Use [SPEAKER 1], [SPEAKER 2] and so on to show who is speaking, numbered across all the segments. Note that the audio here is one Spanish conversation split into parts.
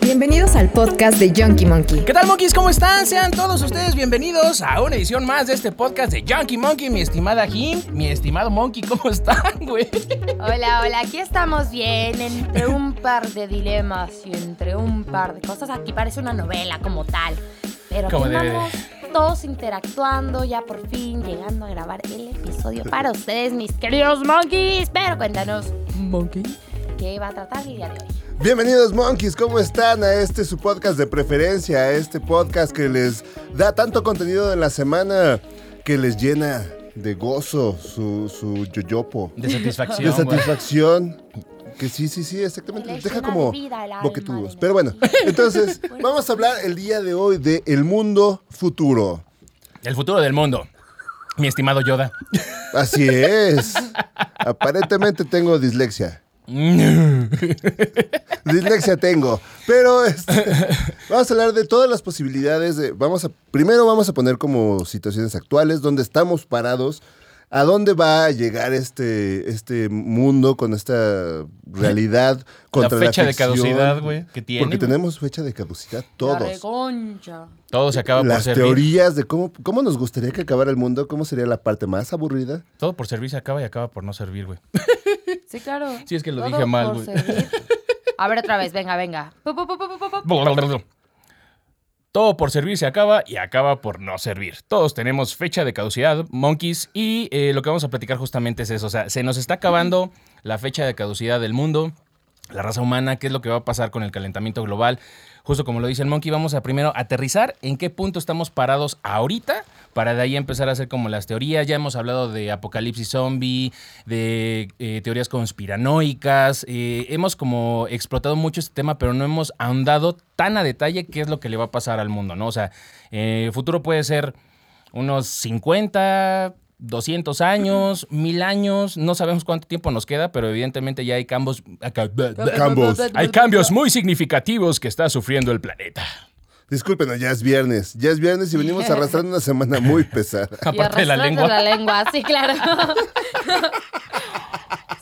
[SPEAKER 1] Bienvenidos al podcast de Junkie Monkey.
[SPEAKER 2] ¿Qué tal, monkeys? ¿Cómo están? Sean todos ustedes bienvenidos a una edición más de este podcast de Junkie Monkey. Mi estimada Jim, mi estimado Monkey, ¿cómo están, güey?
[SPEAKER 3] Hola, hola, aquí estamos bien entre un par de dilemas y entre un par de cosas. Aquí parece una novela como tal, pero aquí
[SPEAKER 2] Como debe de.
[SPEAKER 3] vamos todos interactuando, ya por fin llegando a grabar el episodio para ustedes, mis queridos monkeys. Pero cuéntanos, monkey, ¿qué va a tratar el día de hoy?
[SPEAKER 4] Bienvenidos monkeys, ¿cómo están? A este su podcast de preferencia, a este podcast que les da tanto contenido en la semana que les llena de gozo su, su yoyopo,
[SPEAKER 2] De satisfacción.
[SPEAKER 4] de
[SPEAKER 2] güey.
[SPEAKER 4] satisfacción. Que sí, sí, sí, exactamente.
[SPEAKER 3] Les
[SPEAKER 4] Deja
[SPEAKER 3] llena
[SPEAKER 4] como
[SPEAKER 3] de vida el alma
[SPEAKER 4] boquetudos.
[SPEAKER 3] de
[SPEAKER 4] Pero bueno, entonces vamos a hablar el día de hoy de el mundo futuro.
[SPEAKER 2] El futuro del mundo. Mi estimado Yoda.
[SPEAKER 4] Así es. Aparentemente tengo dislexia. Dislexia tengo. Pero este, vamos a hablar de todas las posibilidades. De, vamos a, primero vamos a poner como situaciones actuales, dónde estamos parados, a dónde va a llegar este, este mundo con esta realidad contra la
[SPEAKER 2] fecha de
[SPEAKER 4] ficción.
[SPEAKER 2] caducidad, güey, que tiene,
[SPEAKER 4] Porque
[SPEAKER 2] güey.
[SPEAKER 4] tenemos fecha de caducidad
[SPEAKER 3] La
[SPEAKER 4] todos.
[SPEAKER 3] regoncha.
[SPEAKER 2] Todo se acaba por
[SPEAKER 4] Las
[SPEAKER 2] servir.
[SPEAKER 4] teorías de cómo, cómo nos gustaría que acabara el mundo, cómo sería la parte más aburrida.
[SPEAKER 2] Todo por servir se acaba y acaba por no servir, güey.
[SPEAKER 3] Sí, claro.
[SPEAKER 2] Sí, es que lo
[SPEAKER 3] Todo
[SPEAKER 2] dije mal,
[SPEAKER 3] por
[SPEAKER 2] güey.
[SPEAKER 3] servir. A ver otra vez, venga, venga. Pu, pu, pu, pu, pu, pu.
[SPEAKER 2] Todo por servir se acaba y acaba por no servir. Todos tenemos fecha de caducidad, monkeys, y eh, lo que vamos a platicar justamente es eso. O sea, se nos está acabando la fecha de caducidad del mundo, la raza humana, qué es lo que va a pasar con el calentamiento global. Justo como lo dice el monkey, vamos a primero aterrizar en qué punto estamos parados ahorita para de ahí empezar a hacer como las teorías. Ya hemos hablado de apocalipsis zombie, de eh, teorías conspiranoicas. eh, hemos como explotado mucho este tema, pero no hemos ahondado tan a detalle qué es lo que le va a pasar al mundo, ¿no? O sea, eh, el futuro puede ser unos 50, 200 años, 1000 años. No sabemos cuánto tiempo nos queda, pero evidentemente ya hay cambios. acá-
[SPEAKER 4] Cambos.
[SPEAKER 2] Hay cambios muy significativos que está sufriendo el planeta.
[SPEAKER 4] Discúlpenos, ya es viernes. Ya es viernes y venimos arrastrando una semana muy pesada.
[SPEAKER 3] Y
[SPEAKER 2] Aparte de la
[SPEAKER 3] arrastrando
[SPEAKER 2] lengua.
[SPEAKER 3] la lengua, sí, claro.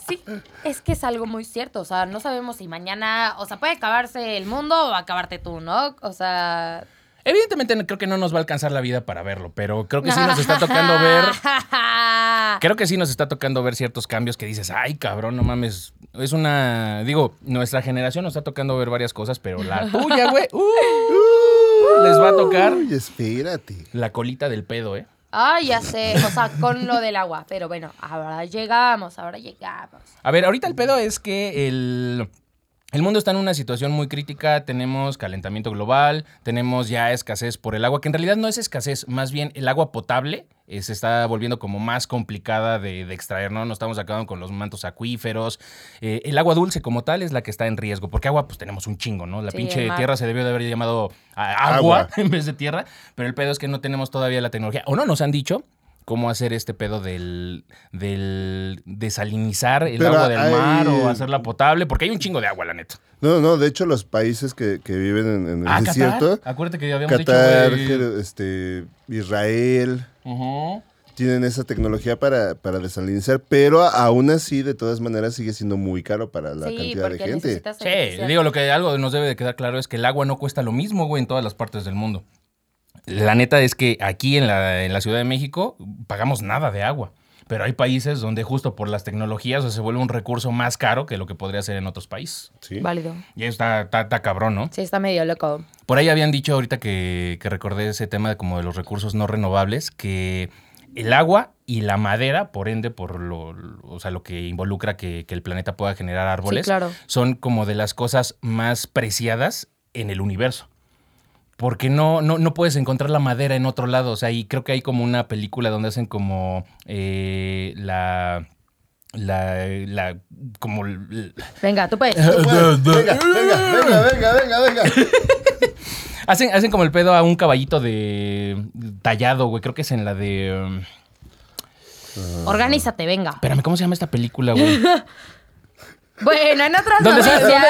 [SPEAKER 3] sí, es que es algo muy cierto. O sea, no sabemos si mañana, o sea, puede acabarse el mundo o acabarte tú, ¿no? O sea.
[SPEAKER 2] Evidentemente no- creo que no nos va a alcanzar la vida para verlo, pero creo que sí nos está tocando ver. Creo que sí nos está tocando ver ciertos cambios que dices, ay cabrón, no mames. Es una. Digo, nuestra generación nos está tocando ver varias cosas, pero la tuya, güey. uh, les va a tocar
[SPEAKER 4] Uy, espérate.
[SPEAKER 2] la colita del pedo, ¿eh?
[SPEAKER 3] Ay, ya sé. O sea, con lo del agua. Pero bueno, ahora llegamos, ahora llegamos.
[SPEAKER 2] A ver, ahorita el pedo es que el, el mundo está en una situación muy crítica. Tenemos calentamiento global, tenemos ya escasez por el agua, que en realidad no es escasez, más bien el agua potable eh, se está volviendo como más complicada de, de extraer, ¿no? Nos estamos acabando con los mantos acuíferos. Eh, el agua dulce como tal es la que está en riesgo, porque agua pues tenemos un chingo, ¿no? La
[SPEAKER 3] Sí,
[SPEAKER 2] pinche
[SPEAKER 3] el mar.
[SPEAKER 2] tierra se debió de haber llamado ah, agua,
[SPEAKER 4] Agua.
[SPEAKER 2] en vez de tierra, pero el pedo es que no tenemos todavía la tecnología, o no nos han dicho. ¿Cómo hacer este pedo del, del desalinizar el
[SPEAKER 4] Pero
[SPEAKER 2] agua del
[SPEAKER 4] hay-
[SPEAKER 2] mar o hacerla potable, porque hay un chingo de agua, la neta.
[SPEAKER 4] No, no, de hecho, los países que, que viven en, en el
[SPEAKER 2] Ah, Qatar.
[SPEAKER 4] desierto,
[SPEAKER 2] Acuérdate que ya habíamos
[SPEAKER 4] Qatar,
[SPEAKER 2] dicho, güey.
[SPEAKER 4] que- este, Israel,
[SPEAKER 2] Ujú.
[SPEAKER 4] tienen esa tecnología para, para desalinizar, pero aún así, de todas maneras, sigue siendo muy caro para la
[SPEAKER 3] sí,
[SPEAKER 4] cantidad
[SPEAKER 3] porque
[SPEAKER 4] de gente.
[SPEAKER 3] necesitas.
[SPEAKER 2] Sí,
[SPEAKER 3] electricidad.
[SPEAKER 2] digo, lo que algo nos debe de quedar claro es que el agua no cuesta lo mismo, güey, en todas las partes del mundo. La neta es que aquí en la, en la Ciudad de México pagamos nada de agua. Pero hay países donde justo por las tecnologías o sea, se vuelve un recurso más caro que lo que podría ser en otros países.
[SPEAKER 4] Sí.
[SPEAKER 3] Válido.
[SPEAKER 2] Y eso está, está- está cabrón, ¿no?
[SPEAKER 3] Sí, está medio loco.
[SPEAKER 2] Por ahí habían dicho ahorita que, que recordé ese tema de como de los recursos no renovables, que el agua y la madera, por ende, por lo, lo- o sea, lo que involucra que, que el planeta pueda generar árboles,
[SPEAKER 3] claro.
[SPEAKER 2] son como de las cosas más preciadas en el universo. Porque no, no, no puedes encontrar la madera en otro lado. O sea, y creo que hay como una película donde hacen como eh, la, la, la, como l-
[SPEAKER 3] Venga, tú puedes.
[SPEAKER 4] Ah. Venga, venga, venga, venga, venga, venga.
[SPEAKER 2] Hacen, hacen como el pedo a un caballito de tallado, güey. Creo que es en la de. um,
[SPEAKER 3] Organízate, venga.
[SPEAKER 2] Espérame, ¿cómo se llama esta película, güey?
[SPEAKER 3] Bueno, en otras
[SPEAKER 2] ¿Dónde se-
[SPEAKER 3] noticias-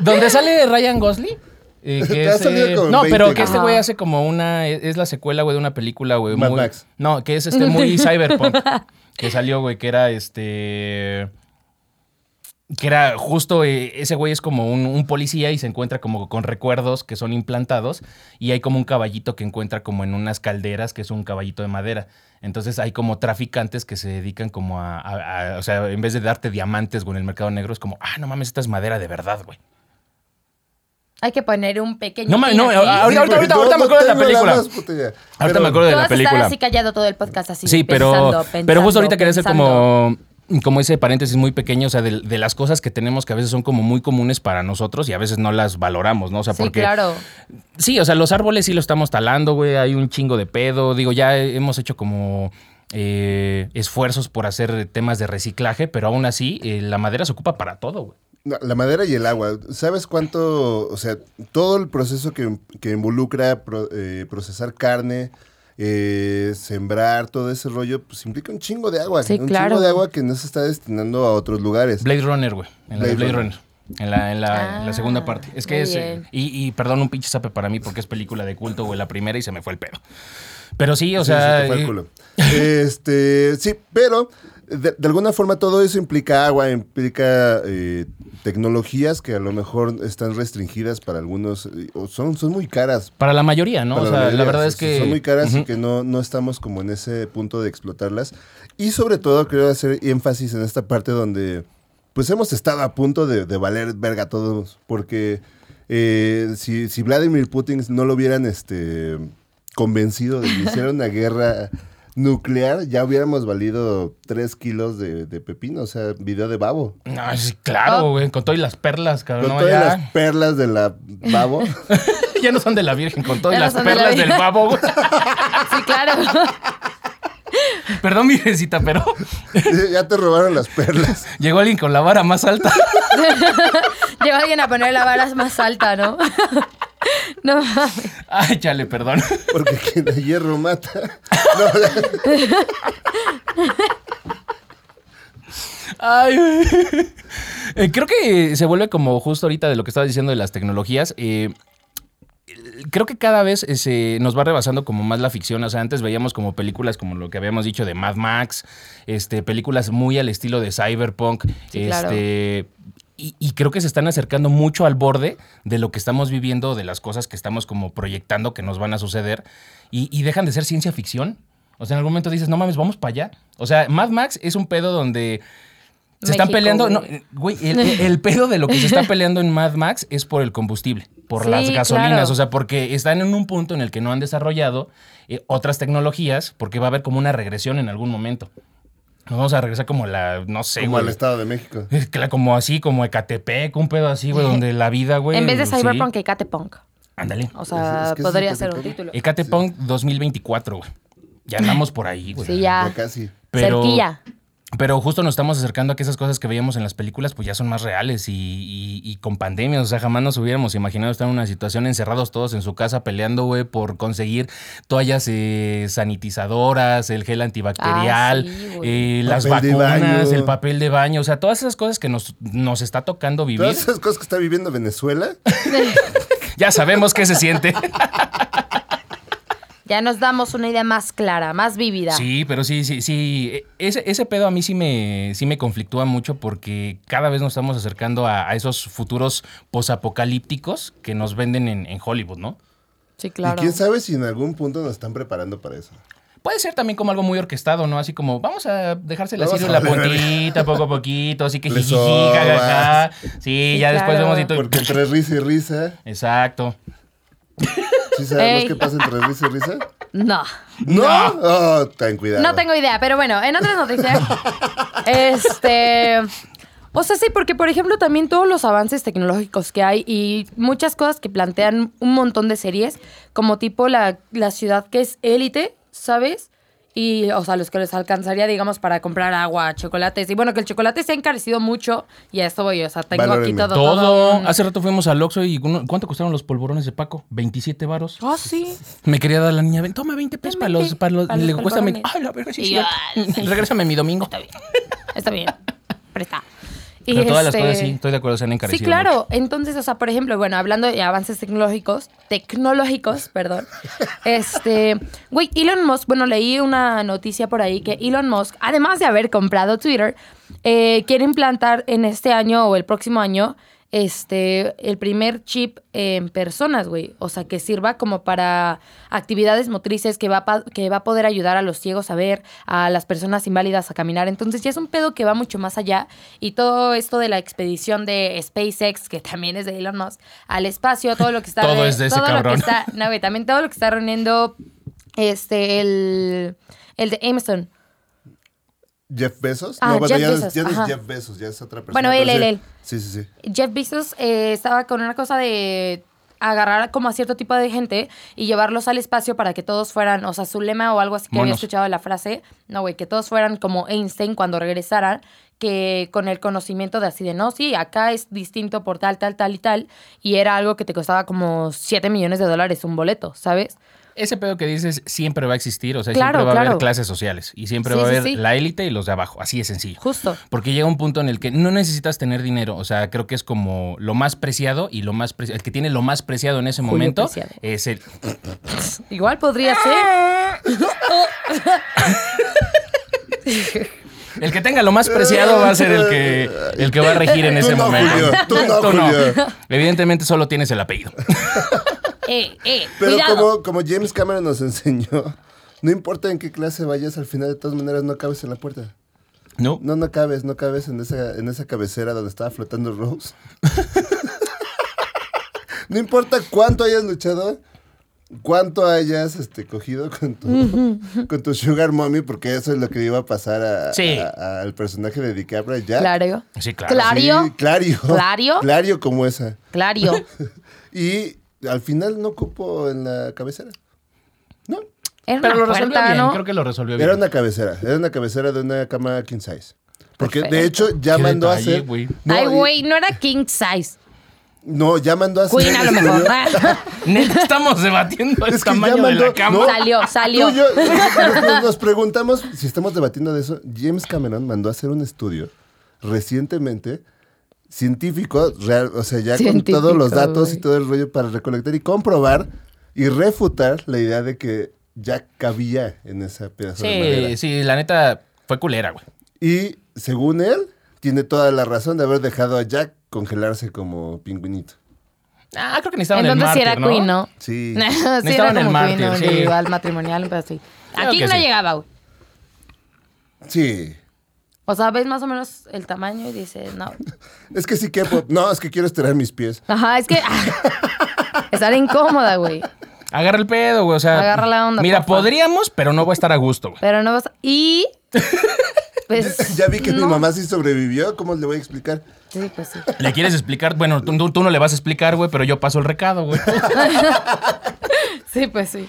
[SPEAKER 2] Donde sale Ryan Gosling. Eh, que
[SPEAKER 4] Te ha
[SPEAKER 2] es,
[SPEAKER 4] salido
[SPEAKER 2] eh,
[SPEAKER 4] como en
[SPEAKER 2] no,
[SPEAKER 4] 20,
[SPEAKER 2] pero que este
[SPEAKER 3] Ajá.
[SPEAKER 2] güey hace como una. Es la secuela, güey, de una película, güey.
[SPEAKER 4] Mad
[SPEAKER 2] muy-
[SPEAKER 4] Max.
[SPEAKER 2] No, que es este muy cyberpunk. que salió, güey, que era este. Que era justo, eh, ese güey es como un, un policía y se encuentra como con recuerdos que son implantados y hay como un caballito que encuentra como en unas calderas que es un caballito de madera. Entonces hay como traficantes que se dedican como a, a- a- o sea, en vez de darte diamantes, güey, en el mercado negro es como, ah, no mames, esta es madera de verdad, güey.
[SPEAKER 3] Hay que poner un pequeño.
[SPEAKER 2] No mames,
[SPEAKER 3] pin
[SPEAKER 2] no, ah,
[SPEAKER 3] aquí.
[SPEAKER 2] ahorita- ahorita- ahorita- ahorita me acuerdo de la
[SPEAKER 4] tengo
[SPEAKER 2] película.
[SPEAKER 4] más puta idea.
[SPEAKER 2] Ahorita
[SPEAKER 4] Pero-
[SPEAKER 2] me acuerdo de la
[SPEAKER 3] Tú vas a estar
[SPEAKER 2] película.
[SPEAKER 3] así callado todo el podcast así.
[SPEAKER 2] Sí, pero,
[SPEAKER 3] pensando,
[SPEAKER 2] pero justo
[SPEAKER 3] pensando,
[SPEAKER 2] ahorita quería hacer
[SPEAKER 3] pensando.
[SPEAKER 2] como, como ese paréntesis muy pequeño, o sea, de, de las cosas que tenemos que a veces son como muy comunes para nosotros y a veces no las valoramos, ¿no? O sea,
[SPEAKER 3] Sí,
[SPEAKER 2] porque
[SPEAKER 3] claro.
[SPEAKER 2] Sí, o sea, los árboles sí los estamos talando, güey. Hay un chingo de pedo. Digo, ya hemos hecho como eh, esfuerzos por hacer temas de reciclaje, pero aún así eh, la madera se ocupa para todo, güey.
[SPEAKER 4] No, La madera y el agua. ¿Sabes cuánto? O sea, todo el proceso que, que involucra pro- eh, procesar carne, eh, sembrar, todo ese rollo, pues implica un chingo de agua.
[SPEAKER 3] Sí,
[SPEAKER 4] un
[SPEAKER 3] claro.
[SPEAKER 4] chingo de agua que no se está destinando a otros lugares.
[SPEAKER 2] Blade Runner, güey. En la de
[SPEAKER 4] Blade
[SPEAKER 2] Blade
[SPEAKER 4] Runner.
[SPEAKER 2] Runner. En la, en la- en la
[SPEAKER 3] Ah,
[SPEAKER 2] segunda parte. Es que
[SPEAKER 3] muy
[SPEAKER 2] es. eh,
[SPEAKER 3] bien.
[SPEAKER 2] Y, y perdón, un pinche sape para mí porque es película de culto, güey, la primera y se me fue el pedo. Pero sí, o
[SPEAKER 4] Sí,
[SPEAKER 2] sea.
[SPEAKER 4] se te fue el
[SPEAKER 2] eh,
[SPEAKER 4] culo. Este, sí, pero de, de alguna forma todo eso implica agua, implica eh, tecnologías que a lo mejor están restringidas para algunos, eh, o son, son muy caras.
[SPEAKER 2] Para la mayoría, ¿no?
[SPEAKER 4] para
[SPEAKER 2] o sea, la
[SPEAKER 4] mayoría.
[SPEAKER 2] verdad
[SPEAKER 4] Sí,
[SPEAKER 2] es
[SPEAKER 4] sí,
[SPEAKER 2] que.
[SPEAKER 4] Son muy caras y
[SPEAKER 2] Ujú.
[SPEAKER 4] que no, no estamos como en ese punto de explotarlas. Y sobre todo, quiero hacer énfasis en esta parte donde, pues hemos estado a punto de, de valer verga todos, porque eh, si, si Vladimir Putin no lo hubieran este, convencido de que hiciera una guerra nuclear, ya hubiéramos valido 3 kilos de, de pepino, o sea, video de babo.
[SPEAKER 2] No, sí,
[SPEAKER 3] Oh.
[SPEAKER 2] claro, güey. Con todas las perlas, cabrón.
[SPEAKER 4] Con
[SPEAKER 2] no,
[SPEAKER 4] todas
[SPEAKER 2] ya.
[SPEAKER 4] las perlas de la babo.
[SPEAKER 2] ya no son de la Virgen, con todas
[SPEAKER 3] Ya no
[SPEAKER 2] las
[SPEAKER 3] son de la
[SPEAKER 2] perlas del
[SPEAKER 3] Virgen.
[SPEAKER 2] babo, güey.
[SPEAKER 3] Sí, claro.
[SPEAKER 2] Perdón, virgencita, pero
[SPEAKER 4] ya te robaron las perlas.
[SPEAKER 2] llegó alguien con la vara más alta.
[SPEAKER 3] Llegó alguien a poner la vara más alta, ¿no? No mames.
[SPEAKER 2] Ay, chale, perdón.
[SPEAKER 4] Porque quien de hierro mata. No,
[SPEAKER 2] Ay, güey. Eh, creo que se vuelve como justo ahorita de lo que estabas diciendo de las tecnologías. eh, creo que cada vez eh, se nos va rebasando como más la ficción. O sea, antes veíamos como películas como lo que habíamos dicho de Mad Max, este, películas muy al estilo de Cyberpunk.
[SPEAKER 3] Sí,
[SPEAKER 2] este,
[SPEAKER 3] claro.
[SPEAKER 2] y, y creo que se están acercando mucho al borde de lo que estamos viviendo, de las cosas que estamos como proyectando que nos van a suceder. Y, y dejan de ser ciencia ficción. O sea, en algún momento dices, no mames, vamos para allá. O sea, Mad Max es un pedo donde se están
[SPEAKER 3] México,
[SPEAKER 2] peleando. no, eh,
[SPEAKER 3] güey.
[SPEAKER 2] Güey, el, el- el pedo de lo que se está peleando en Mad Max es por el combustible, por
[SPEAKER 3] Sí,
[SPEAKER 2] las gasolinas.
[SPEAKER 3] claro.
[SPEAKER 2] O sea, porque están en un punto en el que no han desarrollado eh, otras tecnologías, porque va a haber como una regresión en algún momento. Nos vamos a regresar como la, no sé,
[SPEAKER 4] como al
[SPEAKER 2] güey.
[SPEAKER 4] Estado de México.
[SPEAKER 2] Es cla- Como así, como Ecatepec, un pedo así, güey, donde la vida, güey.
[SPEAKER 3] en vez de
[SPEAKER 2] sí.
[SPEAKER 3] Cyberpunk, Ecatepunk.
[SPEAKER 2] Ándale.
[SPEAKER 3] O sea,
[SPEAKER 4] Es- es que
[SPEAKER 3] podría
[SPEAKER 4] sí,
[SPEAKER 3] ser un
[SPEAKER 4] Ecatepunk.
[SPEAKER 3] título.
[SPEAKER 2] Ecatepunk 2024, güey. Ya andamos por ahí, güey.
[SPEAKER 3] Sí, ya.
[SPEAKER 4] Ya casi.
[SPEAKER 2] Pero-
[SPEAKER 3] Cerquilla.
[SPEAKER 2] Pero justo nos estamos acercando a que esas cosas que veíamos en las películas pues ya son más reales y, y- y con pandemias, o sea, jamás nos hubiéramos imaginado estar en una situación encerrados todos en su casa peleando, güey, por conseguir toallas eh, sanitizadoras, el gel antibacterial,
[SPEAKER 3] Ah, sí, güey.
[SPEAKER 2] eh, las
[SPEAKER 4] Papel de
[SPEAKER 2] vacunas,
[SPEAKER 4] baño.
[SPEAKER 2] el papel de baño, o sea, todas esas cosas que nos, nos está tocando vivir,
[SPEAKER 4] Todas esas cosas que está viviendo Venezuela,
[SPEAKER 2] ya sabemos qué se siente.
[SPEAKER 3] Ya nos damos una idea más clara, más vívida.
[SPEAKER 2] Sí, pero sí, sí, sí. E- Ese, ese pedo a mí sí me, sí me conflictúa mucho porque cada vez nos estamos acercando a, a esos futuros posapocalípticos que nos venden en, en Hollywood, ¿no?
[SPEAKER 3] Sí,
[SPEAKER 4] y quién sabe si en algún punto nos están preparando para eso.
[SPEAKER 2] Puede ser también como algo muy orquestado, ¿no? Así como, vamos a dejarse la
[SPEAKER 4] Vamos
[SPEAKER 2] sirve
[SPEAKER 4] a
[SPEAKER 2] la
[SPEAKER 4] valer
[SPEAKER 2] puntita poco a poquito, así que
[SPEAKER 4] Le
[SPEAKER 2] jijiji,
[SPEAKER 4] sobas.
[SPEAKER 2] jajaja. Sí,
[SPEAKER 3] Sí,
[SPEAKER 2] ya después
[SPEAKER 3] claro.
[SPEAKER 2] vemos y todo.
[SPEAKER 4] Porque entre risa y risa,
[SPEAKER 2] Exacto.
[SPEAKER 4] ¿sí sabemos
[SPEAKER 3] Ey.
[SPEAKER 4] qué pasa entre risa y risa?
[SPEAKER 3] No.
[SPEAKER 4] ¡No! Oh, ten cuidado.
[SPEAKER 3] No tengo idea, pero bueno, en otras noticias. este. O sea, sí, porque por ejemplo también todos los avances tecnológicos que hay y muchas cosas que plantean un montón de series, como tipo la, la ciudad que es élite, ¿sabes? Y, o sea, los que les alcanzaría, digamos, para comprar agua, chocolates. Y bueno, que el chocolate se ha encarecido mucho y a esto voy, o sea, tengo aquí
[SPEAKER 4] Valórenme.
[SPEAKER 3] todo.
[SPEAKER 2] Todo.
[SPEAKER 3] un-
[SPEAKER 2] Hace rato fuimos al Oxxo y uno- ¿cuánto costaron los polvorones de Paco? 27 varos.
[SPEAKER 3] Ah, sí.
[SPEAKER 2] Me quería dar la niña, ven, toma 20 pesos para los,
[SPEAKER 3] veinte,
[SPEAKER 2] para los,
[SPEAKER 3] para los
[SPEAKER 2] le cuesta
[SPEAKER 3] polvorones.
[SPEAKER 2] veinte.
[SPEAKER 3] "Ah,
[SPEAKER 2] Ay, la verga, sí,
[SPEAKER 3] Y
[SPEAKER 2] es
[SPEAKER 3] yo,
[SPEAKER 2] cierto. Regrésame mi domingo.
[SPEAKER 3] Está bien. Está bien. Presta. Y
[SPEAKER 2] Pero todas las
[SPEAKER 3] este-
[SPEAKER 2] cosas sí, estoy de acuerdo, se han encarecido.
[SPEAKER 3] Sí, claro.
[SPEAKER 2] mucho.
[SPEAKER 3] Entonces, o sea, por ejemplo, bueno, hablando de avances tecnológicos, tecnológicos, perdón. este, güey, Elon Musk, bueno, leí una noticia por ahí que Elon Musk, además de haber comprado Twitter, eh, quiere implantar en este año o el próximo año este, el primer chip en personas, güey. O sea, que sirva como para actividades motrices que va, a pa- que va a poder ayudar a los ciegos a ver, a las personas inválidas a caminar. Entonces ya es un pedo que va mucho más allá. Y todo esto de la expedición de SpaceX, que también es de Elon Musk, al espacio, todo lo que está...
[SPEAKER 2] Todo es de ese
[SPEAKER 3] todo lo que
[SPEAKER 2] cabrón.
[SPEAKER 3] está- no, güey, también todo lo que está reuniendo este, el, el de Amazon.
[SPEAKER 4] Jeff Bezos.
[SPEAKER 3] Ah,
[SPEAKER 4] no, bueno,
[SPEAKER 3] Jeff
[SPEAKER 4] ya, no es-
[SPEAKER 3] Bezos,
[SPEAKER 4] ya no es
[SPEAKER 3] ajá.
[SPEAKER 4] Jeff Bezos, ya es otra persona.
[SPEAKER 3] Bueno, él,
[SPEAKER 4] pero
[SPEAKER 3] él,
[SPEAKER 4] sí. Sí, sí, sí.
[SPEAKER 3] Jeff Bezos eh, estaba con una cosa de agarrar como a cierto tipo de gente y llevarlos al espacio para que todos fueran, o sea, su lema o algo así que había
[SPEAKER 2] Monos.
[SPEAKER 3] escuchado la frase, no, güey, que todos fueran como Einstein cuando regresaran, que con el conocimiento de así de, no, sí, acá es distinto por tal, tal, tal y tal, y era algo que te costaba como 7 millones de dólares un boleto, ¿sabes?
[SPEAKER 2] Ese pedo que dices siempre va a existir, o sea,
[SPEAKER 3] Claro,
[SPEAKER 2] siempre va a
[SPEAKER 3] claro.
[SPEAKER 2] haber clases sociales y siempre
[SPEAKER 3] Sí,
[SPEAKER 2] va a
[SPEAKER 3] sí,
[SPEAKER 2] haber
[SPEAKER 3] sí.
[SPEAKER 2] la élite y los de abajo, así de sencillo.
[SPEAKER 3] Justo.
[SPEAKER 2] Porque llega un punto en el que no necesitas tener dinero. O sea, creo que es como lo más preciado y lo más preci- El que tiene lo más preciado en ese
[SPEAKER 3] Julio
[SPEAKER 2] momento
[SPEAKER 3] Preciado.
[SPEAKER 2] es el.
[SPEAKER 3] Igual podría ser.
[SPEAKER 2] El que tenga lo más preciado va a ser el que, el que va a regir en
[SPEAKER 4] Tú
[SPEAKER 2] ese
[SPEAKER 4] no,
[SPEAKER 2] momento.
[SPEAKER 4] Julio, tú no, Julio.
[SPEAKER 2] Evidentemente solo tienes el apellido.
[SPEAKER 3] Eh, eh,
[SPEAKER 4] Pero
[SPEAKER 3] cuidado.
[SPEAKER 4] como, como James Cameron nos enseñó, no importa en qué clase vayas, al final de todas maneras no cabes en la puerta.
[SPEAKER 2] No.
[SPEAKER 4] No, no cabes, no cabes en esa, en esa cabecera donde estaba flotando Rose. no importa cuánto hayas luchado, cuánto hayas este, cogido con tu, con tu Sugar Mommy, porque eso es lo que le iba a pasar a-
[SPEAKER 2] Sí.
[SPEAKER 4] a- al personaje de DiCaprio ya.
[SPEAKER 3] Claro.
[SPEAKER 2] Sí, claro.
[SPEAKER 3] Claro.
[SPEAKER 4] Sí, Clario.
[SPEAKER 3] Clario.
[SPEAKER 4] Clario como esa.
[SPEAKER 3] Claro.
[SPEAKER 4] Y al final no cupo en la cabecera. No.
[SPEAKER 3] Era
[SPEAKER 2] Pero lo
[SPEAKER 3] una
[SPEAKER 2] resolvió
[SPEAKER 3] puerta,
[SPEAKER 2] bien.
[SPEAKER 3] ¿no?
[SPEAKER 2] Creo que lo resolvió bien.
[SPEAKER 4] Era una cabecera. Era una cabecera de una cama king size. Porque de
[SPEAKER 3] Perfecto.
[SPEAKER 4] hecho ya
[SPEAKER 2] Qué
[SPEAKER 4] mandó a
[SPEAKER 2] detalle,
[SPEAKER 4] hacer.
[SPEAKER 2] güey.
[SPEAKER 4] No,
[SPEAKER 3] Ay,
[SPEAKER 4] y-
[SPEAKER 3] güey, no era king size.
[SPEAKER 4] No, ya mandó a hacer.
[SPEAKER 3] Queen a lo
[SPEAKER 4] el
[SPEAKER 3] mejor.
[SPEAKER 4] estudio.
[SPEAKER 2] Neta, estamos debatiendo el
[SPEAKER 4] Es que ya
[SPEAKER 2] tamaño de la
[SPEAKER 4] mandó-
[SPEAKER 2] cama.
[SPEAKER 4] no.
[SPEAKER 3] Salió, salió.
[SPEAKER 4] Tú y yo, nos- nos, nos preguntamos si estamos debatiendo de eso. James Cameron mandó a hacer un estudio recientemente científico, real, o sea, ya
[SPEAKER 3] Científico,
[SPEAKER 4] con todos los datos
[SPEAKER 3] güey.
[SPEAKER 4] y todo el rollo para recolectar y comprobar y refutar la idea de que ya cabía en esa pedazo de
[SPEAKER 2] Sí,
[SPEAKER 4] madera.
[SPEAKER 2] sí, la neta fue culera, güey.
[SPEAKER 4] Y según él, tiene toda la razón de haber dejado a Jack congelarse como pingüinito.
[SPEAKER 2] Ah, creo que necesitaban el
[SPEAKER 3] Entonces sí
[SPEAKER 2] mártir,
[SPEAKER 3] era
[SPEAKER 2] ¿no?
[SPEAKER 3] Queen, ¿no? sí,
[SPEAKER 4] Sí.
[SPEAKER 3] era
[SPEAKER 2] Necesitaban el
[SPEAKER 3] como
[SPEAKER 2] mártir,
[SPEAKER 3] Queen, ¿no?
[SPEAKER 2] sí.
[SPEAKER 3] individual, matrimonial, pero sí.
[SPEAKER 2] Creo
[SPEAKER 3] Aquí
[SPEAKER 2] que
[SPEAKER 3] no
[SPEAKER 2] sí.
[SPEAKER 3] llegaba, güey.
[SPEAKER 4] Sí.
[SPEAKER 3] O sea, ves más o menos el tamaño y dices, no.
[SPEAKER 4] Es que sí que... No, es que quiero estirar mis pies.
[SPEAKER 3] Ajá, es que ah, estar incómoda, güey.
[SPEAKER 2] Agarra el pedo, güey. O sea,
[SPEAKER 3] Agarra la onda,
[SPEAKER 2] Mira,
[SPEAKER 3] porfa.
[SPEAKER 2] podríamos, pero no va a estar a gusto, güey.
[SPEAKER 3] Pero no vas. Y. Pues,
[SPEAKER 4] Ya vi que mi
[SPEAKER 3] no.
[SPEAKER 4] mamá sí sobrevivió. ¿Cómo le voy a explicar?
[SPEAKER 3] Sí, pues sí.
[SPEAKER 2] ¿Le quieres explicar? Bueno, tú, tú- tú no le vas a explicar, güey, pero yo paso el recado, güey.
[SPEAKER 3] Sí, pues sí.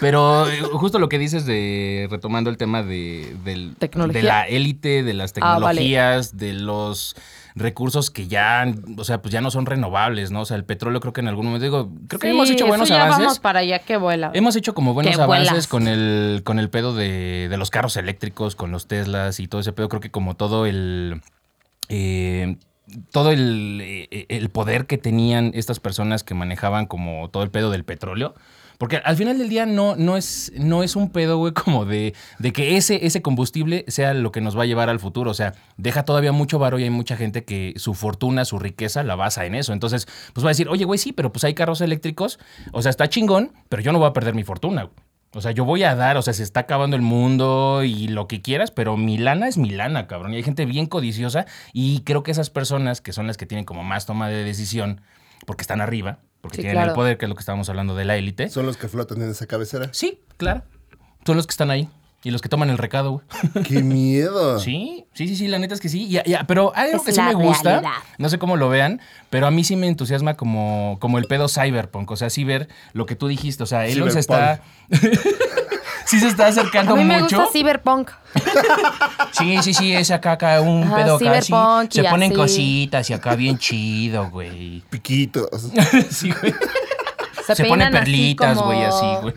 [SPEAKER 2] Pero eh, justo lo que dices de, retomando el tema de, del-
[SPEAKER 3] Tecnología.
[SPEAKER 2] de la élite, de las
[SPEAKER 3] Ah, vale.
[SPEAKER 2] tecnologías, de los recursos que ya, o sea, pues ya no son renovables, ¿no? O sea, el petróleo creo que en algún momento, digo, creo que
[SPEAKER 3] Sí,
[SPEAKER 2] hemos hecho
[SPEAKER 3] eso
[SPEAKER 2] buenos
[SPEAKER 3] ya
[SPEAKER 2] avances.
[SPEAKER 3] Vamos para allá que vuela. güey.
[SPEAKER 2] Hemos hecho como buenos
[SPEAKER 3] Que vuelas.
[SPEAKER 2] avances con el, con el pedo de, de los carros eléctricos, con los Teslas y todo ese pedo. Creo que como todo el. eh, todo el, eh, el poder que tenían estas personas que manejaban como todo el pedo del petróleo. Porque al final del día no, no, es, no es un pedo, güey, como de, de que ese, ese combustible sea lo que nos va a llevar al futuro. O sea, deja todavía mucho varo y hay mucha gente que su fortuna, su riqueza la basa en eso. Entonces, pues va a decir, oye, güey, sí, pero pues hay carros eléctricos. O sea, está chingón, pero yo no voy a perder mi fortuna, güey. O sea, yo voy a dar, o sea, se está acabando el mundo y lo que quieras, pero mi lana es mi lana, cabrón. Y hay gente bien codiciosa y creo que esas personas que son las que tienen como más toma de decisión, porque están arriba, porque
[SPEAKER 3] Sí,
[SPEAKER 2] tienen
[SPEAKER 3] claro.
[SPEAKER 2] el poder, que es lo que estábamos hablando de la élite.
[SPEAKER 4] Son los que flotan en esa cabecera.
[SPEAKER 2] Sí, claro. Son los que están ahí y los que toman el recado, güey.
[SPEAKER 4] ¡Qué miedo!
[SPEAKER 2] Sí, sí, sí, sí, la neta es que sí. Ya, ya, pero hay algo
[SPEAKER 3] Es
[SPEAKER 2] que sí
[SPEAKER 3] la
[SPEAKER 2] me gusta,
[SPEAKER 3] realidad.
[SPEAKER 2] no sé cómo lo vean, pero a mí sí me entusiasma como, como el pedo cyberpunk. O sea, sí ver lo que tú dijiste. O sea, Elon se está. sí se está acercando
[SPEAKER 3] A mí me
[SPEAKER 2] mucho.
[SPEAKER 3] gusta Cyberpunk.
[SPEAKER 2] Sí, sí, sí, es acá, acá un
[SPEAKER 3] Ajá,
[SPEAKER 2] pedo acá. sí.
[SPEAKER 3] cyberpunk y
[SPEAKER 2] Se ponen
[SPEAKER 3] así.
[SPEAKER 2] cositas y acá bien chido, güey.
[SPEAKER 4] Piquitos.
[SPEAKER 2] Sí, güey.
[SPEAKER 3] Se,
[SPEAKER 2] Se, ponen
[SPEAKER 3] peinan así
[SPEAKER 2] perlitas, güey, así,
[SPEAKER 3] como
[SPEAKER 2] güey.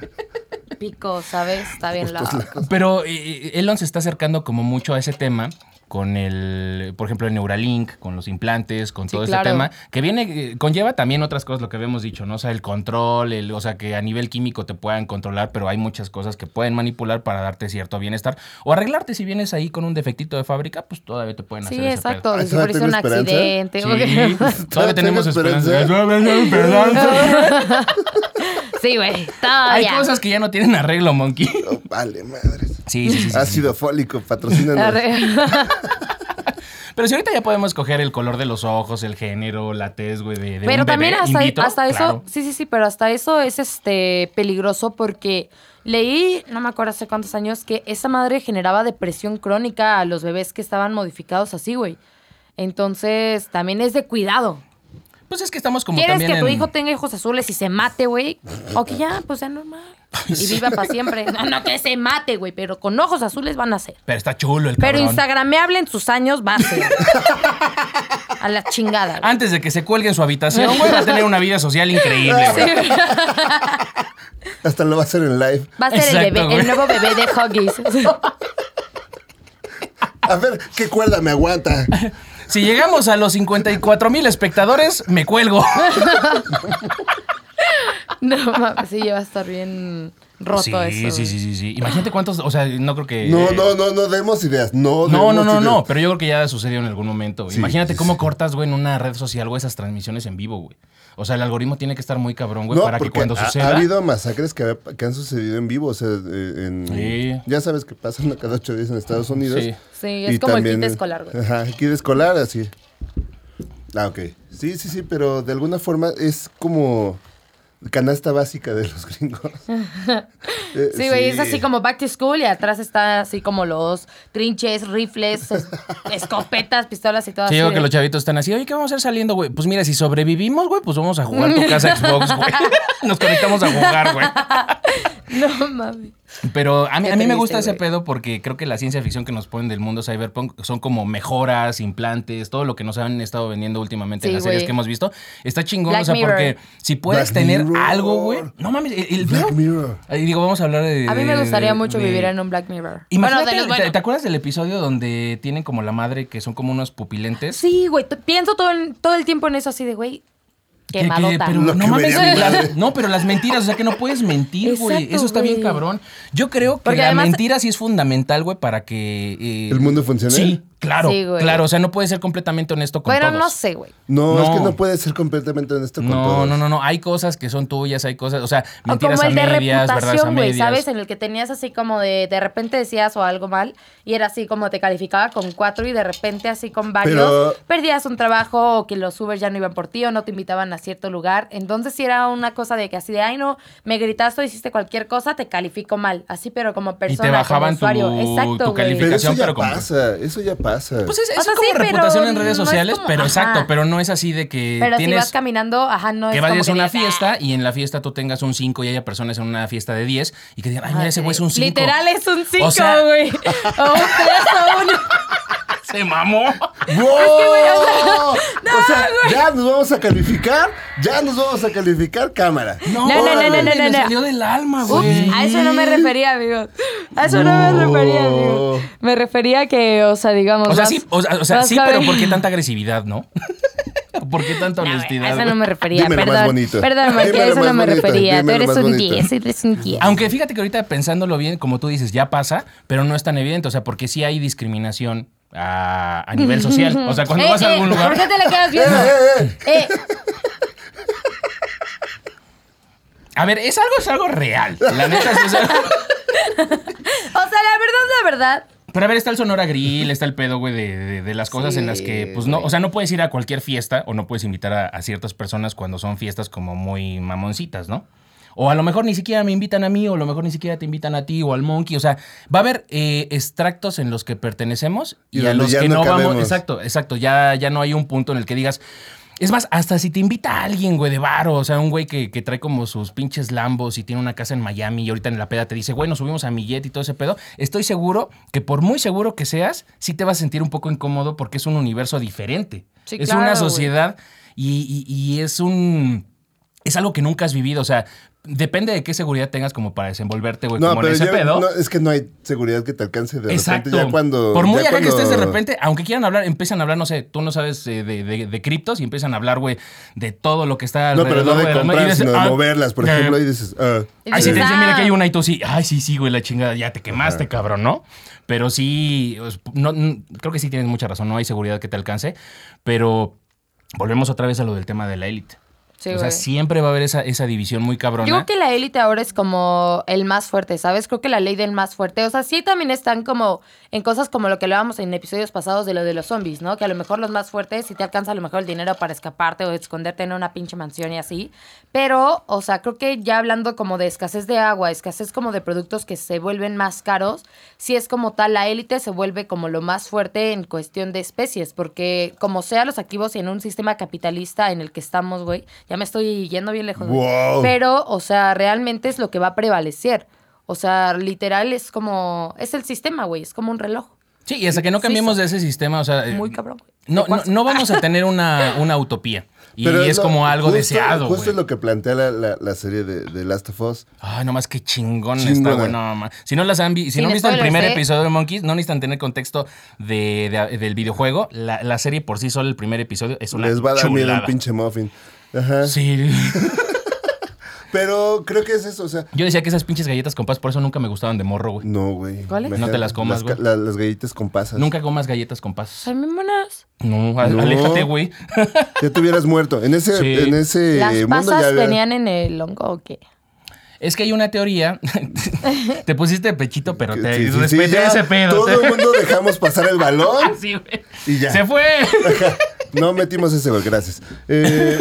[SPEAKER 3] Pico, ¿sabes? Está bien loco.
[SPEAKER 2] eh, Pero eh, Elon se está acercando como mucho a ese tema. con el, por ejemplo, el Neuralink, con los implantes, con
[SPEAKER 3] Sí,
[SPEAKER 2] todo
[SPEAKER 3] claro.
[SPEAKER 2] este tema, que viene, eh, conlleva también otras cosas, lo que habíamos dicho, ¿no? O sea, el control, el, o sea, que a nivel químico te puedan controlar, pero hay muchas cosas que pueden manipular para darte cierto bienestar. O arreglarte si vienes ahí con un defectito de fábrica, pues todavía te pueden hacer
[SPEAKER 3] Sí,
[SPEAKER 2] ese pedo.
[SPEAKER 3] exacto.
[SPEAKER 4] Ah,
[SPEAKER 3] Si
[SPEAKER 4] ¿todavía
[SPEAKER 3] fuese un
[SPEAKER 4] tengo esperanza?
[SPEAKER 3] accidente. o
[SPEAKER 2] Sí,
[SPEAKER 3] que-
[SPEAKER 2] todavía tenemos
[SPEAKER 4] esperanza.
[SPEAKER 2] esperanza. Todavía tengo esperanza.
[SPEAKER 3] Sí, güey.
[SPEAKER 2] Hay
[SPEAKER 3] Todavía.
[SPEAKER 2] cosas que ya no tienen arreglo, Monkey.
[SPEAKER 4] Oh, vale, madres.
[SPEAKER 2] Sí, sí, sí. sí, sí.
[SPEAKER 4] Ácido fólico, patrocínanos.
[SPEAKER 2] Pero si ahorita ya podemos coger el color de los ojos, el género, la tez, güey, de, de
[SPEAKER 3] Pero
[SPEAKER 2] un
[SPEAKER 3] también
[SPEAKER 2] bebé
[SPEAKER 3] hasta,
[SPEAKER 2] in vitro,
[SPEAKER 3] hasta eso,
[SPEAKER 2] claro.
[SPEAKER 3] sí, sí, sí, pero hasta eso es este peligroso porque leí, no me acuerdo hace cuántos años, que esa madre generaba depresión crónica a los bebés que estaban modificados así, güey. Entonces, también es de cuidado.
[SPEAKER 2] Pues es que estamos como
[SPEAKER 3] ¿Quieres
[SPEAKER 2] también
[SPEAKER 3] que tu
[SPEAKER 2] en-
[SPEAKER 3] hijo tenga ojos azules y se mate, güey? O que ya, pues sea normal. Y viva para siempre. No, no que se mate, güey, pero con ojos azules van a ser.
[SPEAKER 2] Pero está chulo el
[SPEAKER 3] Pero
[SPEAKER 2] cabrón.
[SPEAKER 3] instagrameable en sus años va a ser. A la chingada. güey.
[SPEAKER 2] Antes de que se cuelgue en su habitación, güey, va a tener una vida social increíble, güey.
[SPEAKER 4] Hasta lo va a hacer en live.
[SPEAKER 3] Va a ser
[SPEAKER 2] Exacto,
[SPEAKER 3] el, bebé,
[SPEAKER 2] güey.
[SPEAKER 3] el nuevo bebé de Huggies.
[SPEAKER 4] A ver, ¿qué cuerda me aguanta?
[SPEAKER 2] Eh. Si llegamos a los 54 mil espectadores, me cuelgo.
[SPEAKER 3] No mames, sí, ya va a estar bien roto
[SPEAKER 2] sí,
[SPEAKER 3] eso.
[SPEAKER 2] sí, sí, sí, sí. Imagínate cuántos, o sea, no creo que...
[SPEAKER 4] No, no, no, no demos ideas. No,
[SPEAKER 2] No,
[SPEAKER 4] demos
[SPEAKER 2] no, no,
[SPEAKER 4] ideas.
[SPEAKER 2] no, pero yo creo que ya sucedió en algún momento. güey.
[SPEAKER 4] Sí,
[SPEAKER 2] Imagínate
[SPEAKER 4] sí,
[SPEAKER 2] cómo
[SPEAKER 4] sí.
[SPEAKER 2] cortas, güey, en una red social, güey, esas transmisiones en vivo, güey. O sea, el algoritmo tiene que estar muy cabrón, güey,
[SPEAKER 4] No,
[SPEAKER 2] para que
[SPEAKER 4] porque
[SPEAKER 2] cuando
[SPEAKER 4] ha,
[SPEAKER 2] suceda...
[SPEAKER 4] ha habido masacres que, ha- que han sucedido en vivo. O sea, eh, en-
[SPEAKER 2] Sí.
[SPEAKER 4] ya sabes que pasan cada ocho días en Estados Unidos.
[SPEAKER 2] Sí.
[SPEAKER 3] Sí, es como el kit escolar, güey.
[SPEAKER 4] Ajá, el kit escolar, así. Ah, ok. Sí, sí, sí, pero de alguna forma es como canasta básica de los gringos. Eh,
[SPEAKER 3] Sí, güey, es así como back to school y atrás está así como los trinches, rifles, es- escopetas, pistolas y todo
[SPEAKER 2] Sí,
[SPEAKER 3] así.
[SPEAKER 2] digo
[SPEAKER 3] de-
[SPEAKER 2] que los chavitos están así, oye, ¿qué vamos a hacer saliendo, güey? Pues mira, si sobrevivimos, güey, pues vamos a jugar tu casa Xbox, güey. Nos conectamos a jugar, güey.
[SPEAKER 3] No mames.
[SPEAKER 2] Pero a mí,
[SPEAKER 3] Qué
[SPEAKER 2] a mí me
[SPEAKER 3] triste,
[SPEAKER 2] gusta ese
[SPEAKER 3] güey.
[SPEAKER 2] pedo porque creo que la ciencia ficción que nos ponen del mundo cyberpunk son como mejoras, implantes, todo lo que nos han estado vendiendo últimamente
[SPEAKER 3] Sí,
[SPEAKER 2] en las series
[SPEAKER 3] güey.
[SPEAKER 2] que hemos visto. Está chingón,
[SPEAKER 3] Black
[SPEAKER 2] o sea,
[SPEAKER 3] Mirror.
[SPEAKER 2] porque si puedes
[SPEAKER 4] Black
[SPEAKER 2] tener
[SPEAKER 4] Mirror.
[SPEAKER 2] algo, güey. No mames, el, el
[SPEAKER 4] Black
[SPEAKER 2] video-
[SPEAKER 4] Mirror.
[SPEAKER 2] Ahí digo, vamos a hablar de.
[SPEAKER 3] A mí me
[SPEAKER 2] de-
[SPEAKER 3] gustaría mucho
[SPEAKER 2] de-
[SPEAKER 3] vivir en un Black Mirror.
[SPEAKER 2] Imagínate,
[SPEAKER 3] bueno, de los
[SPEAKER 2] ¿te- ¿te,
[SPEAKER 3] buenos.
[SPEAKER 2] acuerdas del episodio donde tienen como la madre que son como unos pupilentes?
[SPEAKER 3] Sí, güey, t- pienso todo, el- todo el tiempo en eso así de, güey,
[SPEAKER 2] Que- que-
[SPEAKER 3] quemadota.
[SPEAKER 2] pero
[SPEAKER 4] Lo
[SPEAKER 2] no
[SPEAKER 4] que
[SPEAKER 2] mames,
[SPEAKER 4] vería mi
[SPEAKER 2] las-
[SPEAKER 4] madre.
[SPEAKER 2] no, pero las mentiras, o sea que no puedes mentir, güey.
[SPEAKER 3] Exacto,
[SPEAKER 2] Eso está bien
[SPEAKER 3] güey.
[SPEAKER 2] cabrón. Yo creo que
[SPEAKER 3] Porque
[SPEAKER 2] la
[SPEAKER 3] además-
[SPEAKER 2] mentira sí es fundamental, güey, para que eh,
[SPEAKER 4] ¿El mundo funcione?
[SPEAKER 2] Sí, claro,
[SPEAKER 3] Sí, güey.
[SPEAKER 2] claro. O sea, no puedes ser completamente honesto con
[SPEAKER 3] Bueno,
[SPEAKER 2] todos.
[SPEAKER 3] no sé, güey.
[SPEAKER 4] No,
[SPEAKER 2] No.
[SPEAKER 4] es que no puede ser completamente honesto con
[SPEAKER 2] No,
[SPEAKER 4] todos.
[SPEAKER 2] no, no, no. Hay cosas que son tuyas, hay cosas, o sea,
[SPEAKER 3] O
[SPEAKER 2] mentiras
[SPEAKER 3] como el de
[SPEAKER 2] a medias, verdades a
[SPEAKER 3] reputación, güey,
[SPEAKER 2] medias.
[SPEAKER 3] ¿sabes? En el que tenías así como de de repente decías o algo mal y era así como te calificaba con cuatro y de repente así con varios
[SPEAKER 4] Pero-
[SPEAKER 3] perdías un trabajo o que los Uber ya no iban por ti o no te invitaban a cierto lugar. Entonces sí era una cosa de que así de, ay no, me gritaste o hiciste cualquier cosa, te califico mal. Así pero como persona,
[SPEAKER 2] bajaban tu-
[SPEAKER 3] como usuario. Exacto,
[SPEAKER 2] tu
[SPEAKER 3] güey.
[SPEAKER 4] Pero eso
[SPEAKER 2] calificación,
[SPEAKER 4] ya
[SPEAKER 2] pero con-
[SPEAKER 4] pasa, eso ya pasa.
[SPEAKER 2] Pues es,
[SPEAKER 3] O
[SPEAKER 2] es
[SPEAKER 3] sea,
[SPEAKER 2] como
[SPEAKER 3] sí, pero
[SPEAKER 2] reputación en redes
[SPEAKER 3] no es
[SPEAKER 2] sociales,
[SPEAKER 3] como-
[SPEAKER 2] pero
[SPEAKER 3] ajá.
[SPEAKER 2] exacto, pero no es así de que
[SPEAKER 3] Pero si
[SPEAKER 2] tienes
[SPEAKER 3] vas caminando, ajá, no
[SPEAKER 2] que
[SPEAKER 3] es como
[SPEAKER 2] vayas a una
[SPEAKER 3] digas, "Ah".
[SPEAKER 2] fiesta y en la fiesta tú tengas un 5 y haya personas en una fiesta de 10 y que digan, ay, mira, ese güey es un 5.
[SPEAKER 3] "Ah, Literal es un 5,
[SPEAKER 2] O sea-
[SPEAKER 3] güey. O, un tres o uno.
[SPEAKER 2] Se mamó.
[SPEAKER 4] ¡Wow! o sea, ya nos vamos a calificar, ya nos vamos a calificar cámara.
[SPEAKER 3] No, no, no, no,
[SPEAKER 4] Órale.
[SPEAKER 3] no, no.
[SPEAKER 2] Le salió del alma,
[SPEAKER 3] Ups,
[SPEAKER 2] güey.
[SPEAKER 3] a eso no me refería, amigos. A eso no, me refería, amigos. Me refería a que, o sea, digamos.
[SPEAKER 2] O sea,
[SPEAKER 3] vas-
[SPEAKER 2] sí, o sea, o sea,
[SPEAKER 3] vas
[SPEAKER 2] sí,
[SPEAKER 3] a
[SPEAKER 2] pero
[SPEAKER 3] ver-
[SPEAKER 2] ¿por qué tanta agresividad, no? ¿Por qué tanta
[SPEAKER 3] No, güey,
[SPEAKER 2] honestidad?
[SPEAKER 3] a eso
[SPEAKER 2] güey?
[SPEAKER 3] no me refería,
[SPEAKER 4] Dímelo más
[SPEAKER 3] perdón.
[SPEAKER 4] bonito.
[SPEAKER 3] Perdón, Marqués,
[SPEAKER 4] Dímelo
[SPEAKER 3] a eso
[SPEAKER 4] más
[SPEAKER 3] no me
[SPEAKER 4] bonito,
[SPEAKER 3] refería. Tú
[SPEAKER 4] dímelo
[SPEAKER 3] eres
[SPEAKER 4] más
[SPEAKER 3] un
[SPEAKER 4] bonito.
[SPEAKER 3] 10, eres un 10.
[SPEAKER 2] Aunque fíjate que ahorita pensándolo bien, como tú dices, ya pasa, pero no es tan evidente, o sea, porque sí hay discriminación a, a nivel social. O sea, cuando
[SPEAKER 3] Eh,
[SPEAKER 2] vas a
[SPEAKER 3] eh,
[SPEAKER 2] algún
[SPEAKER 3] ¿Por qué
[SPEAKER 2] lugar,
[SPEAKER 3] te la quedas
[SPEAKER 4] Eh,
[SPEAKER 3] viendo?
[SPEAKER 4] eh, eh.
[SPEAKER 3] Eh,
[SPEAKER 2] a ver, es algo es algo real. La neta sí es algo-
[SPEAKER 3] o sea, la verdad, la verdad.
[SPEAKER 2] Pero a ver, está el Sonora Grill, está el pedo, güey, de, de- de las cosas en las que, pues no, o sea, no puedes ir a cualquier fiesta o no puedes invitar a, a ciertas personas cuando son fiestas como muy mamoncitas, ¿no? O a lo mejor ni siquiera me invitan a mí, o a lo mejor ni siquiera te invitan a ti o al monkey. O sea, va a haber eh, extractos en los que pertenecemos y,
[SPEAKER 4] Y
[SPEAKER 2] a
[SPEAKER 4] donde
[SPEAKER 2] los
[SPEAKER 4] ya
[SPEAKER 2] que
[SPEAKER 4] no
[SPEAKER 2] no, vamos.
[SPEAKER 4] cabemos.
[SPEAKER 2] Exacto, exacto. Ya, ya no hay un punto en el que digas. Es más, hasta si te invita alguien, güey, de varo, o sea, un güey que, que trae como sus pinches lambos y tiene una casa en Miami y ahorita en la peda te dice, güey, nos subimos a mi jet y todo ese pedo, estoy seguro que por muy seguro que seas, sí te vas a sentir un poco incómodo porque es un universo diferente.
[SPEAKER 3] Sí,
[SPEAKER 2] es
[SPEAKER 3] claro,
[SPEAKER 2] una
[SPEAKER 3] güey.
[SPEAKER 2] sociedad y, y- y es un... Es algo que nunca has vivido, o sea, Depende de qué seguridad tengas como para desenvolverte, güey,
[SPEAKER 4] No,
[SPEAKER 2] como en
[SPEAKER 4] pero
[SPEAKER 2] ese
[SPEAKER 4] ya-
[SPEAKER 2] pedo.
[SPEAKER 4] no, es que no hay seguridad que te alcance de
[SPEAKER 2] Exacto.
[SPEAKER 4] repente. Ya cuando,
[SPEAKER 2] Por muy
[SPEAKER 4] ya
[SPEAKER 2] acá que
[SPEAKER 4] cuando-
[SPEAKER 2] estés de repente, aunque quieran hablar, empiezan a hablar, no sé, tú no sabes eh, de, de- de criptos y empiezan a hablar, güey, de todo lo que está
[SPEAKER 4] No, pero
[SPEAKER 2] alrededor
[SPEAKER 4] no de
[SPEAKER 2] güey, la- y
[SPEAKER 4] comprar,
[SPEAKER 2] dices,
[SPEAKER 4] sino de
[SPEAKER 2] ah,
[SPEAKER 4] moverlas, por
[SPEAKER 2] eh,
[SPEAKER 4] ejemplo, y dices, ah,
[SPEAKER 3] Y
[SPEAKER 2] Ay, si te
[SPEAKER 3] dices,
[SPEAKER 2] dicen, mira,
[SPEAKER 3] "Ah".
[SPEAKER 2] que hay una y tú sí, ay, sí, sí, güey, la chingada, ya te quemaste, cabrón, ¿no? Pero sí, pues, no, n- creo que sí tienes mucha razón, no hay seguridad que te alcance, pero volvemos otra vez a lo del tema de la élite.
[SPEAKER 3] Sí,
[SPEAKER 2] o sea,
[SPEAKER 3] güey.
[SPEAKER 2] siempre va a haber esa, esa división muy cabrona.
[SPEAKER 3] Yo creo que la élite ahora es como el más fuerte, ¿sabes? Creo que la ley del más fuerte. O sea, sí también están como en cosas como lo que hablábamos en episodios pasados de lo de los zombies, ¿no? Que a lo mejor los más fuertes sí te alcanza a lo mejor el dinero para escaparte o esconderte en una pinche mansión y así. Pero, o sea, creo que ya hablando como de escasez de agua, escasez como de productos que se vuelven más caros, sí es como tal, la élite se vuelve como lo más fuerte en cuestión de especies, porque como sea los activos y en un sistema capitalista en el que estamos, güey, ya me estoy yendo bien lejos. güey.
[SPEAKER 4] Wow.
[SPEAKER 3] Pero pero, o sea, realmente es lo que va a prevalecer. O sea, literal es como, es el sistema, güey, es como un reloj.
[SPEAKER 2] Sí, y hasta que no cambiemos
[SPEAKER 3] Sí,
[SPEAKER 2] de ese sistema, o sea... eh,
[SPEAKER 3] Muy cabrón. güey.
[SPEAKER 2] No,
[SPEAKER 3] De
[SPEAKER 2] no,
[SPEAKER 3] cuarzo.
[SPEAKER 2] no vamos a tener una, una utopía. Y
[SPEAKER 4] Pero
[SPEAKER 2] es
[SPEAKER 4] lo-
[SPEAKER 2] como algo
[SPEAKER 4] justo-
[SPEAKER 2] deseado,
[SPEAKER 4] Justo
[SPEAKER 2] güey.
[SPEAKER 4] es lo que plantea la, la- la serie de, de Last of Us.
[SPEAKER 2] Ay, nomás qué chingón está,
[SPEAKER 4] Chingona.
[SPEAKER 2] güey. No, ma- si no las han vi- si
[SPEAKER 3] Sin
[SPEAKER 2] no han visto el
[SPEAKER 3] spoilers,
[SPEAKER 2] primer
[SPEAKER 3] ¿eh?
[SPEAKER 2] episodio de Monkeys, no necesitan tener contexto de, de- del videojuego. La, la serie por sí sola, el primer episodio, es una
[SPEAKER 4] Les va a dar miedo
[SPEAKER 2] chulada.
[SPEAKER 4] un pinche muffin. Ajá.
[SPEAKER 2] Sí.
[SPEAKER 4] Pero creo que es eso, o sea.
[SPEAKER 2] Yo decía que esas pinches galletas con paz, por eso nunca me gustaban de morro, güey.
[SPEAKER 4] No, güey.
[SPEAKER 3] ¿Cuáles?
[SPEAKER 2] No
[SPEAKER 4] Imagínate,
[SPEAKER 2] te las comas,
[SPEAKER 4] las,
[SPEAKER 2] güey.
[SPEAKER 4] ca- la- las galletas con pasas.
[SPEAKER 2] Nunca comas galletas con paz.
[SPEAKER 3] Son bien buenas.
[SPEAKER 2] No, a-
[SPEAKER 4] No.
[SPEAKER 2] aléjate, güey.
[SPEAKER 4] Ya te hubieras muerto. En ese,
[SPEAKER 2] Sí.
[SPEAKER 4] en ese
[SPEAKER 3] ¿Las
[SPEAKER 4] mundo ya
[SPEAKER 3] pasas
[SPEAKER 4] había-
[SPEAKER 3] venían en el hongo o qué?
[SPEAKER 2] Es que hay una teoría. te pusiste pechito, pero
[SPEAKER 4] que-
[SPEAKER 2] te
[SPEAKER 4] sí, sí, sí,
[SPEAKER 2] respeté
[SPEAKER 4] ya
[SPEAKER 2] ese pedo.
[SPEAKER 4] Todo el mundo dejamos pasar el balón
[SPEAKER 2] Sí, güey.
[SPEAKER 4] y ya.
[SPEAKER 2] Se fue.
[SPEAKER 4] No metimos ese gol, gracias. Eh,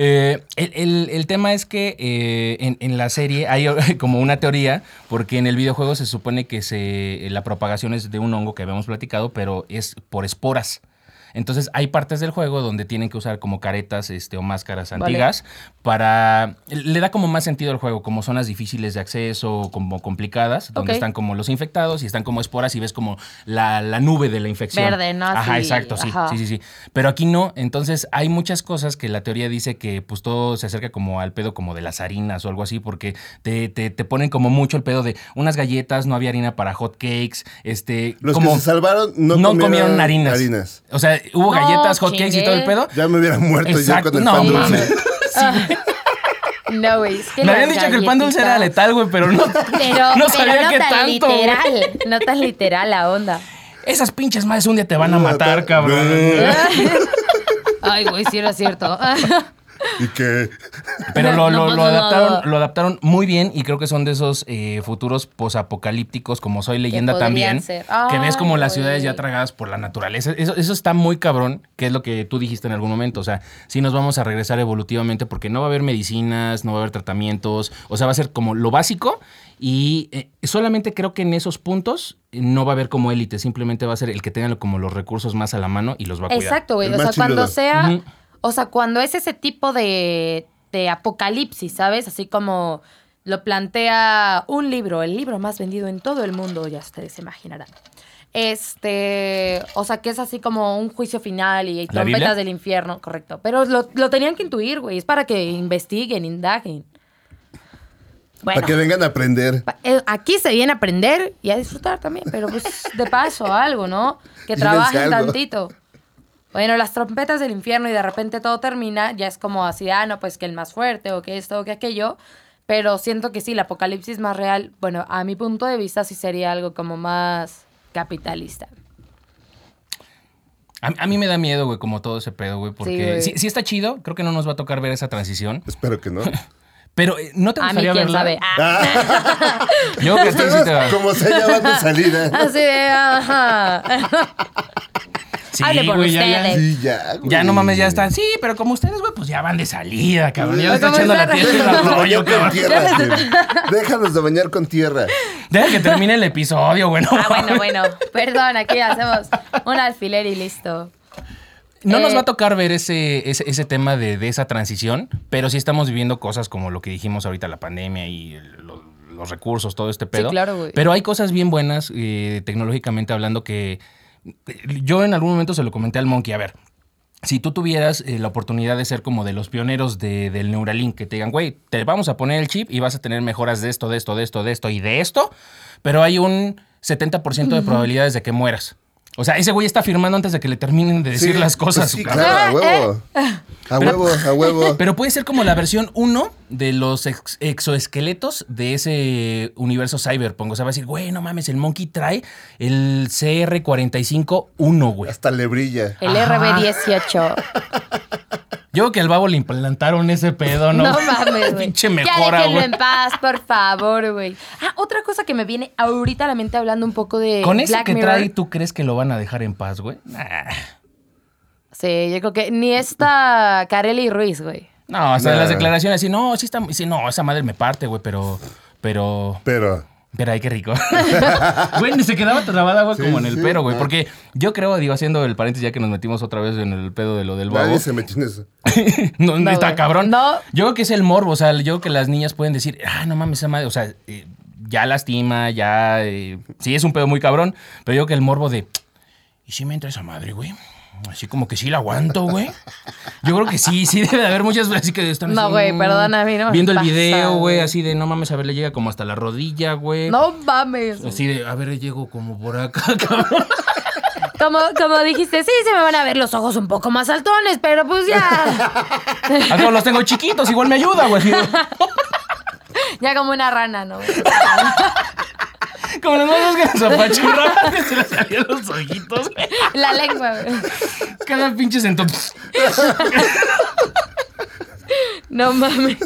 [SPEAKER 2] Eh, el, el- el tema es que eh, en, en la serie hay como una teoría, porque en el videojuego se supone que se, eh, la propagación es de un hongo que habíamos platicado, pero es por esporas. Entonces hay partes del juego donde tienen que usar como caretas este, o máscaras
[SPEAKER 3] Vale.
[SPEAKER 2] antiguas para... Le da como más sentido al juego, como zonas difíciles de acceso, como complicadas, donde
[SPEAKER 3] Ok.
[SPEAKER 2] están como los infectados y están como esporas y ves como la, la nube de la infección.
[SPEAKER 3] Verde, ¿no?
[SPEAKER 2] Ajá,
[SPEAKER 3] Así,
[SPEAKER 2] exacto, sí,
[SPEAKER 3] ajá.
[SPEAKER 2] sí, sí, sí. Pero aquí no, entonces hay muchas cosas que la teoría dice que pues todo se acerca como al pedo como de las harinas o algo así, porque te, te, te ponen como mucho el pedo de unas galletas, no había harina para hot cakes, este...
[SPEAKER 4] los
[SPEAKER 2] como,
[SPEAKER 4] que se salvaron no,
[SPEAKER 2] no, comieron, harinas.
[SPEAKER 4] harinas.
[SPEAKER 2] O sea, hubo
[SPEAKER 3] No,
[SPEAKER 2] galletas, hot cakes y todo el
[SPEAKER 3] chingué.
[SPEAKER 2] pedo.
[SPEAKER 4] Ya me hubiera muerto yo
[SPEAKER 2] Exacto,
[SPEAKER 4] con el
[SPEAKER 2] no
[SPEAKER 4] pan dulce.
[SPEAKER 2] mames.
[SPEAKER 3] No, güey, es que
[SPEAKER 2] Me habían
[SPEAKER 3] Ah, las
[SPEAKER 2] dicho que el pan dulce era
[SPEAKER 3] galletitas-
[SPEAKER 2] letal, güey, pero no,
[SPEAKER 3] Pero
[SPEAKER 2] no
[SPEAKER 3] no,
[SPEAKER 2] sabía
[SPEAKER 3] pero no
[SPEAKER 2] que
[SPEAKER 3] tan
[SPEAKER 2] tanto. güey.
[SPEAKER 3] literal, no tan literal la onda.
[SPEAKER 2] Esas pinches madres un día te van a
[SPEAKER 4] No,
[SPEAKER 2] matar,
[SPEAKER 4] ta-
[SPEAKER 2] cabrón.
[SPEAKER 4] Bleh.
[SPEAKER 3] Ay, güey, sí era cierto.
[SPEAKER 4] Y que
[SPEAKER 2] Pero lo, lo- lo
[SPEAKER 3] No pasa nada.
[SPEAKER 2] adaptaron, lo adaptaron muy bien y creo que son de esos eh, futuros posapocalípticos como Soy Leyenda
[SPEAKER 3] podrían
[SPEAKER 2] también,
[SPEAKER 3] ser.
[SPEAKER 2] que ves
[SPEAKER 3] Ay,
[SPEAKER 2] como las
[SPEAKER 3] güey.
[SPEAKER 2] ciudades ya tragadas por la naturaleza. Eso, eso está muy cabrón, que es lo que tú dijiste en algún momento. O sea, sí nos vamos a regresar evolutivamente porque no va a haber medicinas, no va a haber tratamientos, o sea, va a ser como lo básico y eh, solamente creo que en esos puntos no va a haber como élite, simplemente va a ser el que tenga como los recursos más a la mano y los va a cuidar.
[SPEAKER 3] Exacto, güey.
[SPEAKER 4] El
[SPEAKER 3] O sea,
[SPEAKER 4] más
[SPEAKER 3] cuando
[SPEAKER 4] chiludo.
[SPEAKER 3] sea.
[SPEAKER 2] Ujú.
[SPEAKER 3] O sea, cuando es ese tipo de, de apocalipsis, ¿sabes? Así como lo plantea un libro, el libro más vendido en todo el mundo, ya ustedes se imaginarán. Este, o sea, que es así como un juicio final y
[SPEAKER 2] Biblia?
[SPEAKER 3] trompetas del infierno, correcto. Pero lo, lo tenían que intuir, güey. Es para que investiguen, indaguen. Bueno,
[SPEAKER 4] para que vengan a aprender.
[SPEAKER 3] pa- eh, aquí se viene a aprender y a disfrutar también, pero pues de paso algo, ¿no? Que
[SPEAKER 4] Llévense
[SPEAKER 3] trabajen
[SPEAKER 4] algo.
[SPEAKER 3] tantito. Bueno, las trompetas del infierno y de repente todo termina, ya es como así, ah, no, pues que el más fuerte o que esto o que aquello. Pero siento que sí, el apocalipsis más real, bueno, a mi punto de vista sí sería algo como más capitalista.
[SPEAKER 2] A, a mí me da miedo, güey, como todo ese pedo, güey, porque
[SPEAKER 3] güey.
[SPEAKER 2] sí, sí está chido, creo que no nos va a tocar ver esa transición,
[SPEAKER 4] Espero que no.
[SPEAKER 2] pero eh, ¿no te
[SPEAKER 3] A mí
[SPEAKER 2] gustaría
[SPEAKER 3] quién
[SPEAKER 2] verla?
[SPEAKER 3] sabe. Ah,
[SPEAKER 4] Ah,
[SPEAKER 2] Yo creo que sí te va.
[SPEAKER 4] como sea, ya van de salida.
[SPEAKER 3] así de, Ah, ajá.
[SPEAKER 2] Sí,
[SPEAKER 3] Hable por
[SPEAKER 2] güey, ya, ya.
[SPEAKER 3] ustedes.
[SPEAKER 4] Sí, ya. güey.
[SPEAKER 2] Ya no mames, ya están. Sí, pero como ustedes, güey, pues ya van de salida, cabrón. Ya le
[SPEAKER 4] Pues
[SPEAKER 2] está echando
[SPEAKER 3] como
[SPEAKER 2] la
[SPEAKER 3] ustedes.
[SPEAKER 2] tierra y el rollo,
[SPEAKER 4] Bañar con
[SPEAKER 2] cabrón.
[SPEAKER 4] tierra, tío. Déjanos de bañar con tierra.
[SPEAKER 2] Deja que termine el episodio, güey. No,
[SPEAKER 3] Ah, bueno, bueno, perdón, aquí hacemos un alfiler y listo.
[SPEAKER 2] No nos
[SPEAKER 3] Eh.
[SPEAKER 2] va a tocar ver ese, ese, ese tema de, de esa transición, pero sí estamos viviendo cosas como lo que dijimos ahorita, la pandemia y el- lo- los recursos, todo este pedo.
[SPEAKER 3] claro, güey.
[SPEAKER 2] Pero hay cosas bien buenas, eh, tecnológicamente hablando, que yo en algún momento se lo comenté al Monkey. A ver, si tú tuvieras eh, la oportunidad de ser como de los pioneros de- del Neuralink, que te digan, güey, te vamos a poner el chip y vas a tener mejoras de esto, de esto, de esto, de esto y de esto, pero hay un 70% de probabilidades de que mueras. O sea, ese güey está firmando antes de que le terminen de decir
[SPEAKER 4] Sí,
[SPEAKER 2] las cosas.
[SPEAKER 4] pues sí,
[SPEAKER 2] su cabrón.
[SPEAKER 3] Ah,
[SPEAKER 4] claro, a huevo. A huevo, a huevo.
[SPEAKER 2] Pero puede ser como la versión 1 de los ex- exoesqueletos de ese universo cyberpunk. O sea, va a decir, güey, no mames, el Monkey trae el CR45-1, güey.
[SPEAKER 4] Hasta le brilla.
[SPEAKER 3] El
[SPEAKER 2] Ajá.
[SPEAKER 3] RB18.
[SPEAKER 2] Yo creo que al babo le implantaron ese pedo, ¿no?
[SPEAKER 3] No, mames, güey.
[SPEAKER 2] Pinche
[SPEAKER 3] Ya
[SPEAKER 2] mejora,
[SPEAKER 3] déjenlo
[SPEAKER 2] güey.
[SPEAKER 3] en paz, por favor, güey. Ah, otra cosa que me viene ahorita a la mente hablando un poco de
[SPEAKER 2] Con eso
[SPEAKER 3] Black
[SPEAKER 2] que
[SPEAKER 3] Mirror.
[SPEAKER 2] trae, ¿tú crees que lo van a dejar en paz, güey? Nah.
[SPEAKER 3] Sí, yo creo que ni esta Carelli Ruiz, güey.
[SPEAKER 2] No, hasta
[SPEAKER 4] Nah.
[SPEAKER 2] las declaraciones así, no, sí está, sí, no, esa madre me parte, güey, pero, pero,
[SPEAKER 4] Pero.
[SPEAKER 2] pero ay, qué rico. Güey, ni se quedaba trabada, güey,
[SPEAKER 4] Sí,
[SPEAKER 2] como en el
[SPEAKER 4] sí,
[SPEAKER 2] pero, güey,
[SPEAKER 4] ah.
[SPEAKER 2] porque yo creo, digo, haciendo el paréntesis ya que nos metimos otra vez en el pedo de lo del babo.
[SPEAKER 4] Nadie se metió en eso.
[SPEAKER 2] no, no
[SPEAKER 3] No,
[SPEAKER 2] está
[SPEAKER 3] güey.
[SPEAKER 2] cabrón.
[SPEAKER 3] No.
[SPEAKER 2] Yo creo que es el morbo, o sea, yo creo que las niñas pueden decir, ah, no mames, esa madre, o sea, eh, ya lastima, ya, eh, sí, es un pedo muy cabrón, pero yo creo que el morbo de, ¿y si me entra esa madre, güey? Así como que sí la aguanto, güey. Yo creo que sí, sí debe de haber muchas así que están
[SPEAKER 3] No,
[SPEAKER 2] así,
[SPEAKER 3] güey,
[SPEAKER 2] mm,
[SPEAKER 3] perdona, a mí no me
[SPEAKER 2] Viendo el
[SPEAKER 3] pasa,
[SPEAKER 2] video, güey,
[SPEAKER 3] güey.
[SPEAKER 2] así de, no mames, a ver, le llega como hasta la rodilla, güey.
[SPEAKER 3] No mames.
[SPEAKER 2] Así de, a ver, llego como por acá, cabrón.
[SPEAKER 3] Como, como dijiste, sí, se me van a ver los ojos un poco más altones, pero pues ya.
[SPEAKER 2] A todos los tengo chiquitos, igual me ayuda, güey. Así de-
[SPEAKER 3] Ya como una rana, ¿no?
[SPEAKER 2] Como las manos que las apachurraban, que se les salían los ojitos, güey.
[SPEAKER 3] La lengua, güey.
[SPEAKER 2] Cada pinche sentón.
[SPEAKER 3] No mames.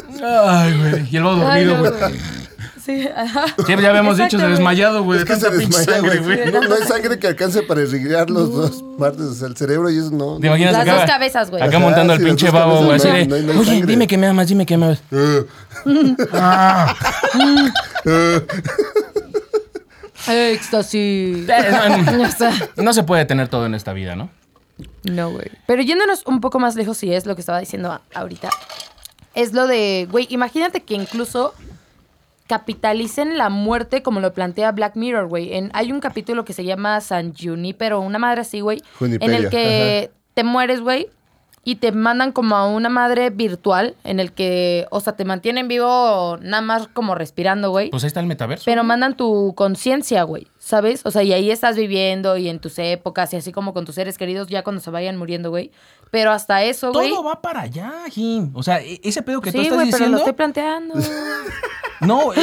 [SPEAKER 2] Ay, güey. Y el vago
[SPEAKER 3] Ay,
[SPEAKER 2] dormido,
[SPEAKER 3] no,
[SPEAKER 2] güey.
[SPEAKER 3] güey. Sí, ajá.
[SPEAKER 2] Sí, pues ya habíamos dicho, se
[SPEAKER 3] Exacto, güey.
[SPEAKER 2] desmayado, güey.
[SPEAKER 4] Es que se desmaya,
[SPEAKER 2] sangre,
[SPEAKER 4] güey. No, no hay sangre que alcance para irrigar los dos partes, o sea, el cerebro y eso no.
[SPEAKER 2] ¿Te imaginas
[SPEAKER 3] Las
[SPEAKER 2] acá?
[SPEAKER 3] dos cabezas, güey.
[SPEAKER 2] Acá
[SPEAKER 4] Ajá,
[SPEAKER 2] montando
[SPEAKER 4] sí,
[SPEAKER 2] el
[SPEAKER 4] las
[SPEAKER 2] pinche
[SPEAKER 4] dos
[SPEAKER 2] babo,
[SPEAKER 4] cabezas,
[SPEAKER 2] güey. Así
[SPEAKER 4] no,
[SPEAKER 2] de,
[SPEAKER 4] no hay- no hay
[SPEAKER 2] oye,
[SPEAKER 4] sangre".
[SPEAKER 2] dime que me amas, dime que me amas.
[SPEAKER 4] Eh,
[SPEAKER 3] Éxtasis.
[SPEAKER 2] No,
[SPEAKER 3] O sea,
[SPEAKER 2] no se puede tener todo en esta vida, ¿no?
[SPEAKER 3] No, güey. Pero yéndonos un poco más lejos, si es lo que estaba diciendo a- ahorita, es lo de, güey, imagínate que incluso capitalicen la muerte como lo plantea Black Mirror, güey. En- Hay un capítulo que se llama San Junipero, una madre así, güey, en
[SPEAKER 4] Juniperio,
[SPEAKER 3] el que te mueres, güey, y te mandan como a una madre virtual, en el que, o sea, te mantienen vivo nada más como respirando, güey.
[SPEAKER 2] Pues ahí está el metaverso.
[SPEAKER 3] Pero mandan tu conciencia, güey, ¿sabes? O sea, y ahí estás viviendo y en tus épocas y así como con tus seres queridos ya cuando se vayan muriendo, güey. Pero hasta eso, güey.
[SPEAKER 2] Todo va para allá, Jim. O sea, e- ese pedo que tú
[SPEAKER 3] Sí,
[SPEAKER 2] estás
[SPEAKER 3] güey, pero
[SPEAKER 2] diciendo.
[SPEAKER 3] lo estoy planteando.
[SPEAKER 2] No, eh,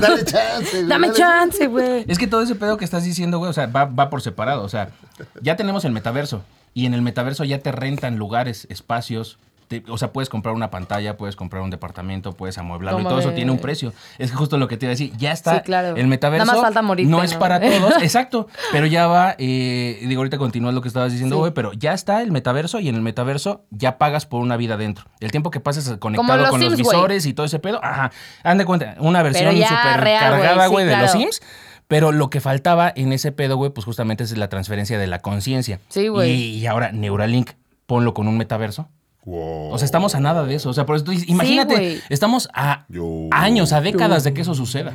[SPEAKER 4] Dale chance, güey,
[SPEAKER 3] Dame
[SPEAKER 4] dale-
[SPEAKER 3] chance, güey.
[SPEAKER 2] es que todo ese pedo que estás diciendo, güey, o sea, va, va por separado. O sea, ya tenemos el metaverso. Y en el metaverso ya te rentan lugares, espacios. te- o sea, puedes comprar una pantalla, puedes comprar un departamento, puedes amueblarlo.
[SPEAKER 3] No
[SPEAKER 2] y todo eso
[SPEAKER 3] mames.
[SPEAKER 2] tiene un precio. Es que justo lo que te iba a decir. Ya está
[SPEAKER 3] Sí, claro.
[SPEAKER 2] el metaverso.
[SPEAKER 3] Nada más falta morirte,
[SPEAKER 2] No es
[SPEAKER 3] ¿no?
[SPEAKER 2] para todos. Exacto. Pero ya va. eh, digo, ahorita continúas lo que estabas diciendo,
[SPEAKER 3] Sí.
[SPEAKER 2] güey. Pero ya está el metaverso y en el metaverso ya pagas por una vida dentro. El tiempo que pasas conectado
[SPEAKER 3] los
[SPEAKER 2] con los
[SPEAKER 3] Sims, güey.
[SPEAKER 2] visores y todo ese pedo. Ajá. Anda cuenta. Una versión
[SPEAKER 3] ya
[SPEAKER 2] súper
[SPEAKER 3] real, güey,
[SPEAKER 2] cargada,
[SPEAKER 3] sí,
[SPEAKER 2] güey, de los
[SPEAKER 3] claro.
[SPEAKER 2] Sims. Sims, Pero lo que faltaba en ese pedo, güey, pues justamente es la transferencia de la conciencia.
[SPEAKER 3] Sí, güey.
[SPEAKER 2] Y, y ahora Neuralink, ponlo con un metaverso.
[SPEAKER 4] Wow.
[SPEAKER 2] O sea, estamos a nada de eso. O sea, por eso tú dices, imagínate,
[SPEAKER 3] güey.
[SPEAKER 2] estamos a
[SPEAKER 4] Yo.
[SPEAKER 2] años, a décadas de que eso suceda.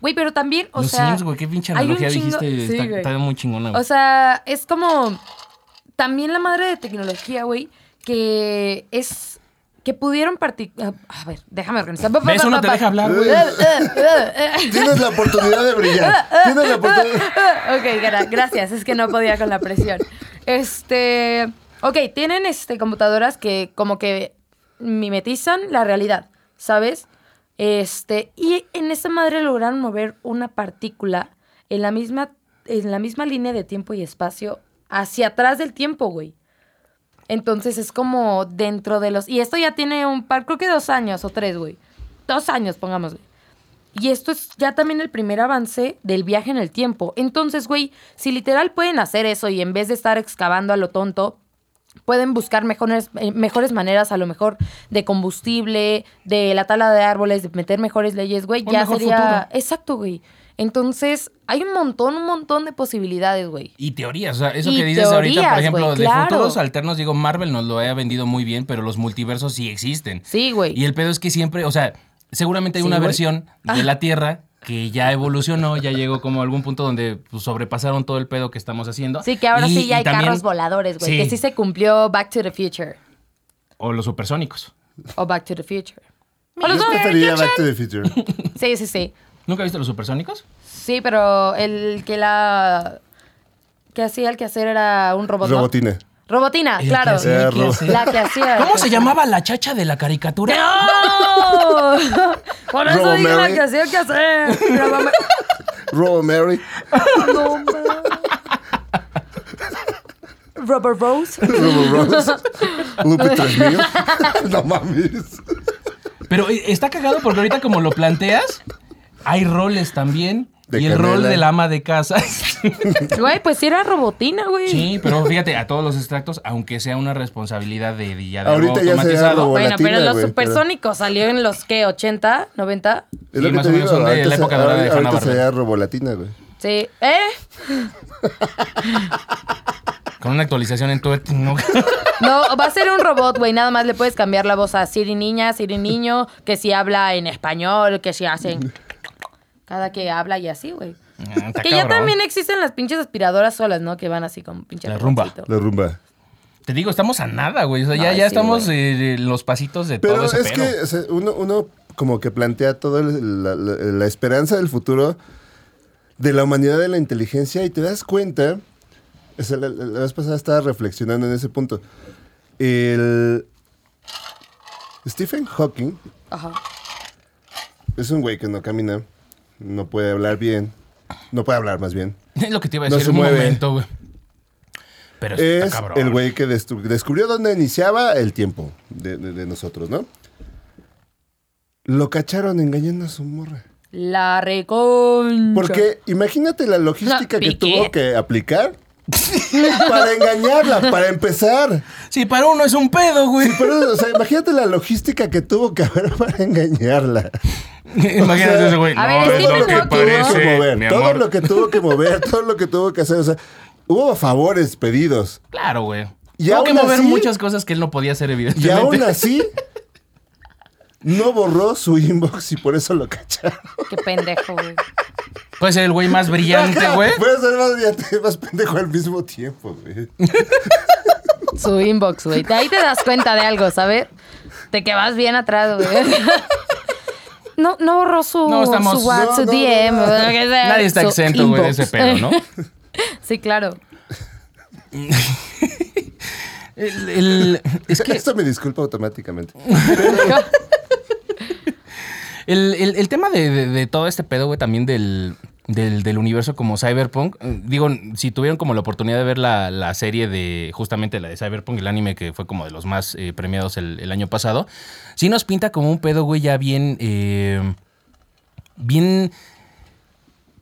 [SPEAKER 3] Güey, pero también, o
[SPEAKER 2] Los
[SPEAKER 3] sea.
[SPEAKER 2] Sims, güey, qué pinche
[SPEAKER 3] hay un
[SPEAKER 2] analogía
[SPEAKER 3] chingo-
[SPEAKER 2] dijiste.
[SPEAKER 3] Sí,
[SPEAKER 2] está,
[SPEAKER 3] güey.
[SPEAKER 2] está muy chingona, güey.
[SPEAKER 3] O sea, es como también la madre de tecnología, güey, que es que pudieron partir. A ver, déjame organizar. Pa, pa,
[SPEAKER 2] ¿Ves?
[SPEAKER 3] pa,
[SPEAKER 2] Uno
[SPEAKER 3] pa,
[SPEAKER 2] te
[SPEAKER 3] pa.
[SPEAKER 2] deja hablar,
[SPEAKER 3] Eh,
[SPEAKER 2] güey.
[SPEAKER 3] eh, eh, eh.
[SPEAKER 4] Tienes la oportunidad de brillar. Tienes la oportunidad.
[SPEAKER 3] ok, gra- gracias. Es que no podía con la presión. Este. Ok, tienen este, computadoras que como que mimetizan la realidad, ¿sabes? Este. Y en esa madre lograron mover una partícula en la misma, en la misma línea de tiempo y espacio hacia atrás del tiempo, güey. Entonces es como dentro de los. Y esto ya tiene un par, creo que dos años o tres, güey. Dos años, pongamos, güey. Y esto es ya también el primer avance del viaje en el tiempo. Entonces, güey, si literal pueden hacer eso y en vez de estar excavando a lo tonto, pueden buscar mejores, eh, mejores maneras, a lo mejor, de combustible, de la tala de árboles, de meter mejores leyes, güey,
[SPEAKER 2] Un
[SPEAKER 3] ya
[SPEAKER 2] mejor
[SPEAKER 3] sería.
[SPEAKER 2] futuro.
[SPEAKER 3] Exacto, güey. Entonces, hay un montón, un montón de posibilidades, güey.
[SPEAKER 2] Y teorías, o sea, eso
[SPEAKER 3] Y
[SPEAKER 2] que dices ahorita, por
[SPEAKER 3] teorías,
[SPEAKER 2] ejemplo,
[SPEAKER 3] güey,
[SPEAKER 2] de
[SPEAKER 3] claro.
[SPEAKER 2] futuros alternos, digo, Marvel nos lo ha vendido muy bien, pero los multiversos sí existen.
[SPEAKER 3] Sí, güey.
[SPEAKER 2] Y el pedo es que siempre, o sea, seguramente hay
[SPEAKER 3] Sí,
[SPEAKER 2] una
[SPEAKER 3] güey. Ah.
[SPEAKER 2] versión de la Tierra que ya evolucionó, ya llegó como a algún punto donde pues, sobrepasaron todo el pedo que estamos haciendo.
[SPEAKER 3] Sí, que ahora
[SPEAKER 2] Y-
[SPEAKER 3] sí ya
[SPEAKER 2] y
[SPEAKER 3] hay
[SPEAKER 2] también-
[SPEAKER 3] carros voladores, güey.
[SPEAKER 2] Sí,
[SPEAKER 3] Que sí se cumplió Back to the Future
[SPEAKER 2] O los supersónicos.
[SPEAKER 3] o Back to the Future. O los
[SPEAKER 4] Yo
[SPEAKER 3] dos.
[SPEAKER 4] preferiría Back to the Future.
[SPEAKER 3] Sí, sí, sí.
[SPEAKER 2] ¿Nunca viste los supersónicos?
[SPEAKER 3] Sí, pero el que la... que hacía el que hacer era un robot. ¿no?
[SPEAKER 4] Robotina.
[SPEAKER 3] Robotina,
[SPEAKER 2] El
[SPEAKER 3] Ah, claro.
[SPEAKER 2] que hacía,
[SPEAKER 4] el que
[SPEAKER 3] La
[SPEAKER 2] hacía.
[SPEAKER 3] que hacía.
[SPEAKER 2] ¿Cómo se llamaba la chacha de la caricatura?
[SPEAKER 3] ¡No! Por eso dije la
[SPEAKER 4] Robomary.
[SPEAKER 3] que hacía el que hacer. Robome-
[SPEAKER 4] Robo Mary.
[SPEAKER 3] No, ma. Rubber Rose.
[SPEAKER 4] Robo Rose. Lupe 3000. no mames.
[SPEAKER 2] Pero eh, está cagado porque ahorita como lo planteas, hay roles también.
[SPEAKER 4] De
[SPEAKER 2] y el rol
[SPEAKER 4] canela.
[SPEAKER 2] del ama de casa.
[SPEAKER 3] Güey, pues sí era robotina, güey.
[SPEAKER 2] sí, pero fíjate, a todos los extractos, aunque sea una responsabilidad de, de- ya de algo
[SPEAKER 4] Ahorita ya se
[SPEAKER 2] automatizado,
[SPEAKER 4] robo
[SPEAKER 3] Bueno,
[SPEAKER 4] latina,
[SPEAKER 3] pero los
[SPEAKER 4] güey,
[SPEAKER 3] supersónicos salió en los que, 80, 90.
[SPEAKER 4] Es
[SPEAKER 2] Sí,
[SPEAKER 4] lo que
[SPEAKER 2] más
[SPEAKER 4] te
[SPEAKER 2] o
[SPEAKER 4] digo.
[SPEAKER 2] menos son de
[SPEAKER 4] ahorita
[SPEAKER 2] la
[SPEAKER 4] se-
[SPEAKER 2] época dorada de
[SPEAKER 4] ahorita-
[SPEAKER 2] Hanna-Barbera.
[SPEAKER 4] Ahorita sería Robolatina, güey.
[SPEAKER 3] Sí. ¿Eh?
[SPEAKER 2] con una actualización en todo. este No,
[SPEAKER 3] No, va a ser un robot, güey. Nada más le puedes cambiar la voz a Siri niña, Siri niño, que si habla en español, que si hacen. Cada que habla y así, güey.
[SPEAKER 2] está
[SPEAKER 3] Que ya
[SPEAKER 2] cabrón.
[SPEAKER 3] también existen las pinches aspiradoras solas, ¿no? Que van así con pinche.
[SPEAKER 2] La rumba.
[SPEAKER 3] robotcito.
[SPEAKER 4] La rumba.
[SPEAKER 2] Te digo, estamos a nada, güey. O sea, ya,
[SPEAKER 3] Ay,
[SPEAKER 2] ya
[SPEAKER 3] sí,
[SPEAKER 2] estamos eh, en los pasitos de
[SPEAKER 4] Pero
[SPEAKER 2] todo ese
[SPEAKER 4] es que o sea, uno, uno como que plantea toda la, la- la esperanza del futuro de la humanidad de la inteligencia y te das cuenta, o sea, la, la- la vez pasada estaba reflexionando en ese punto, el Stephen Hawking
[SPEAKER 3] Ajá.
[SPEAKER 4] es un güey que no camina, no puede hablar bien, no puede hablar más bien.
[SPEAKER 2] Es lo que te iba a
[SPEAKER 4] No
[SPEAKER 2] decir
[SPEAKER 4] se
[SPEAKER 2] en un
[SPEAKER 4] mueve.
[SPEAKER 2] momento, güey. Pero está
[SPEAKER 4] es
[SPEAKER 2] cabrón.
[SPEAKER 4] el güey que destru- descubrió dónde iniciaba el tiempo de, de- de nosotros, ¿no? Lo cacharon engañando a su morra.
[SPEAKER 3] La reconcha.
[SPEAKER 4] Porque imagínate la logística
[SPEAKER 3] No,
[SPEAKER 4] que
[SPEAKER 3] piqué.
[SPEAKER 4] tuvo que aplicar para engañarla, para empezar.
[SPEAKER 2] Sí, para uno es un pedo, güey.
[SPEAKER 4] Pero, o sea, imagínate la logística que tuvo que haber para engañarla.
[SPEAKER 2] Imagínate
[SPEAKER 4] O sea,
[SPEAKER 2] ese güey.
[SPEAKER 3] a ver,
[SPEAKER 2] es
[SPEAKER 3] Stephen
[SPEAKER 2] lo que
[SPEAKER 3] Hawking,
[SPEAKER 4] Tuvo que
[SPEAKER 2] parece, mi
[SPEAKER 4] mover, todo
[SPEAKER 2] amor.
[SPEAKER 4] lo que tuvo que mover, todo lo que tuvo que hacer. O sea, hubo favores pedidos.
[SPEAKER 2] Claro, güey.
[SPEAKER 4] Y
[SPEAKER 2] Tuvo que
[SPEAKER 4] aún
[SPEAKER 2] mover
[SPEAKER 4] así-
[SPEAKER 2] muchas cosas que él no podía hacer,
[SPEAKER 4] Y
[SPEAKER 2] evidentemente.
[SPEAKER 4] aún así, no borró su inbox y por eso lo cacharon.
[SPEAKER 3] Qué pendejo, güey.
[SPEAKER 2] Puede ser el güey más brillante, güey.
[SPEAKER 4] Puede ser más, brillante, más pendejo al mismo tiempo, güey.
[SPEAKER 3] Su inbox, güey. De ahí te das cuenta de algo, ¿sabes? De que vas bien atrás, güey. No, no borró su,
[SPEAKER 2] No, estamos-
[SPEAKER 3] su WhatsApp,
[SPEAKER 4] No,
[SPEAKER 3] su
[SPEAKER 4] no,
[SPEAKER 3] DM.
[SPEAKER 4] no, no.
[SPEAKER 3] o lo que sea,
[SPEAKER 2] Nadie está
[SPEAKER 3] su
[SPEAKER 2] exento, güey, de ese
[SPEAKER 3] inbox.
[SPEAKER 2] pedo, ¿no?
[SPEAKER 3] sí, claro.
[SPEAKER 2] El- el- es que
[SPEAKER 4] Esto me disculpa automáticamente.
[SPEAKER 2] el, el- el tema de, de- de todo este pedo, güey, también del, del, del universo como Cyberpunk. eh, Digo, si tuvieron como la oportunidad de ver la, la serie de, justamente la de Cyberpunk, el anime que fue como de los más eh, premiados el, el año pasado, sí nos pinta como un pedo, güey, ya bien... eh, bien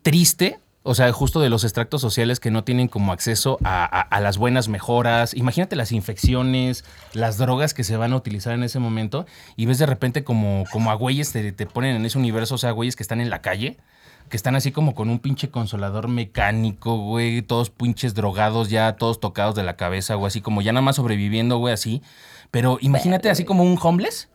[SPEAKER 2] triste. O sea, justo de los extractos sociales que no tienen como acceso a, a- a las buenas mejoras. Imagínate las infecciones, las drogas que se van a utilizar en ese momento. Y ves de repente como, como a güeyes te, te ponen en ese universo, o sea, güeyes que están en la calle, que están así como con un pinche consolador mecánico, güey. Todos pinches drogados ya, todos tocados de la cabeza, güey. Así como ya nada más sobreviviendo, güey, así. Pero imagínate así como un homeless,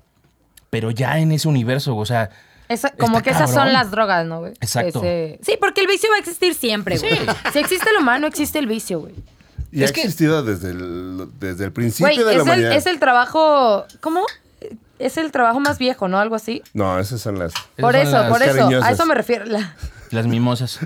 [SPEAKER 2] pero ya en ese universo, güey, o sea...
[SPEAKER 3] Esa- como
[SPEAKER 2] Está
[SPEAKER 3] que esas son
[SPEAKER 2] cabrón.
[SPEAKER 3] las drogas, ¿no, güey?
[SPEAKER 2] Exacto.
[SPEAKER 3] Que se- Sí, porque el vicio va a existir siempre, güey. Si existe el humano, existe el vicio, güey.
[SPEAKER 4] Y
[SPEAKER 2] Es
[SPEAKER 4] ha
[SPEAKER 2] que-
[SPEAKER 4] existido desde el, desde el principio
[SPEAKER 3] Güey,
[SPEAKER 4] de la
[SPEAKER 3] es el,
[SPEAKER 4] humanidad.
[SPEAKER 3] es el trabajo. ¿Cómo? Es el trabajo más viejo, ¿no? Algo así.
[SPEAKER 4] No, esas son las.
[SPEAKER 2] Esas
[SPEAKER 3] Por
[SPEAKER 2] son
[SPEAKER 3] eso,
[SPEAKER 2] las
[SPEAKER 3] por e- eso. A
[SPEAKER 4] cariñosas.
[SPEAKER 3] eso me refiero. la-
[SPEAKER 2] Las mimosas.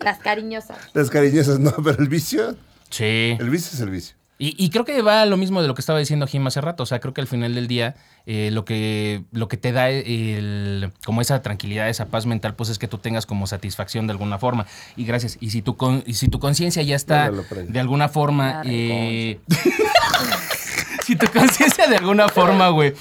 [SPEAKER 3] las cariñosas.
[SPEAKER 4] Las cariñosas no, pero el vicio,
[SPEAKER 2] Sí.
[SPEAKER 4] el vicio es el vicio.
[SPEAKER 2] Y, y creo que va a lo mismo de lo que estaba diciendo Jim hace rato. O sea, creo que al final del día eh, lo, que, lo que te da el- como esa tranquilidad, esa paz mental, pues es que tú tengas como satisfacción de alguna forma. Y gracias. Y si tu, con- y si tu conciencia ya está
[SPEAKER 4] Dale, lo prendo.
[SPEAKER 2] de alguna forma...
[SPEAKER 3] La
[SPEAKER 2] eh, si tu conciencia de alguna forma, güey,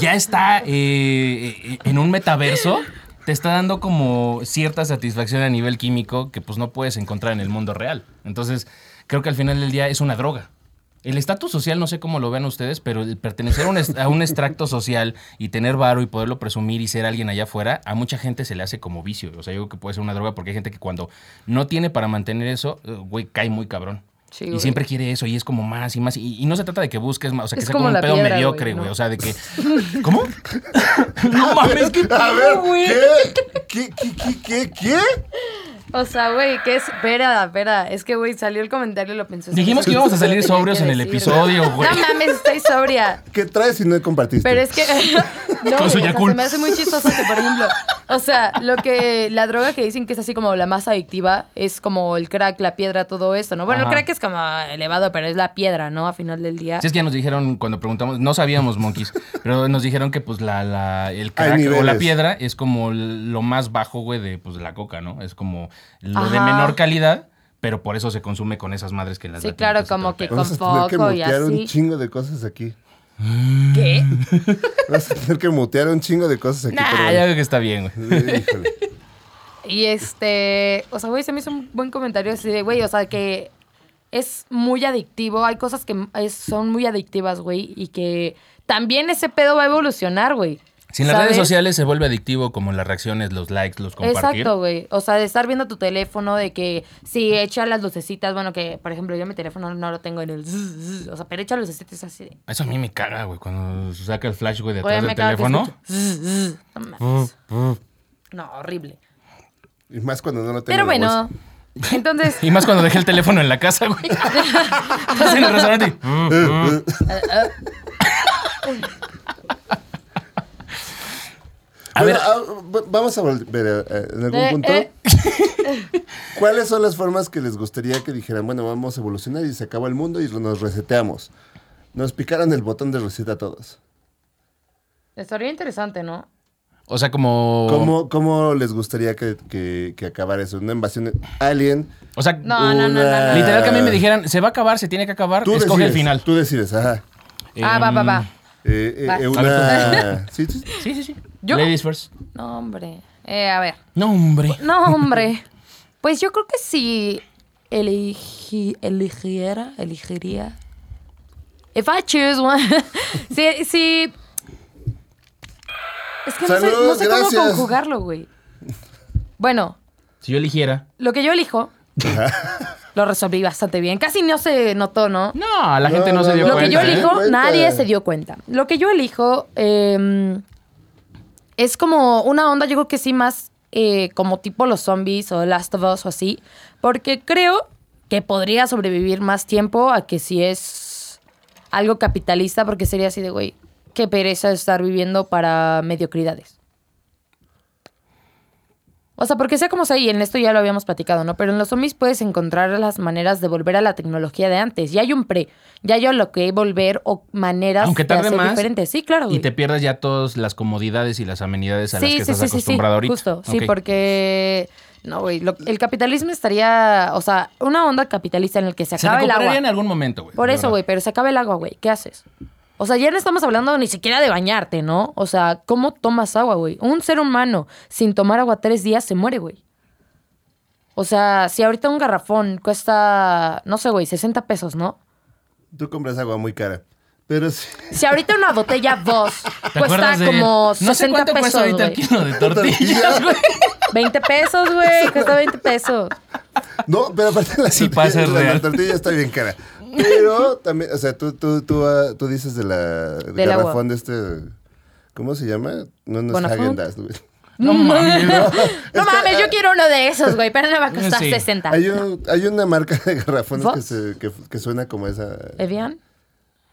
[SPEAKER 2] ya está eh, eh, en un metaverso... Te está dando como cierta satisfacción a nivel químico que pues no puedes encontrar en el mundo real. Entonces, creo que al final del día es una droga. El estatus social, no sé cómo lo vean ustedes, pero el pertenecer a un, est- a un extracto social y tener varo y poderlo presumir y ser alguien allá afuera, a mucha gente se le hace como vicio. O sea, yo creo que puede ser una droga porque hay gente que cuando no tiene para mantener eso, eh, güey, cae muy cabrón.
[SPEAKER 3] Sí,
[SPEAKER 2] Y
[SPEAKER 3] güey.
[SPEAKER 2] siempre quiere eso y es como más y más. Y, y no se trata de que busques más, o sea, que
[SPEAKER 3] Es
[SPEAKER 2] sea
[SPEAKER 3] como
[SPEAKER 2] como un
[SPEAKER 3] la
[SPEAKER 2] pedo
[SPEAKER 3] piedra,
[SPEAKER 2] mediocre,
[SPEAKER 3] güey,
[SPEAKER 2] güey.
[SPEAKER 3] ¿no?
[SPEAKER 2] O sea, de que. ¿Cómo? no mames, qué
[SPEAKER 4] A ver,
[SPEAKER 3] güey.
[SPEAKER 4] ¿qué? ¿Qué? ¿Qué? ¿Qué? ¿Qué? ¿Qué?
[SPEAKER 3] O sea, güey, que es. Espera, espera. Es que, güey, salió el comentario y lo pensé.
[SPEAKER 2] Dijimos que íbamos a salir sobrios en el episodio, güey.
[SPEAKER 3] No mames, estoy sobria.
[SPEAKER 4] ¿Qué traes si no compartiste?
[SPEAKER 3] Pero es que. no,
[SPEAKER 2] Con su
[SPEAKER 3] güey, o sea,
[SPEAKER 2] Yakult.
[SPEAKER 3] se me hace muy chistoso que, por ejemplo. O sea, lo que. La droga que dicen que es así como la más adictiva es como el crack, la piedra, todo eso, ¿no? Bueno,
[SPEAKER 2] Ajá.
[SPEAKER 3] el crack es como elevado, pero es la piedra, ¿no? A final del día.
[SPEAKER 2] Si es que ya nos dijeron cuando preguntamos, no sabíamos, monkeys, pero nos dijeron que pues la, la- el crack o la
[SPEAKER 4] niveles.
[SPEAKER 2] piedra es como l- lo más bajo, güey, de pues la coca, ¿no? Es como lo de
[SPEAKER 3] Ajá.
[SPEAKER 2] menor calidad, pero por eso se consume con esas madres que las
[SPEAKER 3] Sí,
[SPEAKER 2] latinas
[SPEAKER 3] claro,
[SPEAKER 2] y todo
[SPEAKER 3] como
[SPEAKER 2] el
[SPEAKER 3] que-
[SPEAKER 2] pedo.
[SPEAKER 4] Vamos a
[SPEAKER 3] con
[SPEAKER 4] tener que
[SPEAKER 3] foco y
[SPEAKER 4] mutear un
[SPEAKER 3] así.
[SPEAKER 4] chingo de cosas aquí.
[SPEAKER 3] ¿Qué?
[SPEAKER 2] Mm.
[SPEAKER 4] Vas a tener que mutear un chingo de cosas aquí.
[SPEAKER 3] ¡Ah!
[SPEAKER 2] Nah,
[SPEAKER 4] pero-
[SPEAKER 2] ya veo que está bien, güey.
[SPEAKER 4] Híjole.
[SPEAKER 3] Y este, o sea, güey, se me hizo un buen comentario así de, güey, o sea, que es muy adictivo, hay cosas que es- son muy adictivas, güey, y que también ese pedo va a evolucionar, güey.
[SPEAKER 2] Si en las
[SPEAKER 3] ¿Sabes?
[SPEAKER 2] redes sociales se vuelve adictivo como las reacciones, los likes, los compartir.
[SPEAKER 3] Exacto, güey. O sea, de estar viendo tu teléfono, de que si echa las lucecitas, bueno, que por ejemplo yo mi teléfono no lo tengo en el... zzz, zzz, o sea, pero echa lucecitas así de...
[SPEAKER 2] Eso a mí me caga, güey, cuando se saca el flash, güey, de
[SPEAKER 3] Güey,
[SPEAKER 2] atrás del
[SPEAKER 3] me caga que
[SPEAKER 2] teléfono.
[SPEAKER 3] escucho, zzz, zzz. No mames. No, horrible.
[SPEAKER 4] Y más cuando no lo tengo.
[SPEAKER 3] Pero
[SPEAKER 4] en la bolsa.
[SPEAKER 3] bueno, entonces...
[SPEAKER 2] Y más cuando dejé el teléfono en la casa, güey. Estás en el restaurante. y, mm,
[SPEAKER 4] Eh,
[SPEAKER 2] A
[SPEAKER 4] Bueno,
[SPEAKER 2] ver.
[SPEAKER 4] ah, va- vamos a volver eh, en algún
[SPEAKER 3] Eh,
[SPEAKER 4] punto.
[SPEAKER 3] eh.
[SPEAKER 4] ¿Cuáles son las formas que les gustaría que dijeran, bueno, vamos a evolucionar y se acaba el mundo y nos reseteamos? Nos picaran el botón de reset a todos.
[SPEAKER 3] Estaría interesante, ¿no?
[SPEAKER 2] O sea, como.
[SPEAKER 4] ¿Cómo, cómo les gustaría que, que- que acabara eso? ¿Una invasión alien?
[SPEAKER 2] O sea,
[SPEAKER 3] No, no, no, no,
[SPEAKER 4] Una-
[SPEAKER 3] no.
[SPEAKER 2] literal que a mí me dijeran, se va a acabar, se tiene que acabar,
[SPEAKER 4] Tú
[SPEAKER 2] escoge
[SPEAKER 4] decides,
[SPEAKER 2] el final.
[SPEAKER 4] Tú decides, ajá.
[SPEAKER 3] Ah, va,
[SPEAKER 2] Em,
[SPEAKER 3] va, va.
[SPEAKER 4] Eh, eh,
[SPEAKER 3] Va.
[SPEAKER 4] eh,
[SPEAKER 2] A
[SPEAKER 4] una... sí, sí, sí.
[SPEAKER 2] Sí, sí, sí.
[SPEAKER 3] ¿Yo?
[SPEAKER 2] Ladies first.
[SPEAKER 3] No, hombre. Eh, a ver.
[SPEAKER 2] No, hombre.
[SPEAKER 3] No, hombre. Pues yo creo que si eligi- eligiera, elegiría. If I choose one. sí, sí. Es que no sé, no
[SPEAKER 4] Salud,
[SPEAKER 3] sé cómo
[SPEAKER 4] gracias.
[SPEAKER 3] conjugarlo, güey. Bueno,
[SPEAKER 2] Si yo eligiera.
[SPEAKER 3] lo que yo elijo lo resolví bastante bien. Casi no se notó, ¿no?
[SPEAKER 2] No, la
[SPEAKER 4] No,
[SPEAKER 2] gente no,
[SPEAKER 4] no,
[SPEAKER 2] se dio
[SPEAKER 4] no.
[SPEAKER 3] Lo que
[SPEAKER 2] cuenta.
[SPEAKER 3] yo
[SPEAKER 2] ¿eh?
[SPEAKER 3] elijo,
[SPEAKER 4] Cuenta.
[SPEAKER 3] nadie se dio cuenta. Lo que yo elijo eh, es como una onda, yo creo que sí, más eh, como tipo los zombies o Last of Us o así, porque creo que podría sobrevivir más tiempo a que si es algo capitalista, porque sería así de, güey, qué pereza estar viviendo para mediocridades. O sea, porque sea como sea, y en esto ya lo habíamos platicado, ¿no? Pero en los zombies puedes encontrar las maneras de volver a la tecnología de antes. Ya hay un pre, ya hay a lo que volver o maneras
[SPEAKER 2] Aunque
[SPEAKER 3] de
[SPEAKER 2] tarde
[SPEAKER 3] hacer
[SPEAKER 2] más.
[SPEAKER 3] diferentes. Sí, claro.
[SPEAKER 2] Y
[SPEAKER 3] güey.
[SPEAKER 2] te pierdas ya todas las comodidades y las amenidades a las
[SPEAKER 3] sí,
[SPEAKER 2] que
[SPEAKER 3] sí,
[SPEAKER 2] estás
[SPEAKER 3] sí, sí, sí,
[SPEAKER 2] acostumbrado ahorita.
[SPEAKER 3] Justo, sí,
[SPEAKER 2] Ok.
[SPEAKER 3] porque no, güey, lo- el capitalismo estaría, o sea, una onda capitalista en el que se
[SPEAKER 2] Se
[SPEAKER 3] acaba el
[SPEAKER 2] recuperaría
[SPEAKER 3] agua.
[SPEAKER 2] en algún momento, güey.
[SPEAKER 3] Por
[SPEAKER 2] de
[SPEAKER 3] eso,
[SPEAKER 2] verdad.
[SPEAKER 3] güey, pero se acaba el agua, güey. ¿Qué haces? O sea, ya no estamos hablando ni siquiera de bañarte, ¿no? O sea, ¿cómo tomas agua, güey? Un ser humano sin tomar agua tres días se muere, güey. O sea, si ahorita un garrafón cuesta, no sé, güey, 60 pesos, ¿no?
[SPEAKER 4] Tú compras agua muy cara. Pero sí.
[SPEAKER 3] Si ahorita una botella vos
[SPEAKER 2] ¿Te
[SPEAKER 3] cuesta
[SPEAKER 2] acuerdas de-
[SPEAKER 3] como 60
[SPEAKER 2] No sé cuánto
[SPEAKER 3] pesos,
[SPEAKER 2] cuesta ahorita el
[SPEAKER 3] güey.
[SPEAKER 2] kilo de tortillas, güey.
[SPEAKER 3] 20 pesos, güey, cuesta 20 pesos.
[SPEAKER 4] No, pero aparte la,
[SPEAKER 2] Sí
[SPEAKER 4] tortilla-
[SPEAKER 2] pasa, es
[SPEAKER 4] la- la
[SPEAKER 2] real.
[SPEAKER 4] tortilla está bien cara. Pero también, o sea, tú, tú, tú, ah, tú dices de la
[SPEAKER 3] Del agua.
[SPEAKER 4] garrafón de este. ¿Cómo se llama? No, no es
[SPEAKER 3] Bonafont.
[SPEAKER 4] Häagen-Dazs, güey.
[SPEAKER 2] No mames. güey.
[SPEAKER 3] No mames, yo quiero uno de esos, güey, pero no va a costar
[SPEAKER 2] eh, Sí.
[SPEAKER 3] 60.
[SPEAKER 4] eh, Hay, un- hay una marca de garrafones que,
[SPEAKER 3] ¿Vos?
[SPEAKER 4] se- que, que suena como esa.
[SPEAKER 3] ¿Evian?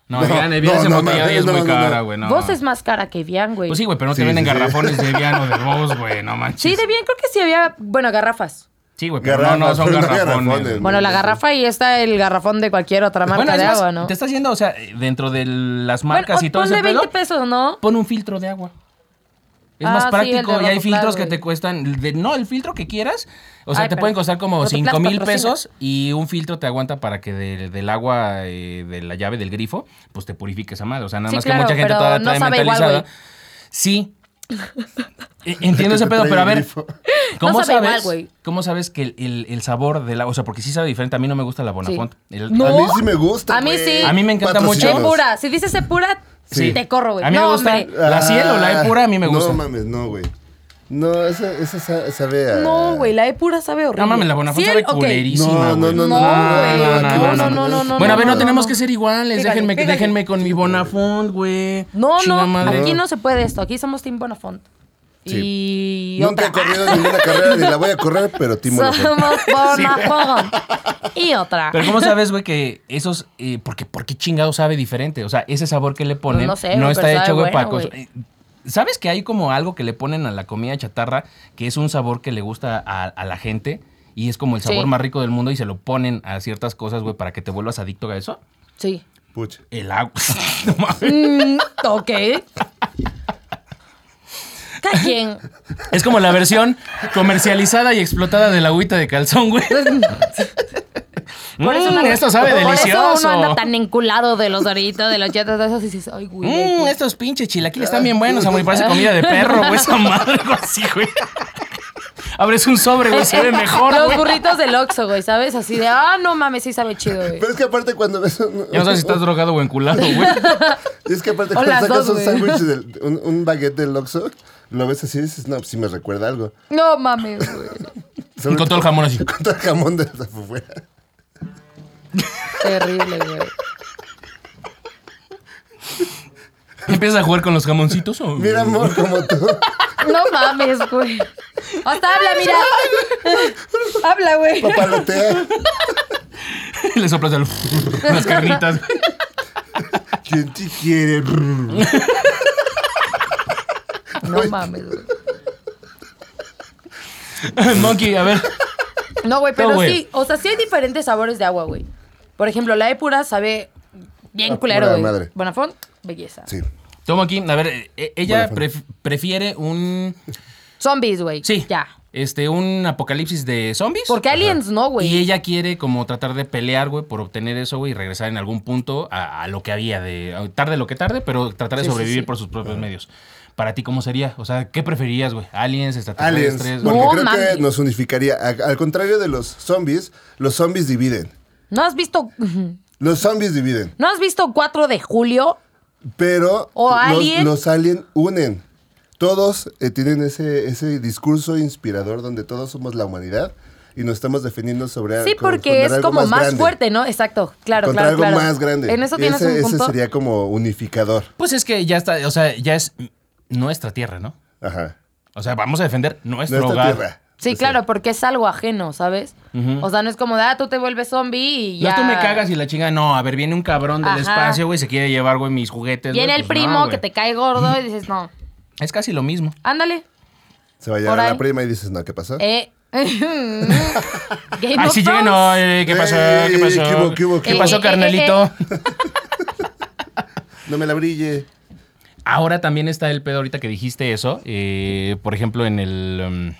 [SPEAKER 2] No,
[SPEAKER 4] No,
[SPEAKER 2] Evian,
[SPEAKER 4] no,
[SPEAKER 2] Evian es
[SPEAKER 4] no,
[SPEAKER 2] embotellada
[SPEAKER 4] mames,
[SPEAKER 2] y es
[SPEAKER 4] no,
[SPEAKER 2] muy
[SPEAKER 4] no,
[SPEAKER 2] cara,
[SPEAKER 4] no.
[SPEAKER 2] güey. No.
[SPEAKER 3] Vos es más cara que Evian, güey.
[SPEAKER 2] Pues sí, güey, pero no te
[SPEAKER 4] Sí,
[SPEAKER 2] venden
[SPEAKER 4] sí, sí.
[SPEAKER 2] garrafones de Evian o de Vos, güey. No manches.
[SPEAKER 3] Sí, de bien creo que sí había, bueno, garrafas.
[SPEAKER 2] Sí, güey, pero no, no
[SPEAKER 4] Garrafas,
[SPEAKER 2] son
[SPEAKER 4] pero no
[SPEAKER 2] garrafones.
[SPEAKER 4] garrafones,
[SPEAKER 2] güey.
[SPEAKER 3] Bueno, la garrafa y está el garrafón de cualquier otra marca
[SPEAKER 2] Bueno, es
[SPEAKER 3] de
[SPEAKER 2] más,
[SPEAKER 3] agua, ¿no?
[SPEAKER 2] Te está haciendo, o sea, eh, dentro de las
[SPEAKER 3] Bueno,
[SPEAKER 2] marcas y todo
[SPEAKER 3] ponle
[SPEAKER 2] ese pedo,
[SPEAKER 3] 20 pesos, ¿no?
[SPEAKER 2] pon un filtro de agua. Es
[SPEAKER 3] Ah,
[SPEAKER 2] más
[SPEAKER 3] sí, el
[SPEAKER 2] práctico
[SPEAKER 3] de
[SPEAKER 2] y hay
[SPEAKER 3] abajo, claro,
[SPEAKER 2] filtros que
[SPEAKER 3] güey.
[SPEAKER 2] te cuestan, de- no, el filtro que quieras, o sea,
[SPEAKER 3] Ay,
[SPEAKER 2] te
[SPEAKER 3] pero
[SPEAKER 2] pueden costar como
[SPEAKER 3] no te
[SPEAKER 2] 5 mil
[SPEAKER 3] patrocina.
[SPEAKER 2] pesos y un filtro te aguanta para que de- del agua, eh, de la llave del grifo, pues te purifique esa madre. O sea, nada
[SPEAKER 3] Sí,
[SPEAKER 2] más
[SPEAKER 3] claro,
[SPEAKER 2] que mucha gente
[SPEAKER 3] pero
[SPEAKER 2] todavía
[SPEAKER 3] no
[SPEAKER 2] trae
[SPEAKER 3] sabe igual,
[SPEAKER 2] mentalizada.
[SPEAKER 3] güey.
[SPEAKER 2] sí. E- Entiendo ese pedo, pero a ver, ¿Cómo,
[SPEAKER 3] No sabe igual,
[SPEAKER 2] sabes,
[SPEAKER 3] güey.
[SPEAKER 2] ¿Cómo sabes que el, el- el sabor del agua? O sea, porque sí sabe diferente. A mí no me gusta la Bonafont. El-
[SPEAKER 3] No.
[SPEAKER 4] A mí sí me gusta.
[SPEAKER 3] A mí
[SPEAKER 4] güey.
[SPEAKER 3] sí.
[SPEAKER 2] A mí me encanta mucho.
[SPEAKER 3] Se
[SPEAKER 4] Patrocínanos.
[SPEAKER 3] pura. Si dices se pura,
[SPEAKER 2] Sí.
[SPEAKER 3] te corro, güey.
[SPEAKER 2] A mí me
[SPEAKER 3] No,
[SPEAKER 2] gusta
[SPEAKER 3] hombre.
[SPEAKER 2] la cielo, la E pura, a mí me gusta.
[SPEAKER 4] Ah, No mames, no, güey. No, esa, esa sa- sabe a...
[SPEAKER 3] No, güey, la E pura sabe horrible.
[SPEAKER 2] No mames, la Bonafont
[SPEAKER 3] ¿Cien?
[SPEAKER 2] sabe
[SPEAKER 3] Ok.
[SPEAKER 2] culerísima.
[SPEAKER 4] No, no,
[SPEAKER 2] güey.
[SPEAKER 4] no,
[SPEAKER 3] No,
[SPEAKER 4] no, no,
[SPEAKER 3] güey.
[SPEAKER 4] no,
[SPEAKER 3] No,
[SPEAKER 4] no,
[SPEAKER 3] no, no, no.
[SPEAKER 2] Bueno, a ver, no,
[SPEAKER 4] no,
[SPEAKER 2] tenemos que ser iguales.
[SPEAKER 5] Pégale,
[SPEAKER 2] déjenme,
[SPEAKER 5] pégale.
[SPEAKER 2] déjenme con mi Bonafont, güey.
[SPEAKER 3] No,
[SPEAKER 2] Chinga
[SPEAKER 3] no,
[SPEAKER 2] madre.
[SPEAKER 3] aquí no se puede esto. Aquí somos Team Bonafont. Y
[SPEAKER 4] Nunca he
[SPEAKER 3] otra.
[SPEAKER 4] corrido ninguna carrera ni la voy a correr, pero Timo lo fue.
[SPEAKER 3] Somos Bonafont. Y otra.
[SPEAKER 2] Pero ¿cómo sabes, güey, que esos... eh, porque, ¿Por qué chingado sabe diferente? O sea, ese sabor que le ponen
[SPEAKER 3] no sé,
[SPEAKER 2] no
[SPEAKER 3] güey,
[SPEAKER 2] está
[SPEAKER 3] pero
[SPEAKER 2] hecho,
[SPEAKER 3] sabe
[SPEAKER 2] güey, para...
[SPEAKER 3] bueno,
[SPEAKER 2] cons-
[SPEAKER 3] güey.
[SPEAKER 2] eh, ¿Sabes que hay como algo que le ponen a la comida chatarra que es un sabor que le gusta a, a la gente? Y es como el sabor
[SPEAKER 3] Sí.
[SPEAKER 2] más rico del mundo y se lo ponen a ciertas cosas, güey, para que te vuelvas adicto a eso.
[SPEAKER 3] Sí.
[SPEAKER 4] Pucha.
[SPEAKER 2] El agua. no mames.
[SPEAKER 3] Mm, ok. Cada quien.
[SPEAKER 2] Es como la versión comercializada y explotada de la agüita de calzón, güey.
[SPEAKER 3] Por eso
[SPEAKER 2] Mm,
[SPEAKER 3] no-
[SPEAKER 2] esto sabe
[SPEAKER 3] por
[SPEAKER 2] delicioso.
[SPEAKER 3] eso uno anda tan enculado de los doritos, de los chetos, de esos, y dices, ay, güey. ay,
[SPEAKER 2] Mmm,
[SPEAKER 3] güey".
[SPEAKER 2] estos pinches chilaquiles están bien buenos, amor. y Parece comida de perro, güey. Esa madre, güey, así, güey. Abres un sobre, este güey, se ve mejor,
[SPEAKER 3] Los
[SPEAKER 2] güey.
[SPEAKER 3] burritos del Oxxo, güey, ¿sabes? Así de, ah, no mames, sí sabe chido, güey.
[SPEAKER 4] Pero es que aparte cuando ves... un-
[SPEAKER 2] Ya no sabes si estás drogado o enculado, güey.
[SPEAKER 4] Es que aparte
[SPEAKER 3] O
[SPEAKER 4] cuando
[SPEAKER 3] las
[SPEAKER 4] sacas
[SPEAKER 3] dos,
[SPEAKER 4] un
[SPEAKER 3] güey.
[SPEAKER 4] sándwich, del- un, un baguette del Oxxo, lo ves así y dices, no, pues sí me recuerda algo.
[SPEAKER 3] No mames, güey.
[SPEAKER 4] Sobre
[SPEAKER 2] Con todo el jamón así.
[SPEAKER 4] Con todo el jamón de la afuera.
[SPEAKER 3] Terrible, güey.
[SPEAKER 2] Empiezas a jugar con los jamoncitos. o-
[SPEAKER 4] Mira, amor, como tú.
[SPEAKER 3] No mames, güey. Hasta habla, mira.
[SPEAKER 5] Habla, güey.
[SPEAKER 4] Papalotea.
[SPEAKER 2] Le soplas al- las carnitas. güey.
[SPEAKER 4] ¿Quién te quiere?
[SPEAKER 3] No mames, güey.
[SPEAKER 2] Monkey, a ver.
[SPEAKER 3] No, güey,
[SPEAKER 2] No,
[SPEAKER 3] pero
[SPEAKER 2] güey.
[SPEAKER 3] sí, o sea, sí hay diferentes sabores de agua, güey. Por ejemplo, la E pura sabe bien
[SPEAKER 4] A
[SPEAKER 3] culero,
[SPEAKER 4] pura
[SPEAKER 3] güey.
[SPEAKER 4] madre.
[SPEAKER 3] Bonafont, belleza.
[SPEAKER 4] Sí.
[SPEAKER 2] Toma aquí. A ver, eh, eh, ella
[SPEAKER 4] Bueno, pues.
[SPEAKER 2] pref- prefiere un.
[SPEAKER 3] Zombies, güey.
[SPEAKER 2] Sí.
[SPEAKER 3] Ya.
[SPEAKER 2] Este, un apocalipsis de zombies.
[SPEAKER 3] Porque aliens no, güey.
[SPEAKER 2] Y ella quiere como tratar de pelear, güey, por obtener eso, güey, y regresar en algún punto a, a lo que había de a- tarde lo que tarde, pero tratar de
[SPEAKER 3] Sí, sí,
[SPEAKER 2] sobrevivir
[SPEAKER 3] sí.
[SPEAKER 2] por sus propios medios. Para ti cómo sería? O sea, ¿qué preferirías, güey? Aliens,
[SPEAKER 4] Aliens.
[SPEAKER 2] extraterrestres. güey?
[SPEAKER 4] Porque
[SPEAKER 3] No,
[SPEAKER 4] creo
[SPEAKER 3] mames.
[SPEAKER 4] que nos unificaría. A- Al contrario de los zombies, los zombies dividen.
[SPEAKER 3] ¿No has visto
[SPEAKER 4] Los zombies dividen.
[SPEAKER 3] ¿No has visto 4 de julio?
[SPEAKER 4] Pero
[SPEAKER 3] O
[SPEAKER 4] los,
[SPEAKER 3] alien.
[SPEAKER 4] los alien unen. Todos eh, tienen ese, ese discurso inspirador donde todos somos la humanidad y nos estamos defendiendo sobre
[SPEAKER 3] Sí,
[SPEAKER 4] Eh, con-
[SPEAKER 3] porque
[SPEAKER 4] contra
[SPEAKER 3] es
[SPEAKER 4] algo
[SPEAKER 3] como más,
[SPEAKER 4] grande.
[SPEAKER 3] fuerte, ¿no? Exacto, claro,
[SPEAKER 4] contra
[SPEAKER 3] claro,
[SPEAKER 4] algo
[SPEAKER 3] claro.
[SPEAKER 4] más grande.
[SPEAKER 3] En eso tienes
[SPEAKER 4] ese,
[SPEAKER 3] un punto.
[SPEAKER 4] Ese sería como unificador.
[SPEAKER 2] Pues es que ya está, o sea, ya es nuestra tierra, ¿no?
[SPEAKER 4] Ajá.
[SPEAKER 2] O sea, vamos a defender nuestro
[SPEAKER 4] Nuestra
[SPEAKER 2] hogar.
[SPEAKER 4] tierra.
[SPEAKER 3] Sí,
[SPEAKER 4] O sea,
[SPEAKER 3] claro, porque es algo ajeno, ¿sabes? O sea, no es como, de, ah, tú te vuelves zombie y
[SPEAKER 2] No,
[SPEAKER 3] ya.
[SPEAKER 2] tú me cagas y la chinga, no, a ver, viene un cabrón del
[SPEAKER 3] Ajá.
[SPEAKER 2] espacio, güey, se quiere llevar, güey, mis juguetes.
[SPEAKER 3] Viene
[SPEAKER 2] güey,
[SPEAKER 3] el
[SPEAKER 2] pues no,
[SPEAKER 3] primo
[SPEAKER 2] güey.
[SPEAKER 3] que te cae gordo y dices, no,
[SPEAKER 2] Es casi lo mismo.
[SPEAKER 3] ándale.
[SPEAKER 4] Se va a
[SPEAKER 3] Por
[SPEAKER 4] llevar a
[SPEAKER 3] ahí.
[SPEAKER 4] la prima y dices, no, ¿qué pasó?
[SPEAKER 3] Eh. Game
[SPEAKER 2] Ay,
[SPEAKER 3] of
[SPEAKER 2] sí,
[SPEAKER 3] Thrones.
[SPEAKER 2] lleno, ¿qué pasó? ¿Qué
[SPEAKER 4] Ey,
[SPEAKER 2] pasó?
[SPEAKER 4] ¿qué hubo, qué hubo, qué
[SPEAKER 2] ¿Qué
[SPEAKER 3] hubo? Eh,
[SPEAKER 2] pasó,
[SPEAKER 3] eh,
[SPEAKER 2] carnalito?
[SPEAKER 3] eh,
[SPEAKER 4] No me la brille.
[SPEAKER 2] Ahora también está el pedo ahorita que dijiste eso. eh, por ejemplo, en el. um,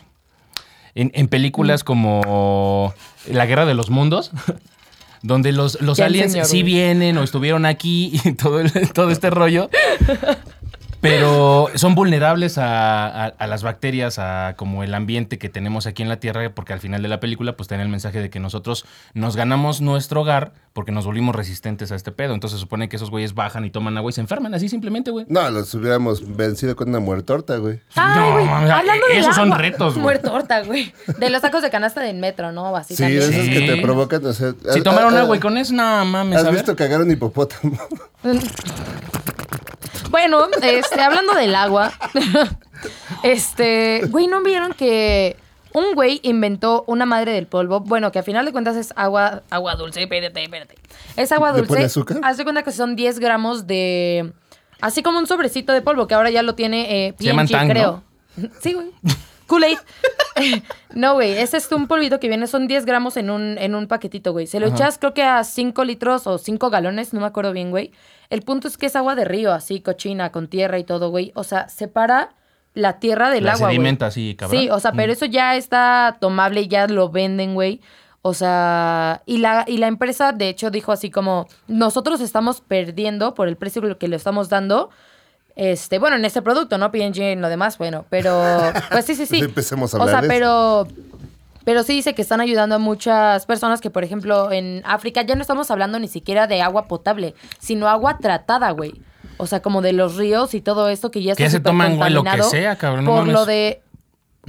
[SPEAKER 2] en, en
[SPEAKER 3] Mm.
[SPEAKER 2] películas como La Guerra de los Mundos. Donde los, los
[SPEAKER 3] Ya el
[SPEAKER 2] aliens
[SPEAKER 3] señor,
[SPEAKER 2] sí
[SPEAKER 3] güey.
[SPEAKER 2] vienen o estuvieron aquí y todo, el- todo este rollo. Pero son vulnerables a, a- a las bacterias, a como el ambiente que tenemos aquí en la Tierra, porque al final de la película pues tiene el mensaje de que nosotros nos ganamos nuestro hogar porque nos volvimos resistentes a este pedo. Entonces se supone que esos güeyes bajan y toman agua y se enferman así simplemente, güey.
[SPEAKER 4] No, los hubiéramos vencido con una muertorta, güey.
[SPEAKER 3] Ay,
[SPEAKER 2] No,
[SPEAKER 3] güey,
[SPEAKER 2] mames,
[SPEAKER 3] hablando
[SPEAKER 2] eh,
[SPEAKER 3] del
[SPEAKER 2] esos son
[SPEAKER 3] agua.
[SPEAKER 2] retos, güey.
[SPEAKER 3] Muertorta, güey. De los tacos de canasta del metro, ¿no? Así
[SPEAKER 4] Sí,
[SPEAKER 3] también.
[SPEAKER 4] de esas que
[SPEAKER 2] Sí.
[SPEAKER 4] te provocan. O sea,
[SPEAKER 2] Si
[SPEAKER 4] ah,
[SPEAKER 2] tomaron
[SPEAKER 4] ah,
[SPEAKER 2] agua y con eso, no mames, a
[SPEAKER 4] ¿Has
[SPEAKER 2] ver.
[SPEAKER 4] visto cagar un hipopótamo?
[SPEAKER 3] Bueno, este, hablando del agua, este, güey, ¿no vieron que un güey inventó una madre del polvo? Bueno, que a final de cuentas es agua, agua dulce, espérate, espérate. Es agua
[SPEAKER 4] ¿Le
[SPEAKER 3] dulce.
[SPEAKER 4] pone azúcar?
[SPEAKER 3] Haz de cuenta que son 10 gramos de, así como un sobrecito de polvo, que ahora ya lo tiene eh,
[SPEAKER 2] Se llaman
[SPEAKER 3] P&G,
[SPEAKER 2] Tang, ¿no?
[SPEAKER 3] creo. Sí, güey. Kool-Aid. no, güey, ese es un polvito que viene, son 10 gramos en un, en un paquetito, güey. Se lo echas creo que a 5 litros o 5 galones, no me acuerdo bien, güey. El punto es que es agua de río, así, cochina, con tierra y todo, güey. O sea, separa la tierra del
[SPEAKER 2] La
[SPEAKER 3] agua, güey.
[SPEAKER 2] sedimenta así, cabrón. Mm.
[SPEAKER 3] Sí, o sea, pero eso ya está tomable y ya lo venden, güey. O sea, y la, y la empresa de hecho dijo así como, nosotros estamos perdiendo por el precio que le estamos dando. Este, bueno, en este producto, ¿no? PNG en lo demás, bueno, pero. Pues sí, sí, sí.
[SPEAKER 4] Empecemos a
[SPEAKER 3] O sea,
[SPEAKER 4] hablar de
[SPEAKER 3] pero. Pero sí dice que están ayudando a muchas personas que, por ejemplo, en África ya no estamos hablando ni siquiera de agua potable, sino agua tratada, güey. O sea, como de los ríos y todo esto que ya está
[SPEAKER 2] Que se toman, güey, lo que
[SPEAKER 3] supercontaminado
[SPEAKER 2] sea, cabrón, no
[SPEAKER 3] Por
[SPEAKER 2] mames.
[SPEAKER 3] lo de.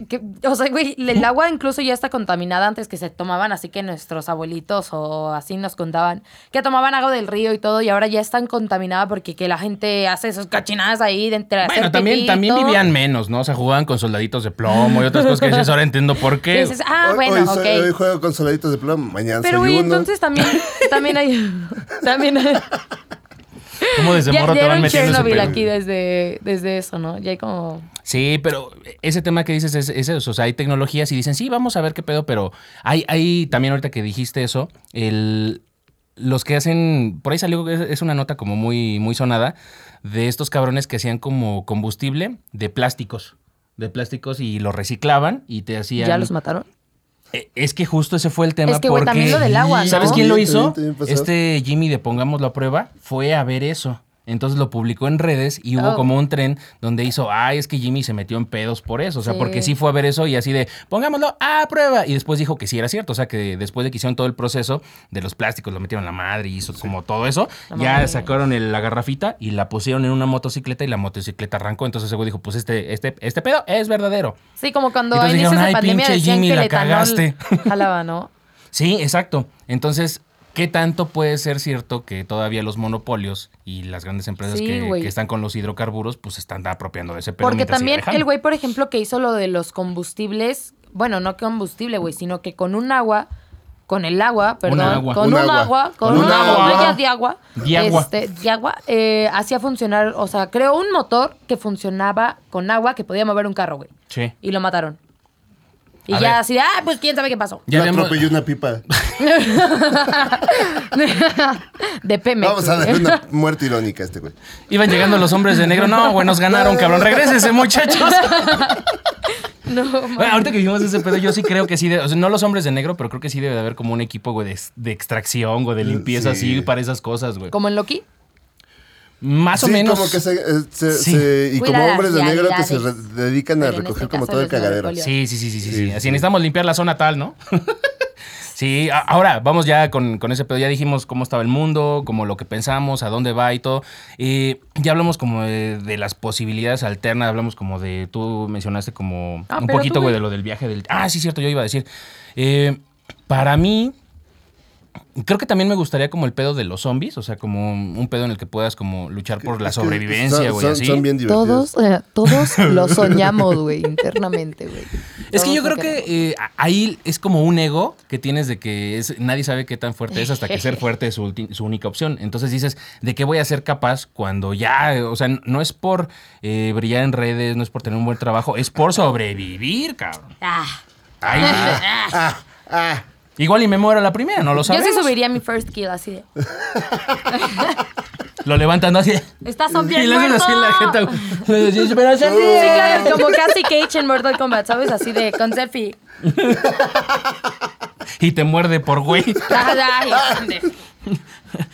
[SPEAKER 3] que- o sea, güey, el agua incluso ya está contaminada antes que se tomaban, así que nuestros abuelitos o así nos contaban que tomaban agua del río y todo, y ahora ya están contaminada porque que la gente hace sus cochinadas ahí de entre hacer
[SPEAKER 2] Bueno, también,
[SPEAKER 3] pipí y
[SPEAKER 2] también
[SPEAKER 3] todo.
[SPEAKER 2] vivían menos, ¿no? O sea, jugaban con soldaditos de plomo y otras cosas que dices, ahora entiendo por
[SPEAKER 3] Y
[SPEAKER 2] qué.
[SPEAKER 3] dices, ah,
[SPEAKER 4] hoy,
[SPEAKER 3] bueno,
[SPEAKER 4] hoy
[SPEAKER 3] ok.
[SPEAKER 4] soy- hoy juego con soldaditos de plomo, mañana
[SPEAKER 3] Pero
[SPEAKER 4] soy
[SPEAKER 3] güey,
[SPEAKER 4] uno.
[SPEAKER 3] entonces también, también hay, también hay-
[SPEAKER 2] ¿Cómo desde
[SPEAKER 3] "Ah, ya,
[SPEAKER 2] morro
[SPEAKER 3] ya
[SPEAKER 2] te
[SPEAKER 3] era
[SPEAKER 2] van
[SPEAKER 3] un
[SPEAKER 2] metiendo su
[SPEAKER 3] Chernobyl
[SPEAKER 2] pedo?
[SPEAKER 3] aquí desde, desde eso, ¿no? Ya hay como...
[SPEAKER 2] Sí, pero ese tema que dices es, es eso. O sea, hay tecnologías y dicen, sí, vamos a ver qué pedo, pero hay, hay también ahorita que dijiste eso, el, los que hacen, por ahí salió, es, es una nota como muy, muy sonada, de estos cabrones que hacían como combustible de plásticos. De plásticos y los reciclaban y te hacían.
[SPEAKER 3] ¿Ya los mataron?
[SPEAKER 2] Eh, Es que justo ese fue el tema.
[SPEAKER 3] Es que, güey,
[SPEAKER 2] porque...
[SPEAKER 3] también lo del agua, ¿no?
[SPEAKER 2] ¿Sabes quién lo
[SPEAKER 4] También,
[SPEAKER 2] hizo?
[SPEAKER 4] también, también pasó.
[SPEAKER 2] Este Jimmy de Pongamos la Prueba fue a ver eso. Entonces lo publicó en redes y hubo
[SPEAKER 3] Oh.
[SPEAKER 2] como un tren donde hizo, ay, es que Jimmy se metió en pedos por eso. O sea,
[SPEAKER 3] Sí.
[SPEAKER 2] porque sí fue a ver eso y así de, pongámoslo a prueba. Y después dijo que sí era cierto. O sea, que después de que hicieron todo el proceso de los plásticos, lo metieron a la madre y hizo como todo eso,
[SPEAKER 3] La
[SPEAKER 2] ya
[SPEAKER 3] madre.
[SPEAKER 2] sacaron el- la garrafita y la pusieron en una motocicleta y la motocicleta arrancó. Entonces ese güey dijo, pues este, este, este pedo es verdadero.
[SPEAKER 3] Sí, como cuando
[SPEAKER 2] Entonces
[SPEAKER 3] a inicios
[SPEAKER 2] dijeron,
[SPEAKER 3] de
[SPEAKER 2] "Ay,
[SPEAKER 3] pandemia
[SPEAKER 2] pinche
[SPEAKER 3] decían
[SPEAKER 2] Jimmy,
[SPEAKER 3] que
[SPEAKER 2] la
[SPEAKER 3] el etanol
[SPEAKER 2] cagaste".
[SPEAKER 3] jalaba, ¿no?
[SPEAKER 2] Sí, exacto. Entonces, ¿qué tanto puede ser cierto que todavía los monopolios y las grandes empresas
[SPEAKER 3] Sí,
[SPEAKER 2] que,
[SPEAKER 3] güey.
[SPEAKER 2] que están con los hidrocarburos, pues se están apropiando de ese pedo?
[SPEAKER 3] Porque
[SPEAKER 2] mientras siga
[SPEAKER 3] también
[SPEAKER 2] dejando?
[SPEAKER 3] el güey, por ejemplo, que hizo lo de los combustibles, bueno, no combustible, güey, sino que con un agua, con el agua, perdón,
[SPEAKER 2] agua.
[SPEAKER 3] con
[SPEAKER 4] Un
[SPEAKER 3] un
[SPEAKER 4] agua.
[SPEAKER 3] agua, con,
[SPEAKER 4] Con
[SPEAKER 3] un
[SPEAKER 4] un
[SPEAKER 3] agua,
[SPEAKER 2] agua.
[SPEAKER 3] botellas de agua,
[SPEAKER 2] De agua.
[SPEAKER 3] este, de agua, eh, hacía funcionar, o sea, creó un motor que funcionaba con agua que podía mover un carro, güey,
[SPEAKER 2] Sí.
[SPEAKER 3] y lo mataron. Y
[SPEAKER 2] A
[SPEAKER 3] ya
[SPEAKER 2] ver.
[SPEAKER 3] así, de, ah, pues quién sabe qué pasó.
[SPEAKER 2] Ya
[SPEAKER 4] Lo
[SPEAKER 2] habíamos-
[SPEAKER 4] atropelló una pipa.
[SPEAKER 3] De Pemex.
[SPEAKER 4] Vamos a
[SPEAKER 3] güey.
[SPEAKER 4] darle una muerte irónica a este güey.
[SPEAKER 2] Iban llegando los hombres de negro. No, güey, nos ganaron, cabrón. Regrésense, muchachos.
[SPEAKER 3] No,
[SPEAKER 2] Bueno, ahorita que vimos ese pedo, yo sí creo que sí. de- o sea, no los hombres de negro, pero creo que sí debe de haber como un equipo, güey, de, de extracción, güey, de limpieza,
[SPEAKER 4] Sí.
[SPEAKER 2] así, para esas cosas, güey.
[SPEAKER 3] como en Loki.
[SPEAKER 2] Más o
[SPEAKER 4] Sí,
[SPEAKER 2] menos.
[SPEAKER 4] como que se, eh, se-
[SPEAKER 2] Sí.
[SPEAKER 4] se- y
[SPEAKER 3] Cuida
[SPEAKER 4] como
[SPEAKER 3] las
[SPEAKER 4] hombres de negro que se re-
[SPEAKER 3] realidades.
[SPEAKER 4] dedican a
[SPEAKER 3] Pero en
[SPEAKER 4] recoger
[SPEAKER 3] este
[SPEAKER 4] como
[SPEAKER 3] caso
[SPEAKER 4] todo
[SPEAKER 3] los
[SPEAKER 4] el cagadero.
[SPEAKER 3] monopolios.
[SPEAKER 2] Sí, sí, sí, sí, sí,
[SPEAKER 4] Sí,
[SPEAKER 2] sí. Así
[SPEAKER 4] sí.
[SPEAKER 2] necesitamos limpiar la zona tal, ¿no? sí, a- ahora vamos ya con, con ese pedo. Ya dijimos cómo estaba el mundo, como lo que pensamos, a dónde va y todo. Eh, ya hablamos como de, de las posibilidades alternas, hablamos como de, tú mencionaste como
[SPEAKER 3] Ah,
[SPEAKER 2] un
[SPEAKER 3] pero
[SPEAKER 2] poquito,
[SPEAKER 3] tú,
[SPEAKER 2] güey,
[SPEAKER 3] güey.
[SPEAKER 2] de lo del viaje del... Ah, sí, cierto, yo iba a decir. Eh, para mí, creo que también me gustaría como el pedo de los zombies, o sea, como un un pedo en el que puedas como luchar por la
[SPEAKER 4] Es que
[SPEAKER 2] sobrevivencia,
[SPEAKER 4] son-
[SPEAKER 2] güey,
[SPEAKER 4] son-
[SPEAKER 2] así.
[SPEAKER 4] Son bien divertidos.
[SPEAKER 5] Todos, eh, todos lo soñamos, güey, internamente, güey.
[SPEAKER 2] Es que
[SPEAKER 5] Todos
[SPEAKER 2] yo
[SPEAKER 5] lo
[SPEAKER 2] creo que
[SPEAKER 5] queremos.
[SPEAKER 2] eh, a- ahí es como un ego que tienes de que es, nadie sabe qué tan fuerte es hasta que ser fuerte es su, ulti- su única opción. Entonces dices, ¿de qué voy a ser capaz cuando ya, eh, o sea, n- no es por eh, brillar en redes, no es por tener un buen trabajo, es por sobrevivir, cabrón.
[SPEAKER 3] Ah.
[SPEAKER 2] Ahí.
[SPEAKER 4] Ah,
[SPEAKER 2] Igual y me muero a la primera, no lo
[SPEAKER 3] Yo
[SPEAKER 2] sabes.
[SPEAKER 3] sí subiría mi first kill así de.
[SPEAKER 2] Lo levantan así.
[SPEAKER 3] Estás zombie
[SPEAKER 2] Y le hacen así en la jeta. güey. Sí, pero
[SPEAKER 3] Sí,
[SPEAKER 2] así-
[SPEAKER 3] claro, como Cassie Cage en Mortal Kombat, ¿sabes? Así de con selfie.
[SPEAKER 2] Y te muerde por güey. Ah.
[SPEAKER 3] Ay,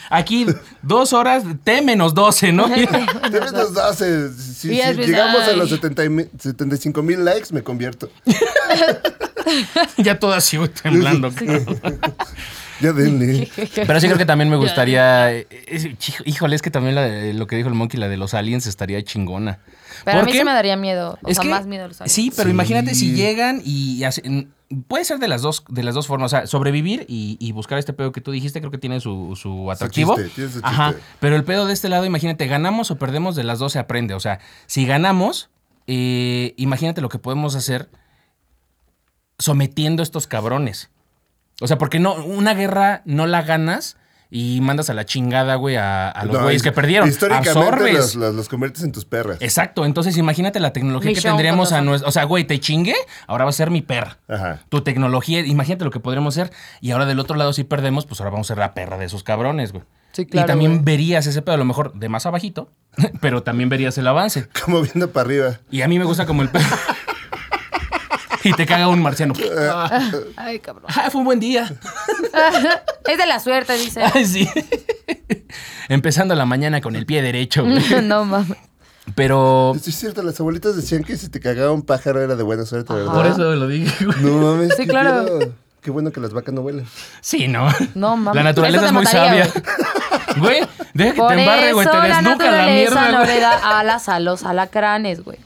[SPEAKER 2] Aquí dos horas, T menos 12, ¿no?
[SPEAKER 4] Ustedes nos hacen- si- si
[SPEAKER 3] Y es-
[SPEAKER 4] llegamos a los
[SPEAKER 3] ay.
[SPEAKER 4] 70 y mi- 75 mil likes, me convierto.
[SPEAKER 2] ya todo así güey, temblando. cabrón.
[SPEAKER 4] Ya denle.
[SPEAKER 2] Pero sí creo que también me gustaría. eh, es- hijo- híjole, es que también la de- lo que dijo el Monkey, la de los aliens, estaría chingona.
[SPEAKER 3] Pero a mí
[SPEAKER 2] Porque
[SPEAKER 3] sí me daría miedo. O
[SPEAKER 2] es
[SPEAKER 3] sea,
[SPEAKER 2] que-
[SPEAKER 3] más miedo a los aliens.
[SPEAKER 2] Sí, pero
[SPEAKER 4] Sí.
[SPEAKER 2] imagínate si llegan y hacen- Puede ser de las dos, de las dos formas. O sea, sobrevivir y, y buscar este pedo que tú dijiste, creo que tiene su, su atractivo.
[SPEAKER 4] chiste, tiene su
[SPEAKER 2] Ajá.
[SPEAKER 4] chiste.
[SPEAKER 2] Pero el pedo de este lado, imagínate, ganamos o perdemos, de las dos se aprende. O sea, si ganamos, eh, imagínate lo que podemos hacer sometiendo a estos cabrones. O sea, porque no, una guerra no la ganas y mandas a la chingada, güey, a, a los
[SPEAKER 4] No,
[SPEAKER 2] güeyes que perdieron.
[SPEAKER 4] Históricamente
[SPEAKER 2] Absorbes.
[SPEAKER 4] los, los- los conviertes en tus perras.
[SPEAKER 2] Exacto, entonces imagínate la tecnología
[SPEAKER 3] Mi
[SPEAKER 2] que
[SPEAKER 3] show
[SPEAKER 2] tendríamos
[SPEAKER 3] con
[SPEAKER 2] a
[SPEAKER 3] razón.
[SPEAKER 2] nuestro. O sea, güey, te chingue, ahora va a ser mi perra.
[SPEAKER 4] Ajá.
[SPEAKER 2] Tu tecnología, imagínate lo que podríamos hacer. Y ahora del otro lado, si perdemos, pues ahora vamos a ser la perra de esos cabrones, güey.
[SPEAKER 5] Sí, claro,
[SPEAKER 2] y también
[SPEAKER 5] güey.
[SPEAKER 2] verías ese pedo, a lo mejor de más abajito, pero también verías el avance.
[SPEAKER 4] Como viendo para arriba.
[SPEAKER 2] Y a mí me gusta como el perro. y te caga un marciano.
[SPEAKER 5] Ay, cabrón.
[SPEAKER 2] Ah, fue un buen día.
[SPEAKER 3] Es de la suerte, dice.
[SPEAKER 2] Ay, sí. Empezando la mañana con el pie derecho, güey.
[SPEAKER 5] No mames.
[SPEAKER 2] Pero.
[SPEAKER 4] Sí, Es cierto, las abuelitas decían que si te cagaba un pájaro era de buena suerte, ¿verdad?
[SPEAKER 2] Por eso lo dije, güey.
[SPEAKER 4] No mames.
[SPEAKER 5] Sí,
[SPEAKER 4] qué
[SPEAKER 5] claro.
[SPEAKER 4] miedo. Qué bueno que las vacas no vuelan.
[SPEAKER 2] Sí, no.
[SPEAKER 5] No, mames.
[SPEAKER 2] La naturaleza
[SPEAKER 3] Eso
[SPEAKER 2] es
[SPEAKER 3] te
[SPEAKER 2] muy
[SPEAKER 3] mataría,
[SPEAKER 2] sabia. Güey, deja que
[SPEAKER 3] Por
[SPEAKER 2] te embarre, güey. Te
[SPEAKER 3] eso la
[SPEAKER 2] desnuca la,
[SPEAKER 3] naturaleza
[SPEAKER 2] mierda,
[SPEAKER 3] no
[SPEAKER 2] güey.
[SPEAKER 3] le da alas a los alacranes, güey.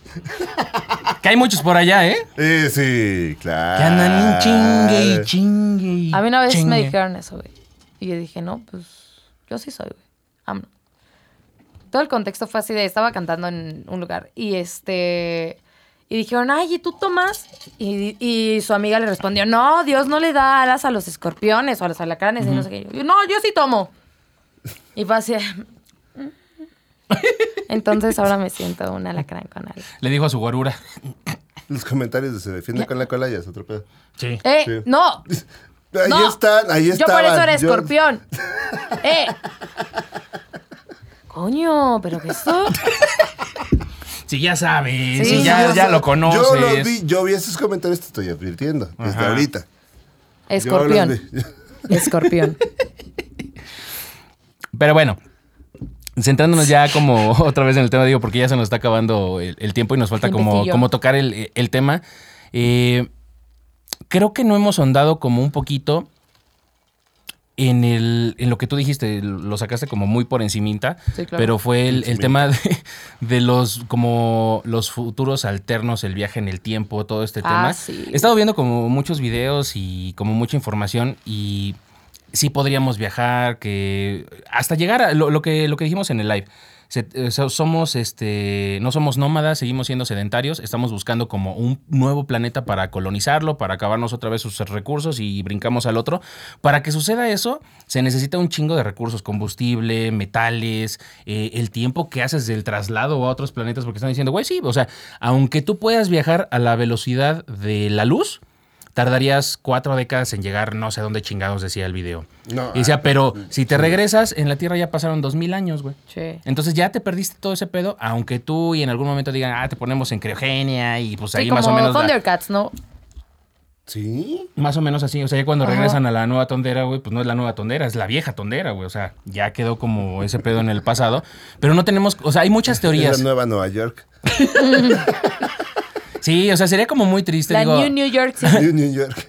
[SPEAKER 2] Que hay muchos por allá, ¿eh?
[SPEAKER 4] Eh, sí, claro.
[SPEAKER 2] Que andan
[SPEAKER 4] Ah.
[SPEAKER 2] chingue y chingue y
[SPEAKER 3] A mí una vez me
[SPEAKER 2] chingue.
[SPEAKER 3] dijeron eso, güey. Y yo dije, no, pues yo sí soy, güey. Vámonos. Todo el contexto fue así de, estaba cantando en un lugar y este... Y dijeron, ay, ¿y tú tomas? Y, y su amiga le respondió, no, Dios no le da alas a los escorpiones o a los alacranes y no sé qué. Yo, no, yo sí tomo. Y fue así. Entonces ahora me siento un alacrán con alas.
[SPEAKER 2] Le dijo a su guarura.
[SPEAKER 4] Los comentarios de se defiende con la cola ya es otro pedo.
[SPEAKER 2] Sí.
[SPEAKER 3] ¡Eh!
[SPEAKER 4] Sí.
[SPEAKER 3] ¡No!
[SPEAKER 4] Ahí
[SPEAKER 3] No,
[SPEAKER 4] están, ahí
[SPEAKER 3] Yo
[SPEAKER 4] están.
[SPEAKER 3] por eso era escorpión. ¡Eh! Coño, pero que eso.
[SPEAKER 2] Sí, ya sabes. Sí,
[SPEAKER 3] Sí,
[SPEAKER 2] ya,
[SPEAKER 3] sí,
[SPEAKER 2] ya lo conoces.
[SPEAKER 4] Yo los vi, yo vi esos comentarios, te estoy advirtiendo. Desde
[SPEAKER 2] Ajá.
[SPEAKER 4] ahorita. Yo los
[SPEAKER 3] Escorpión.
[SPEAKER 4] vi.
[SPEAKER 5] Escorpión.
[SPEAKER 2] Pero bueno, centrándonos ya como otra vez en el tema, digo, porque ya se nos está acabando el, el tiempo y nos falta como,
[SPEAKER 3] Tiempecillo.
[SPEAKER 2] como tocar el, el tema. Eh, creo que no hemos ahondado como un poquito en, el, en lo que tú dijiste, lo sacaste como muy por encimita,
[SPEAKER 3] Sí, claro.
[SPEAKER 2] pero fue el, el
[SPEAKER 4] Encimita.
[SPEAKER 2] tema de, de los como los futuros alternos, el viaje en el tiempo, todo este
[SPEAKER 3] Ah,
[SPEAKER 2] tema.
[SPEAKER 3] sí.
[SPEAKER 2] He estado viendo como muchos videos y como mucha información y sí podríamos viajar, que hasta llegar a lo, lo que, lo que dijimos en el live. Se- eh, so- somos este no somos nómadas seguimos siendo sedentarios estamos buscando como un nuevo planeta para colonizarlo para acabarnos otra vez sus recursos y brincamos al otro para que suceda eso se necesita un chingo de recursos combustible metales eh, el tiempo que haces del traslado a otros planetas porque están diciendo güey sí o sea aunque tú puedas viajar a la velocidad de la luz tardarías cuatro décadas en llegar no sé dónde chingados decía el video
[SPEAKER 4] No,
[SPEAKER 2] y decía, pero si te regresas, en la Tierra ya pasaron dos mil años, güey.
[SPEAKER 3] Che.
[SPEAKER 2] Entonces ya te perdiste todo ese pedo, aunque tú y en algún momento digan, ah, te ponemos en criogenia y pues
[SPEAKER 3] Sí,
[SPEAKER 2] ahí
[SPEAKER 3] como
[SPEAKER 2] más o menos. la-
[SPEAKER 3] Thundercats, ¿no?
[SPEAKER 4] ¿Sí?
[SPEAKER 2] más o menos así. O sea, ya cuando regresan a la nueva tondera, güey, pues no es la nueva tondera, es la vieja tondera, güey. O sea, ya quedó como ese pedo en el pasado. Pero no tenemos, o sea, hay muchas
[SPEAKER 4] Es
[SPEAKER 2] teorías.
[SPEAKER 4] la nueva Nueva York.
[SPEAKER 2] Sí, o sea, sería como muy triste.
[SPEAKER 3] La
[SPEAKER 2] digo,
[SPEAKER 3] New New York City.
[SPEAKER 4] New, New York.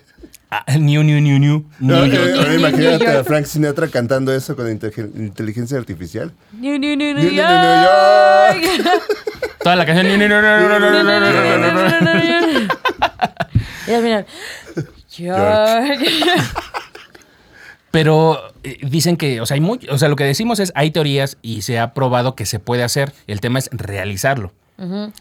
[SPEAKER 2] ah, new, new, new, new, new,
[SPEAKER 4] Ahora-
[SPEAKER 2] new.
[SPEAKER 4] ahora
[SPEAKER 3] New
[SPEAKER 4] imagínate
[SPEAKER 3] York.
[SPEAKER 4] a Frank Sinatra cantando eso con inte- inteligencia artificial.
[SPEAKER 3] New New New
[SPEAKER 4] New,
[SPEAKER 3] New
[SPEAKER 4] New, New
[SPEAKER 3] York.
[SPEAKER 2] Toda la canción. new, new, new, new, new, new, new, new, new, new.
[SPEAKER 3] Y al final, York.
[SPEAKER 2] Pero eh, dicen que, o sea, hay muy, o sea, lo que decimos es, hay teorías y se ha probado que se puede hacer. El tema es realizarlo.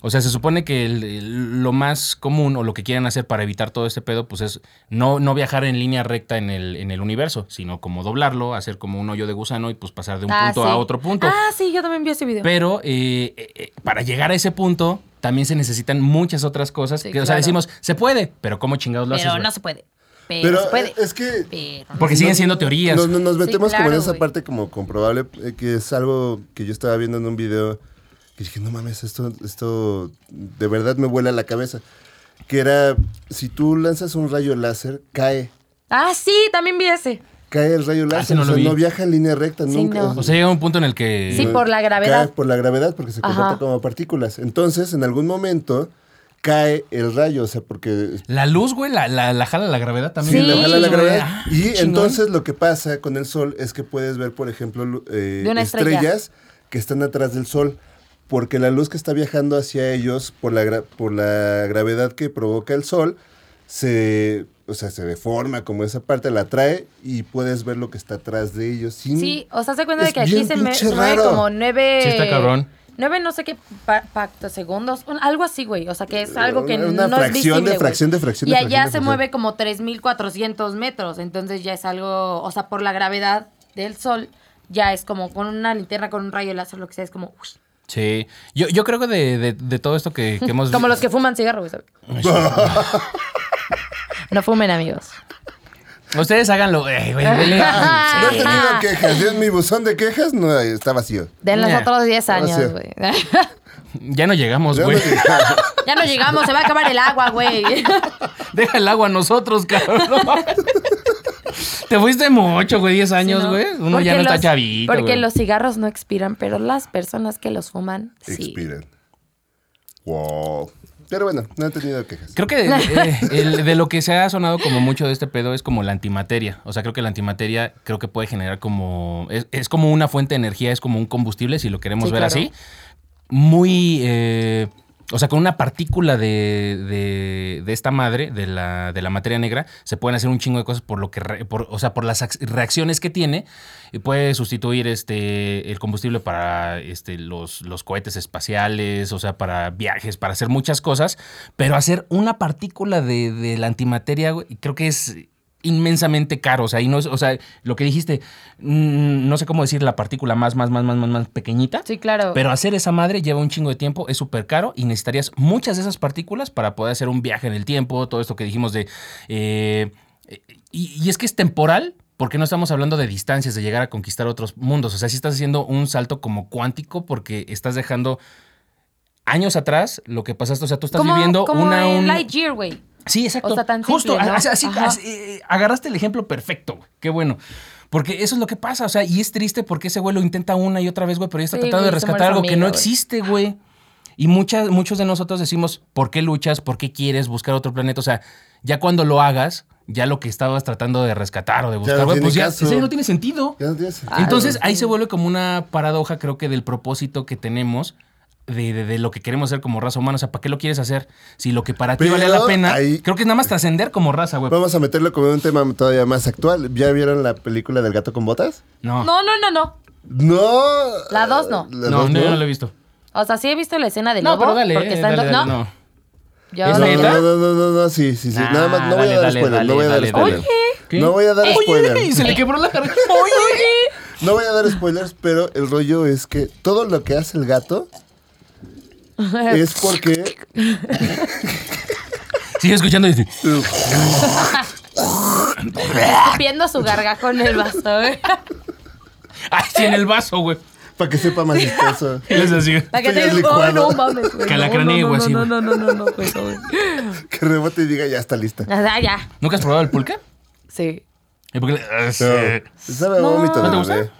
[SPEAKER 2] O sea, se supone que el- el- lo más común o lo que quieren hacer para evitar todo este pedo, pues es no, no viajar en línea recta en el, en el universo, sino como doblarlo, hacer como un hoyo de gusano y pues pasar de un
[SPEAKER 3] Ah,
[SPEAKER 2] punto
[SPEAKER 3] sí.
[SPEAKER 2] a otro punto.
[SPEAKER 3] Ah, sí, yo también vi ese video.
[SPEAKER 2] Pero eh, eh, eh, para llegar a ese punto también se necesitan muchas otras cosas.
[SPEAKER 3] Sí,
[SPEAKER 2] que, O sea,
[SPEAKER 3] claro.
[SPEAKER 2] decimos, se puede, pero ¿cómo chingados lo haces?
[SPEAKER 3] Pero
[SPEAKER 2] güey?
[SPEAKER 3] no se puede. Pero,
[SPEAKER 4] Pero
[SPEAKER 3] Eh, se puede.
[SPEAKER 4] es que
[SPEAKER 3] Pero.
[SPEAKER 2] Porque siguen siendo teorías.
[SPEAKER 4] Nos, nos- nos metemos como en
[SPEAKER 3] claro,
[SPEAKER 4] esa
[SPEAKER 3] güey.
[SPEAKER 4] parte como comprobable, eh, que es algo que yo estaba viendo en un video, que dije, no mames, esto, esto de verdad me vuela la cabeza. Que era, si tú lanzas un rayo láser, cae,
[SPEAKER 3] Ah, sí, también vi ese.
[SPEAKER 4] cae el rayo láser,
[SPEAKER 2] Ah, no
[SPEAKER 4] o
[SPEAKER 2] lo
[SPEAKER 4] sea,
[SPEAKER 2] vi.
[SPEAKER 4] no viaja en línea recta
[SPEAKER 3] Sí,
[SPEAKER 4] nunca.
[SPEAKER 3] no.
[SPEAKER 2] O sea, llega un punto en el que...
[SPEAKER 3] Sí, por la
[SPEAKER 4] Cae
[SPEAKER 3] gravedad.
[SPEAKER 4] por la gravedad, porque se comporta
[SPEAKER 3] Ajá.
[SPEAKER 4] como partículas. Entonces, en algún momento, cae el rayo, o sea, porque
[SPEAKER 2] La luz, güey, la, la, la jala la gravedad
[SPEAKER 4] Sí,
[SPEAKER 2] también.
[SPEAKER 3] Sí,
[SPEAKER 4] le jala la
[SPEAKER 2] güey.
[SPEAKER 4] gravedad.
[SPEAKER 2] Ah,
[SPEAKER 4] y
[SPEAKER 2] chingón.
[SPEAKER 4] entonces lo que pasa con el sol es que puedes ver, por ejemplo, lu- eh,
[SPEAKER 3] De una estrella.
[SPEAKER 4] estrellas que están atrás del sol. Porque la luz que está viajando hacia ellos por la, gra- por la gravedad que provoca el sol se, o sea, se deforma como esa parte, la atrae y puedes ver lo que está atrás de ellos. sin-
[SPEAKER 3] Sí, o sea, se cuenta
[SPEAKER 4] Es
[SPEAKER 3] de que aquí
[SPEAKER 4] bien
[SPEAKER 3] se, me,
[SPEAKER 4] pinche
[SPEAKER 3] se mueve
[SPEAKER 4] raro.
[SPEAKER 3] como nueve.
[SPEAKER 2] Sí, está cabrón.
[SPEAKER 3] Nueve no sé qué pa- pactosegundos, un- algo así, güey. O sea, que es algo que
[SPEAKER 4] Una- una
[SPEAKER 3] no es
[SPEAKER 4] fracción de
[SPEAKER 3] visible, güey.
[SPEAKER 4] fracción de fracción
[SPEAKER 3] Y
[SPEAKER 4] de
[SPEAKER 3] allá
[SPEAKER 4] fracción de
[SPEAKER 3] se
[SPEAKER 4] fracción.
[SPEAKER 3] mueve como 3.400 metros, entonces ya es algo, o sea, por la gravedad del sol, ya es como con una linterna, con un rayo láser, lo que sea, es como... ush.
[SPEAKER 2] Sí. Yo, yo creo que de, de, de todo esto que, que hemos...
[SPEAKER 3] como los que fuman cigarro, güey. ¿sabes? no fumen, amigos.
[SPEAKER 2] Ustedes háganlo. eh, güey, dele-
[SPEAKER 4] No he tenido
[SPEAKER 3] Ah.
[SPEAKER 4] quejas. Yo en mi buzón de quejas no, está vacío.
[SPEAKER 3] Den los
[SPEAKER 2] Nah.
[SPEAKER 3] otros 10
[SPEAKER 4] O sea.
[SPEAKER 3] años, güey.
[SPEAKER 2] Ya no llegamos,
[SPEAKER 4] Ya no
[SPEAKER 2] güey.
[SPEAKER 4] llegamos.
[SPEAKER 3] ya no llegamos, se va a acabar el agua, güey.
[SPEAKER 2] Deja el agua a nosotros, cabrón. No mames. Te fuiste mucho, güey, 10 años,
[SPEAKER 3] ¿no?
[SPEAKER 2] güey. Uno
[SPEAKER 3] Porque
[SPEAKER 2] ya no está
[SPEAKER 3] los-
[SPEAKER 2] chavito,
[SPEAKER 3] Porque
[SPEAKER 2] güey.
[SPEAKER 3] los cigarros no expiran, pero las personas que los fuman, sí.
[SPEAKER 4] Expiran. Wow. Pero bueno, no he tenido quejas.
[SPEAKER 2] Creo que eh, el- de lo que se ha sonado como mucho de este pedo es como la antimateria. O sea, creo que la antimateria creo que puede generar como... Es, es como una fuente de energía, es como un combustible, si lo queremos
[SPEAKER 3] Sí,
[SPEAKER 2] ver
[SPEAKER 3] claro.
[SPEAKER 2] así. Muy... eh, O sea, con una partícula de, de- de esta madre, de la, de la materia negra, se pueden hacer un chingo de cosas por lo que, re- por- o sea, por las ac- reacciones que tiene. Y puede sustituir este, el combustible para este, los, los cohetes espaciales, o sea, para viajes, para hacer muchas cosas. Pero hacer una partícula de, de la antimateria, güey, creo que es inmensamente caro. O sea, y no es- o sea, lo que dijiste, mm, no sé cómo decir la partícula más, más, más, más, más, más pequeñita.
[SPEAKER 3] Sí, claro.
[SPEAKER 2] Pero hacer esa madre lleva un chingo de tiempo, es súper caro y necesitarías muchas de esas partículas para poder hacer un viaje en el tiempo, todo esto que dijimos de... eh, eh, y, y es que es temporal. Porque no estamos hablando de distancias, de llegar a conquistar otros mundos. O sea, si estás haciendo un salto como cuántico porque estás dejando años atrás lo que pasaste. O sea, tú estás
[SPEAKER 3] como,
[SPEAKER 2] viviendo
[SPEAKER 3] como
[SPEAKER 2] una...
[SPEAKER 3] en
[SPEAKER 2] un-
[SPEAKER 3] Lightyear, güey.
[SPEAKER 2] Sí, exacto.
[SPEAKER 3] O sea, tan
[SPEAKER 2] Justo,
[SPEAKER 3] simple, ¿no?
[SPEAKER 2] así- así-
[SPEAKER 3] Ajá.
[SPEAKER 2] así, eh, agarraste el ejemplo perfecto, güey. Qué bueno. Porque eso es lo que pasa, o sea, y es triste porque ese güey lo intenta una y otra vez, güey, pero ya está
[SPEAKER 3] Sí,
[SPEAKER 2] tratando de
[SPEAKER 3] güey, se muere
[SPEAKER 2] rescatar
[SPEAKER 3] su
[SPEAKER 2] algo que no
[SPEAKER 3] amigo, güey.
[SPEAKER 2] existe, güey. Y muchas, muchos de nosotros decimos, ¿por qué luchas? ¿Por qué quieres buscar otro planeta? O sea, ya cuando lo hagas, ya lo que estabas tratando de rescatar o de buscar,
[SPEAKER 4] no
[SPEAKER 2] güey,
[SPEAKER 4] tiene
[SPEAKER 2] pues ya,
[SPEAKER 4] caso.
[SPEAKER 2] ese no tiene sentido.
[SPEAKER 4] Ya no tiene sentido.
[SPEAKER 2] Entonces ahí se vuelve como una paradoja, creo que, del propósito que tenemos de, de- de lo que queremos hacer como raza humana. O sea, ¿para qué lo quieres hacer? Si lo que para ti
[SPEAKER 4] Pero
[SPEAKER 2] vale la pena,
[SPEAKER 4] ahí-
[SPEAKER 2] creo que es nada más trascender como raza, güey.
[SPEAKER 4] Vamos a meterlo como un tema todavía más actual. ¿Ya vieron la película del gato con botas?
[SPEAKER 2] No, no,
[SPEAKER 3] No, no, no, no.
[SPEAKER 4] No.
[SPEAKER 3] La dos no.
[SPEAKER 4] La
[SPEAKER 2] no,
[SPEAKER 4] dos
[SPEAKER 2] yo no lo he visto.
[SPEAKER 3] O sea, sí he visto la escena del
[SPEAKER 2] No,
[SPEAKER 3] lobo.
[SPEAKER 2] pero dale,
[SPEAKER 3] porque
[SPEAKER 2] eh,
[SPEAKER 3] está en
[SPEAKER 2] dale,
[SPEAKER 3] do-
[SPEAKER 2] dale,
[SPEAKER 3] no,
[SPEAKER 2] no.
[SPEAKER 3] yo
[SPEAKER 2] Es
[SPEAKER 3] no.
[SPEAKER 4] No, no,
[SPEAKER 2] neta?
[SPEAKER 4] no, no, no, no, no, sí, sí, sí. Nada más, no voy
[SPEAKER 2] Ah,
[SPEAKER 4] a dar
[SPEAKER 2] dale,
[SPEAKER 4] spoiler,
[SPEAKER 2] dale,
[SPEAKER 4] no voy a dar
[SPEAKER 2] dale,
[SPEAKER 4] spoiler.
[SPEAKER 2] dale. ¿Qué?
[SPEAKER 4] No voy a dar
[SPEAKER 2] Y
[SPEAKER 4] spoiler.
[SPEAKER 2] se le quebró la cara. Oye.
[SPEAKER 4] No voy a dar spoilers, pero el rollo es que todo lo que hace el gato es porque
[SPEAKER 2] Sigue escuchando y dice,
[SPEAKER 3] Escupiendo su gargajo en el vaso, güey.
[SPEAKER 2] ay, sí, en el vaso, güey.
[SPEAKER 4] para que sepa más espeso.
[SPEAKER 2] Y es así.
[SPEAKER 3] La que
[SPEAKER 4] Estoy
[SPEAKER 3] te
[SPEAKER 4] licuado.
[SPEAKER 3] oh, no mames, güey.
[SPEAKER 2] Que la
[SPEAKER 3] No,
[SPEAKER 2] cranee,
[SPEAKER 3] no,
[SPEAKER 2] güey,
[SPEAKER 3] no,
[SPEAKER 2] así,
[SPEAKER 3] No,
[SPEAKER 2] güey.
[SPEAKER 3] no, no, no, no, güey, no, güey.
[SPEAKER 4] Que rebote y diga ya está lista.
[SPEAKER 3] Ah, ya.
[SPEAKER 2] ¿Nunca has probado el pulque?
[SPEAKER 5] Sí,
[SPEAKER 2] ¿Y por qué? Ah, sí.
[SPEAKER 4] No, sabe a
[SPEAKER 3] No.
[SPEAKER 4] vómito,
[SPEAKER 2] ¿No te
[SPEAKER 4] bebé.
[SPEAKER 2] gusta?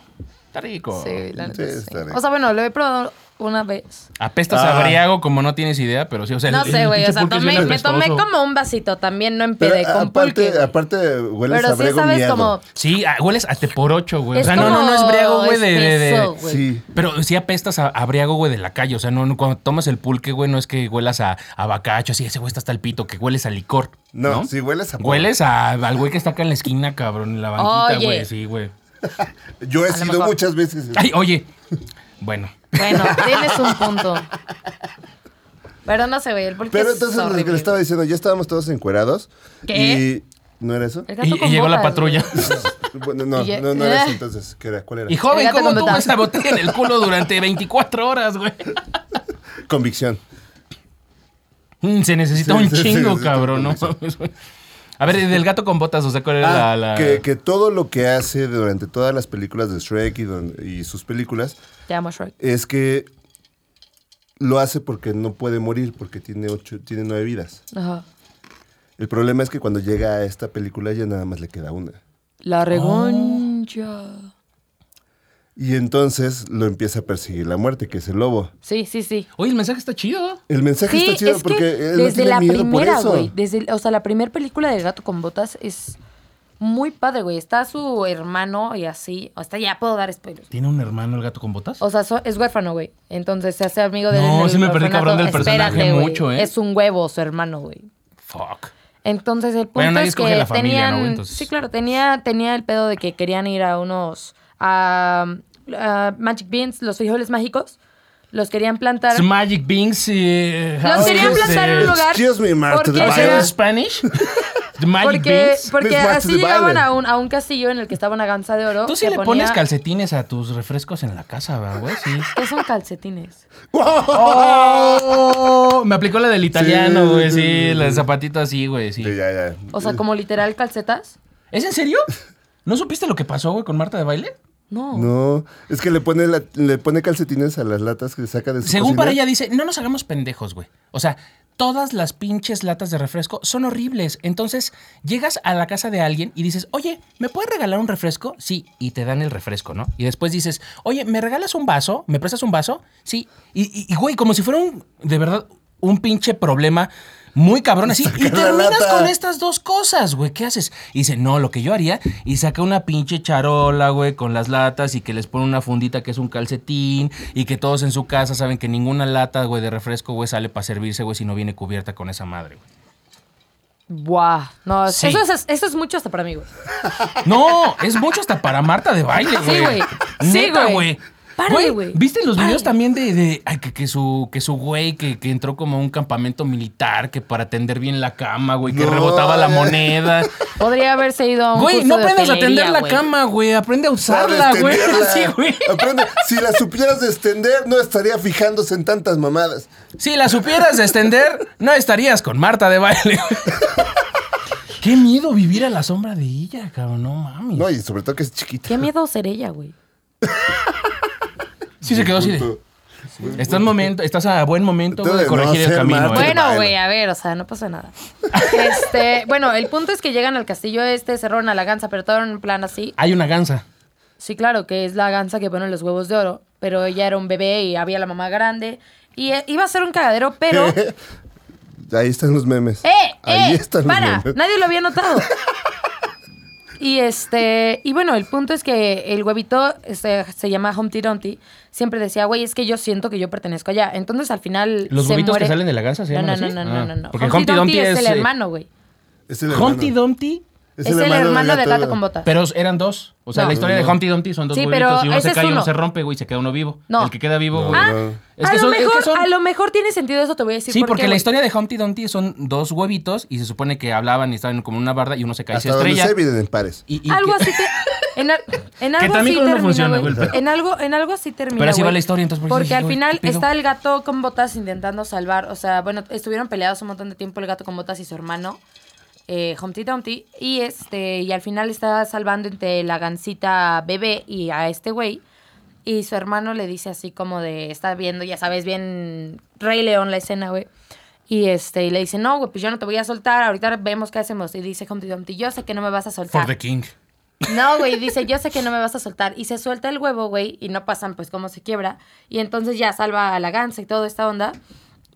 [SPEAKER 2] Está rico.
[SPEAKER 5] sí, la neta,
[SPEAKER 4] Oh, Sí,
[SPEAKER 5] sí.
[SPEAKER 4] está bien.
[SPEAKER 5] O sea, bueno, lo he probado una vez.
[SPEAKER 2] Apestas
[SPEAKER 4] Ah.
[SPEAKER 2] a briago como no tienes idea, pero sí, o sea, el-
[SPEAKER 3] No
[SPEAKER 2] el
[SPEAKER 3] sé, güey. O
[SPEAKER 2] pinche
[SPEAKER 3] sea,
[SPEAKER 2] pulque es
[SPEAKER 3] tomé,
[SPEAKER 2] bien
[SPEAKER 3] me tomé
[SPEAKER 2] apestoso.
[SPEAKER 3] como un vasito también, no
[SPEAKER 4] Pero
[SPEAKER 3] empedé con
[SPEAKER 4] aparte,
[SPEAKER 3] pulque. güey.
[SPEAKER 4] aparte huele
[SPEAKER 3] Pero
[SPEAKER 4] a
[SPEAKER 3] sí
[SPEAKER 4] brego
[SPEAKER 3] sabes
[SPEAKER 4] miado.
[SPEAKER 3] como.
[SPEAKER 2] Sí, ah, hueles a teporocho, güey. O
[SPEAKER 3] Es
[SPEAKER 2] sea, no, no, no es
[SPEAKER 3] como
[SPEAKER 2] briago, güey, de- de- de,
[SPEAKER 3] espeso, güey.
[SPEAKER 4] Sí.
[SPEAKER 2] Pero sí apestas a, a briago, güey, de la calle. O sea, no, no, cuando tomas el pulque, güey, no es que huelas a, a bacacho, así, ese güey está hasta el pito, que hueles a licor.
[SPEAKER 4] No,
[SPEAKER 2] No,
[SPEAKER 4] sí hueles a porro.
[SPEAKER 2] Hueles a- al güey que está acá en la esquina, cabrón, en la banquita,
[SPEAKER 3] Oye.
[SPEAKER 2] güey. Sí, güey.
[SPEAKER 4] Yo he
[SPEAKER 3] lo
[SPEAKER 4] sido
[SPEAKER 3] mejor.
[SPEAKER 4] muchas veces.
[SPEAKER 2] Ay, oye. Bueno.
[SPEAKER 5] Bueno, tienes un punto.
[SPEAKER 3] Pero no se ve el pulque.
[SPEAKER 4] Pero
[SPEAKER 3] es
[SPEAKER 4] entonces lo que
[SPEAKER 3] horrible.
[SPEAKER 4] le estaba diciendo, ya estábamos todos encuerados.
[SPEAKER 3] ¿Qué?
[SPEAKER 4] Y ¿no era eso?
[SPEAKER 3] El gato
[SPEAKER 2] Y,
[SPEAKER 3] con
[SPEAKER 2] y llegó la
[SPEAKER 3] botas,
[SPEAKER 2] patrulla.
[SPEAKER 3] güey.
[SPEAKER 4] Bueno, no,
[SPEAKER 5] Y ya-
[SPEAKER 4] no, no era eso
[SPEAKER 5] Ah.
[SPEAKER 4] entonces. ¿Qué era? ¿Cuál era?
[SPEAKER 2] Y joven,
[SPEAKER 5] El gato
[SPEAKER 2] ¿cómo
[SPEAKER 5] con
[SPEAKER 2] tuvo
[SPEAKER 5] botas.
[SPEAKER 2] esa botella en el culo durante 24 horas, güey?
[SPEAKER 4] Convicción.
[SPEAKER 2] Mm, Se necesita
[SPEAKER 4] Sí,
[SPEAKER 2] un
[SPEAKER 4] sí, sí,
[SPEAKER 2] chingo,
[SPEAKER 4] sí,
[SPEAKER 2] cabrón, ¿no?
[SPEAKER 4] sí,
[SPEAKER 2] mames, güey. A ver, del gato con botas, o sea, ¿cuál era
[SPEAKER 4] Ah,
[SPEAKER 2] la...? la-
[SPEAKER 4] Que, que todo lo que hace durante todas las películas de Shrek y, don- y sus películas
[SPEAKER 3] Te amo, Shrek.
[SPEAKER 4] es que lo hace porque no puede morir, porque tiene, ocho, tiene nueve vidas.
[SPEAKER 5] Ajá.
[SPEAKER 4] El problema es que cuando llega a esta película ya nada más le queda una.
[SPEAKER 5] La regoncha.
[SPEAKER 3] Oh.
[SPEAKER 4] Y entonces lo empieza a perseguir la muerte, que es el lobo.
[SPEAKER 3] Sí, sí, sí.
[SPEAKER 2] Oye, el mensaje está chido.
[SPEAKER 4] El mensaje
[SPEAKER 3] Sí,
[SPEAKER 4] está chido
[SPEAKER 3] es que
[SPEAKER 4] porque él no
[SPEAKER 3] desde
[SPEAKER 4] tiene
[SPEAKER 3] la
[SPEAKER 4] miedo
[SPEAKER 3] primera,
[SPEAKER 4] por eso.
[SPEAKER 3] güey. Desde, o sea, la primera película del gato con botas es muy padre, güey. Está su hermano y así. Hasta ya puedo dar spoilers.
[SPEAKER 2] ¿Tiene un hermano el gato con botas?
[SPEAKER 3] O sea, so- es huérfano, güey. Entonces se hace amigo de
[SPEAKER 2] No, sí me perdí, cabrón, del personaje
[SPEAKER 3] güey.
[SPEAKER 2] mucho, ¿eh?
[SPEAKER 3] Es un huevo su hermano, güey.
[SPEAKER 2] Fuck.
[SPEAKER 3] Entonces el punto
[SPEAKER 2] Bueno, nadie
[SPEAKER 3] es que
[SPEAKER 2] escoge la familia,
[SPEAKER 3] tenían,
[SPEAKER 2] ¿no? Entonces-
[SPEAKER 3] sí, claro, tenía, tenía el pedo de que querían ir a unos a, a Magic Beans, los frijoles mágicos, los querían plantar,
[SPEAKER 2] It's Magic Beans. eh,
[SPEAKER 3] los
[SPEAKER 2] how
[SPEAKER 3] querían
[SPEAKER 2] is
[SPEAKER 3] plantar en
[SPEAKER 2] it?
[SPEAKER 3] un lugar,
[SPEAKER 4] Excuse me, Marta,
[SPEAKER 3] porque
[SPEAKER 4] the
[SPEAKER 2] ¿Es
[SPEAKER 3] era-
[SPEAKER 4] virus
[SPEAKER 2] Spanish? The Magic
[SPEAKER 3] porque,
[SPEAKER 2] Beans.
[SPEAKER 3] porque
[SPEAKER 4] Please watch
[SPEAKER 3] así
[SPEAKER 4] the
[SPEAKER 3] llegaban
[SPEAKER 4] violin.
[SPEAKER 3] a un, a un castillo en el que estaba una ganza de oro.
[SPEAKER 2] Tú sí
[SPEAKER 3] que
[SPEAKER 2] le pones
[SPEAKER 3] ponía-
[SPEAKER 2] calcetines a tus refrescos en la casa, ¿verdad, güey? Sí.
[SPEAKER 3] ¿Qué son calcetines?
[SPEAKER 2] ¡Oh! Me aplicó la del italiano,
[SPEAKER 4] Sí,
[SPEAKER 2] güey,
[SPEAKER 4] sí,
[SPEAKER 2] sí.
[SPEAKER 4] sí,
[SPEAKER 2] La del zapatito así, güey, sí.
[SPEAKER 4] Sí, ya, ya.
[SPEAKER 3] O sea, como literal calcetas.
[SPEAKER 2] ¿Es en serio? ¿No supiste lo que pasó, güey, con Marta de baile?
[SPEAKER 3] No.
[SPEAKER 4] No, es que le pone, la- le pone calcetines a las latas que saca de su
[SPEAKER 2] Según
[SPEAKER 4] cocina.
[SPEAKER 2] para ella dice, no nos hagamos pendejos, güey. O sea, todas las pinches latas de refresco son horribles. Entonces, llegas a la casa de alguien y dices, oye, ¿me puedes regalar un refresco? Sí, y te dan el refresco, ¿no? Y después dices, oye, ¿me regalas un vaso? ¿Me prestas un vaso? Sí. Y, y- y, güey, como si fuera un, de verdad, un pinche problema muy cabrón así. Y
[SPEAKER 4] la
[SPEAKER 2] terminas
[SPEAKER 4] lata.
[SPEAKER 2] con estas dos cosas, güey. ¿Qué haces? Y dice, no, lo que yo haría. Y saca una pinche charola, güey, con las latas y que les pone una fundita que es un calcetín y que todos en su casa saben que ninguna lata, güey, de refresco, güey, sale para servirse, güey, si no viene cubierta con esa madre, güey.
[SPEAKER 3] Buah. No,
[SPEAKER 2] Sí.
[SPEAKER 3] eso, es, eso es mucho hasta para mí, güey.
[SPEAKER 2] No, es mucho hasta para Marta de baile, güey.
[SPEAKER 3] Sí, güey. Sí,
[SPEAKER 2] Neta,
[SPEAKER 3] güey.
[SPEAKER 2] güey.
[SPEAKER 3] Párale, güey.
[SPEAKER 2] ¿Viste los videos
[SPEAKER 3] Párale.
[SPEAKER 2] también de, de- ay, que, que su que su güey que, que entró como a un campamento militar que para atender bien la cama, güey, que
[SPEAKER 4] No,
[SPEAKER 2] rebotaba la
[SPEAKER 4] ay, ay.
[SPEAKER 2] moneda?
[SPEAKER 3] Podría haberse ido a un
[SPEAKER 2] Güey,
[SPEAKER 3] curso
[SPEAKER 2] no
[SPEAKER 3] de
[SPEAKER 2] aprendas a
[SPEAKER 3] hotelería,
[SPEAKER 2] tender la
[SPEAKER 3] güey.
[SPEAKER 2] cama, güey, aprende a usarla,
[SPEAKER 4] Para
[SPEAKER 2] güey.
[SPEAKER 4] extenderla.
[SPEAKER 2] Sí, güey.
[SPEAKER 4] Aprende, si la supieras extender, no estaría fijándose en tantas mamadas.
[SPEAKER 2] Si la supieras extender, no estarías con Marta de baile. güey. Qué miedo vivir a la sombra de ella, cabrón, no mames.
[SPEAKER 4] No, y sobre todo que es chiquita.
[SPEAKER 3] Qué miedo ser ella, güey.
[SPEAKER 2] sí se quedó así de.
[SPEAKER 4] Punto.
[SPEAKER 2] Estás, momento, estás a buen momento güey, de
[SPEAKER 4] Entonces, no
[SPEAKER 2] corregir el
[SPEAKER 4] ser
[SPEAKER 2] camino.
[SPEAKER 4] Marta.
[SPEAKER 2] ¿eh?
[SPEAKER 3] Bueno,
[SPEAKER 4] malo.
[SPEAKER 3] güey, a ver, o sea, no pasa nada. Este, bueno, el punto es que llegan al castillo este, cerraron a la ganza, pero todo en plan así.
[SPEAKER 2] Hay una ganza.
[SPEAKER 3] Sí, claro, que es la ganza que ponen los huevos de oro, pero ella era un bebé y había la mamá grande. Y eh, iba a ser un cagadero, pero... ¡Eh!
[SPEAKER 4] Ahí están los memes. Ahí
[SPEAKER 3] ¡Eh!
[SPEAKER 4] están los
[SPEAKER 3] ¡Para!
[SPEAKER 4] memes.
[SPEAKER 3] Nadie lo había notado. Y este, y bueno, el punto es que el huevito este, se llama Humpty Dumpty. Siempre decía, güey, es que yo siento que yo pertenezco allá. Entonces al final.
[SPEAKER 2] ¿Los
[SPEAKER 3] se
[SPEAKER 2] huevitos
[SPEAKER 3] muere-
[SPEAKER 2] que salen de la ganza se
[SPEAKER 3] no, no,
[SPEAKER 2] llaman
[SPEAKER 3] no,
[SPEAKER 2] así?
[SPEAKER 3] no,
[SPEAKER 2] Ah,
[SPEAKER 3] no, no, no.
[SPEAKER 2] porque Humpty Dumpty
[SPEAKER 3] es,
[SPEAKER 2] es,
[SPEAKER 3] el
[SPEAKER 2] eh,
[SPEAKER 3] hermano, güey.
[SPEAKER 4] Es el
[SPEAKER 2] Humpty
[SPEAKER 4] hermano.
[SPEAKER 2] Dumpty,
[SPEAKER 3] Es, el hermano, del gato con bota.
[SPEAKER 2] pero eran dos. O sea,
[SPEAKER 3] No.
[SPEAKER 2] la historia de Humpty Dumpty son dos
[SPEAKER 3] Sí,
[SPEAKER 2] huevitos
[SPEAKER 3] pero
[SPEAKER 2] y uno
[SPEAKER 3] ese
[SPEAKER 2] se
[SPEAKER 3] es
[SPEAKER 2] cae y uno
[SPEAKER 3] uno.
[SPEAKER 2] se rompe, güey, y se queda uno vivo.
[SPEAKER 3] No.
[SPEAKER 2] El que queda vivo, güey.
[SPEAKER 3] Ah,
[SPEAKER 2] Es
[SPEAKER 3] a,
[SPEAKER 2] que
[SPEAKER 3] lo
[SPEAKER 2] son- es que
[SPEAKER 3] mejor,
[SPEAKER 2] son-
[SPEAKER 3] a lo mejor tiene sentido eso, te voy a decir.
[SPEAKER 2] Sí,
[SPEAKER 3] por qué,
[SPEAKER 2] porque la
[SPEAKER 3] güey.
[SPEAKER 2] historia de Humpty Dumpty son dos huevitos y se supone que hablaban y estaban como en una barda y uno se cae y se
[SPEAKER 4] Hasta donde
[SPEAKER 2] estrella.
[SPEAKER 4] se dividen en pares.
[SPEAKER 2] Y- y
[SPEAKER 3] Algo
[SPEAKER 2] que-
[SPEAKER 3] así te- en, al- en algo
[SPEAKER 2] también
[SPEAKER 3] así
[SPEAKER 2] con uno
[SPEAKER 3] termina,
[SPEAKER 2] funciona, güey,
[SPEAKER 3] güey.
[SPEAKER 2] pero-
[SPEAKER 3] En algo, en algo así termina.
[SPEAKER 2] Pero así va
[SPEAKER 3] güey.
[SPEAKER 2] la historia, entonces, por eso
[SPEAKER 3] Porque
[SPEAKER 2] dije,
[SPEAKER 3] al
[SPEAKER 2] güey,
[SPEAKER 3] final
[SPEAKER 2] ¿qué pedo?
[SPEAKER 3] está el gato con botas intentando salvar. O sea, bueno, estuvieron peleados un montón de tiempo el gato con botas y su hermano. eh, Humpty Dumpty. Y este. Y al final está salvando entre la gancita bebé y a este güey. Y su hermano le dice así como de, está viendo, ya sabes, bien Rey León la escena, güey. Y este, y le dice, no, güey, pues yo no te voy a soltar, ahorita vemos qué hacemos. Y dice Humpty Dumpty, yo sé que no me vas a
[SPEAKER 2] For
[SPEAKER 3] soltar.
[SPEAKER 2] the King.
[SPEAKER 3] No, güey, dice, yo sé que no me vas a soltar. Y se suelta el huevo, güey, y no pasan, pues, cómo se quiebra. Y entonces ya salva a la gansa y toda esta onda.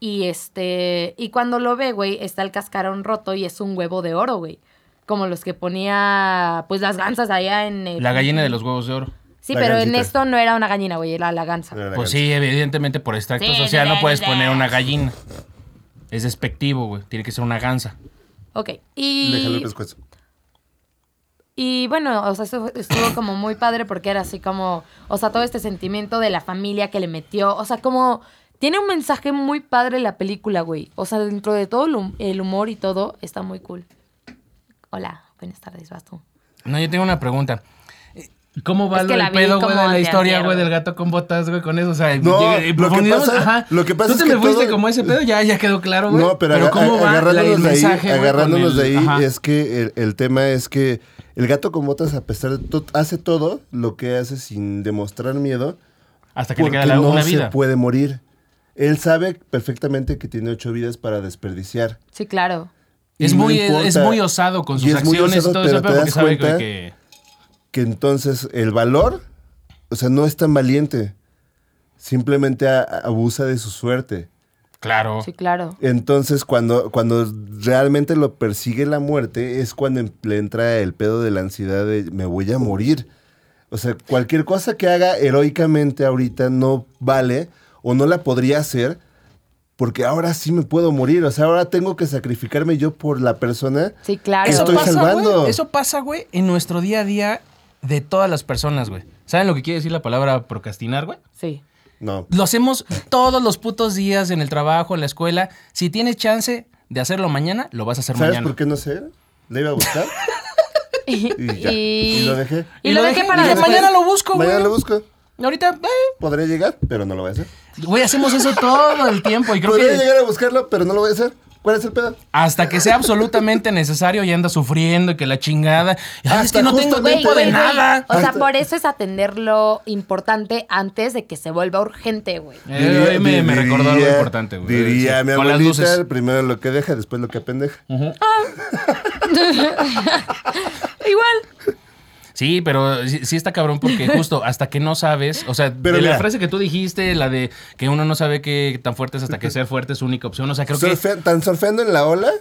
[SPEAKER 3] Y este, y cuando lo ve, güey, está el cascarón roto y es un huevo de oro, güey. Como los que ponía, pues, las gansas allá en... el-
[SPEAKER 2] La gallina de los huevos de oro.
[SPEAKER 3] Sí,
[SPEAKER 4] La
[SPEAKER 3] pero
[SPEAKER 4] gansita.
[SPEAKER 3] en esto no era una gallina, güey, era la gansa.
[SPEAKER 2] Pues sí, evidentemente por extracto
[SPEAKER 3] Sí,
[SPEAKER 2] social
[SPEAKER 3] no,
[SPEAKER 2] no puedes
[SPEAKER 3] no.
[SPEAKER 2] poner una gallina. Es despectivo, güey. Tiene que ser una ganza.
[SPEAKER 3] Ok,
[SPEAKER 4] Le jaló el
[SPEAKER 3] y...
[SPEAKER 4] pescuezo.
[SPEAKER 3] Y bueno, o sea, estuvo, estuvo como muy padre porque era así como, o sea, todo este sentimiento de la familia que le metió, o sea, como tiene un mensaje muy padre la película, güey. O sea, dentro de todo el hum- el humor y todo, está muy cool. Hola, buenas tardes, vas tú.
[SPEAKER 2] No, yo tengo una pregunta. ¿Cómo va
[SPEAKER 3] Es
[SPEAKER 2] lo
[SPEAKER 3] que
[SPEAKER 2] del
[SPEAKER 3] la vi
[SPEAKER 2] pedo,
[SPEAKER 3] como
[SPEAKER 2] güey, de la
[SPEAKER 3] anteayer,
[SPEAKER 2] historia, güey,
[SPEAKER 3] güey.
[SPEAKER 2] del gato con botas, güey, con eso? O sea,
[SPEAKER 4] No,
[SPEAKER 2] llegué-
[SPEAKER 4] lo que
[SPEAKER 2] profundizamos-
[SPEAKER 4] pasa- lo que pasa
[SPEAKER 2] Tú
[SPEAKER 4] es
[SPEAKER 2] te
[SPEAKER 4] que
[SPEAKER 2] me fuiste
[SPEAKER 4] todo-
[SPEAKER 2] como ese pedo, ya, ya quedó claro, güey.
[SPEAKER 4] No, pero, aga-
[SPEAKER 2] ¿cómo
[SPEAKER 4] a-
[SPEAKER 2] va
[SPEAKER 4] agarrándonos
[SPEAKER 2] la-
[SPEAKER 4] de
[SPEAKER 2] el
[SPEAKER 4] ahí,
[SPEAKER 2] mensaje, güey, con
[SPEAKER 4] agarrándonos
[SPEAKER 2] el-
[SPEAKER 4] de ahí
[SPEAKER 2] ajá.
[SPEAKER 4] es que el, el tema es que el gato con botas, a pesar de todo, hace todo lo que hace sin demostrar miedo,
[SPEAKER 2] Hasta que le
[SPEAKER 4] porque
[SPEAKER 2] queda la-
[SPEAKER 4] no
[SPEAKER 2] una
[SPEAKER 4] se
[SPEAKER 2] vida.
[SPEAKER 4] puede morir. Él sabe perfectamente que tiene ocho vidas para desperdiciar.
[SPEAKER 3] Sí, claro.
[SPEAKER 4] Y
[SPEAKER 2] Es
[SPEAKER 4] no
[SPEAKER 2] muy, es
[SPEAKER 4] importa.
[SPEAKER 2] muy osado con
[SPEAKER 4] Y
[SPEAKER 2] sus
[SPEAKER 4] es muy
[SPEAKER 2] acciones
[SPEAKER 4] osado,
[SPEAKER 2] y todo eso,
[SPEAKER 4] pero te
[SPEAKER 2] pero porque
[SPEAKER 4] das
[SPEAKER 2] sabe
[SPEAKER 4] cuenta-
[SPEAKER 2] güey, que...
[SPEAKER 4] que entonces el valor, o sea, no es tan valiente. Simplemente a- a- abusa de su suerte.
[SPEAKER 2] Claro.
[SPEAKER 3] Sí, claro.
[SPEAKER 4] Entonces, cuando, cuando realmente lo persigue la muerte, es cuando em- le entra el pedo de la ansiedad de me voy a morir. O sea, cualquier cosa que haga heroicamente ahorita no vale o no la podría hacer porque ahora sí me puedo morir. O sea, ahora tengo que sacrificarme yo por la persona.
[SPEAKER 3] Sí, claro.
[SPEAKER 2] Eso
[SPEAKER 4] Estoy
[SPEAKER 2] pasa,
[SPEAKER 4] salvando.
[SPEAKER 2] güey. Eso pasa, güey, en nuestro día a día de todas las personas, güey. ¿Saben lo que quiere decir la palabra procrastinar, güey?
[SPEAKER 3] Sí.
[SPEAKER 4] No.
[SPEAKER 2] Lo hacemos todos los putos días en el trabajo, en la escuela. Si tienes chance de hacerlo mañana, lo vas a hacer
[SPEAKER 4] ¿Sabes
[SPEAKER 2] mañana.
[SPEAKER 4] por qué no sé? Le iba a buscar
[SPEAKER 3] Y,
[SPEAKER 4] y ya.
[SPEAKER 3] y-
[SPEAKER 4] Y lo dejé.
[SPEAKER 3] y lo dejé para
[SPEAKER 2] y
[SPEAKER 3] después.
[SPEAKER 2] Mañana lo busco, güey.
[SPEAKER 4] Mañana lo busco.
[SPEAKER 2] Ahorita, eh,
[SPEAKER 4] Podría llegar, pero no lo voy a hacer.
[SPEAKER 2] güey, hacemos eso todo el tiempo. Y creo
[SPEAKER 4] Podría
[SPEAKER 2] que
[SPEAKER 4] llegar a buscarlo, pero no lo voy a hacer. ¿Cuál es el pedo?
[SPEAKER 2] hasta que sea absolutamente necesario y anda sufriendo y que la chingada. Ay, es
[SPEAKER 4] Hasta
[SPEAKER 2] que no tengo
[SPEAKER 4] justamente-
[SPEAKER 2] tiempo de
[SPEAKER 3] Güey, güey, güey.
[SPEAKER 2] nada.
[SPEAKER 3] O sea,
[SPEAKER 4] Hasta-
[SPEAKER 3] por eso es atender lo importante antes de que se vuelva urgente, güey.
[SPEAKER 2] Eh, hoy me, me
[SPEAKER 4] Diría-
[SPEAKER 2] recordó algo importante, güey.
[SPEAKER 4] Diría
[SPEAKER 2] Sí,
[SPEAKER 4] mi
[SPEAKER 2] Con las
[SPEAKER 4] abuelita,
[SPEAKER 2] luces.
[SPEAKER 4] el primero lo que deja, después lo que apendeja.
[SPEAKER 3] Igual.
[SPEAKER 2] Sí, pero sí, sí está cabrón porque justo hasta que no sabes, o sea,
[SPEAKER 4] Pero
[SPEAKER 2] de la
[SPEAKER 4] mira.
[SPEAKER 2] frase que tú dijiste, la de que uno no sabe qué tan fuerte es hasta que ser fuerte es su única opción, o sea, creo que...
[SPEAKER 4] Surfe- Tan surfeando en la ola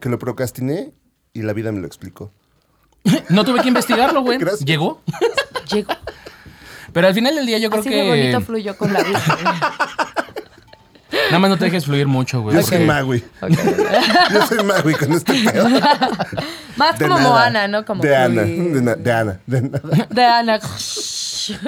[SPEAKER 4] que lo procrastiné y la vida me lo explicó.
[SPEAKER 2] No tuve que investigarlo, güey.
[SPEAKER 4] Gracias.
[SPEAKER 2] Llegó.
[SPEAKER 3] Llegó.
[SPEAKER 2] Pero al final del día yo creo
[SPEAKER 3] Así
[SPEAKER 2] que...
[SPEAKER 3] de bonito fluyó con la vida.
[SPEAKER 2] Nada más no te dejes fluir mucho, güey.
[SPEAKER 4] Yo
[SPEAKER 2] porque-
[SPEAKER 4] soy Magui. Yo soy Magui con este pedo.
[SPEAKER 3] Más
[SPEAKER 4] De
[SPEAKER 3] como
[SPEAKER 4] nada.
[SPEAKER 3] Moana, ¿no? Como
[SPEAKER 4] de Ana.
[SPEAKER 3] fluir.
[SPEAKER 4] De, na- de Ana. De nada.
[SPEAKER 3] De Ana.
[SPEAKER 2] Yo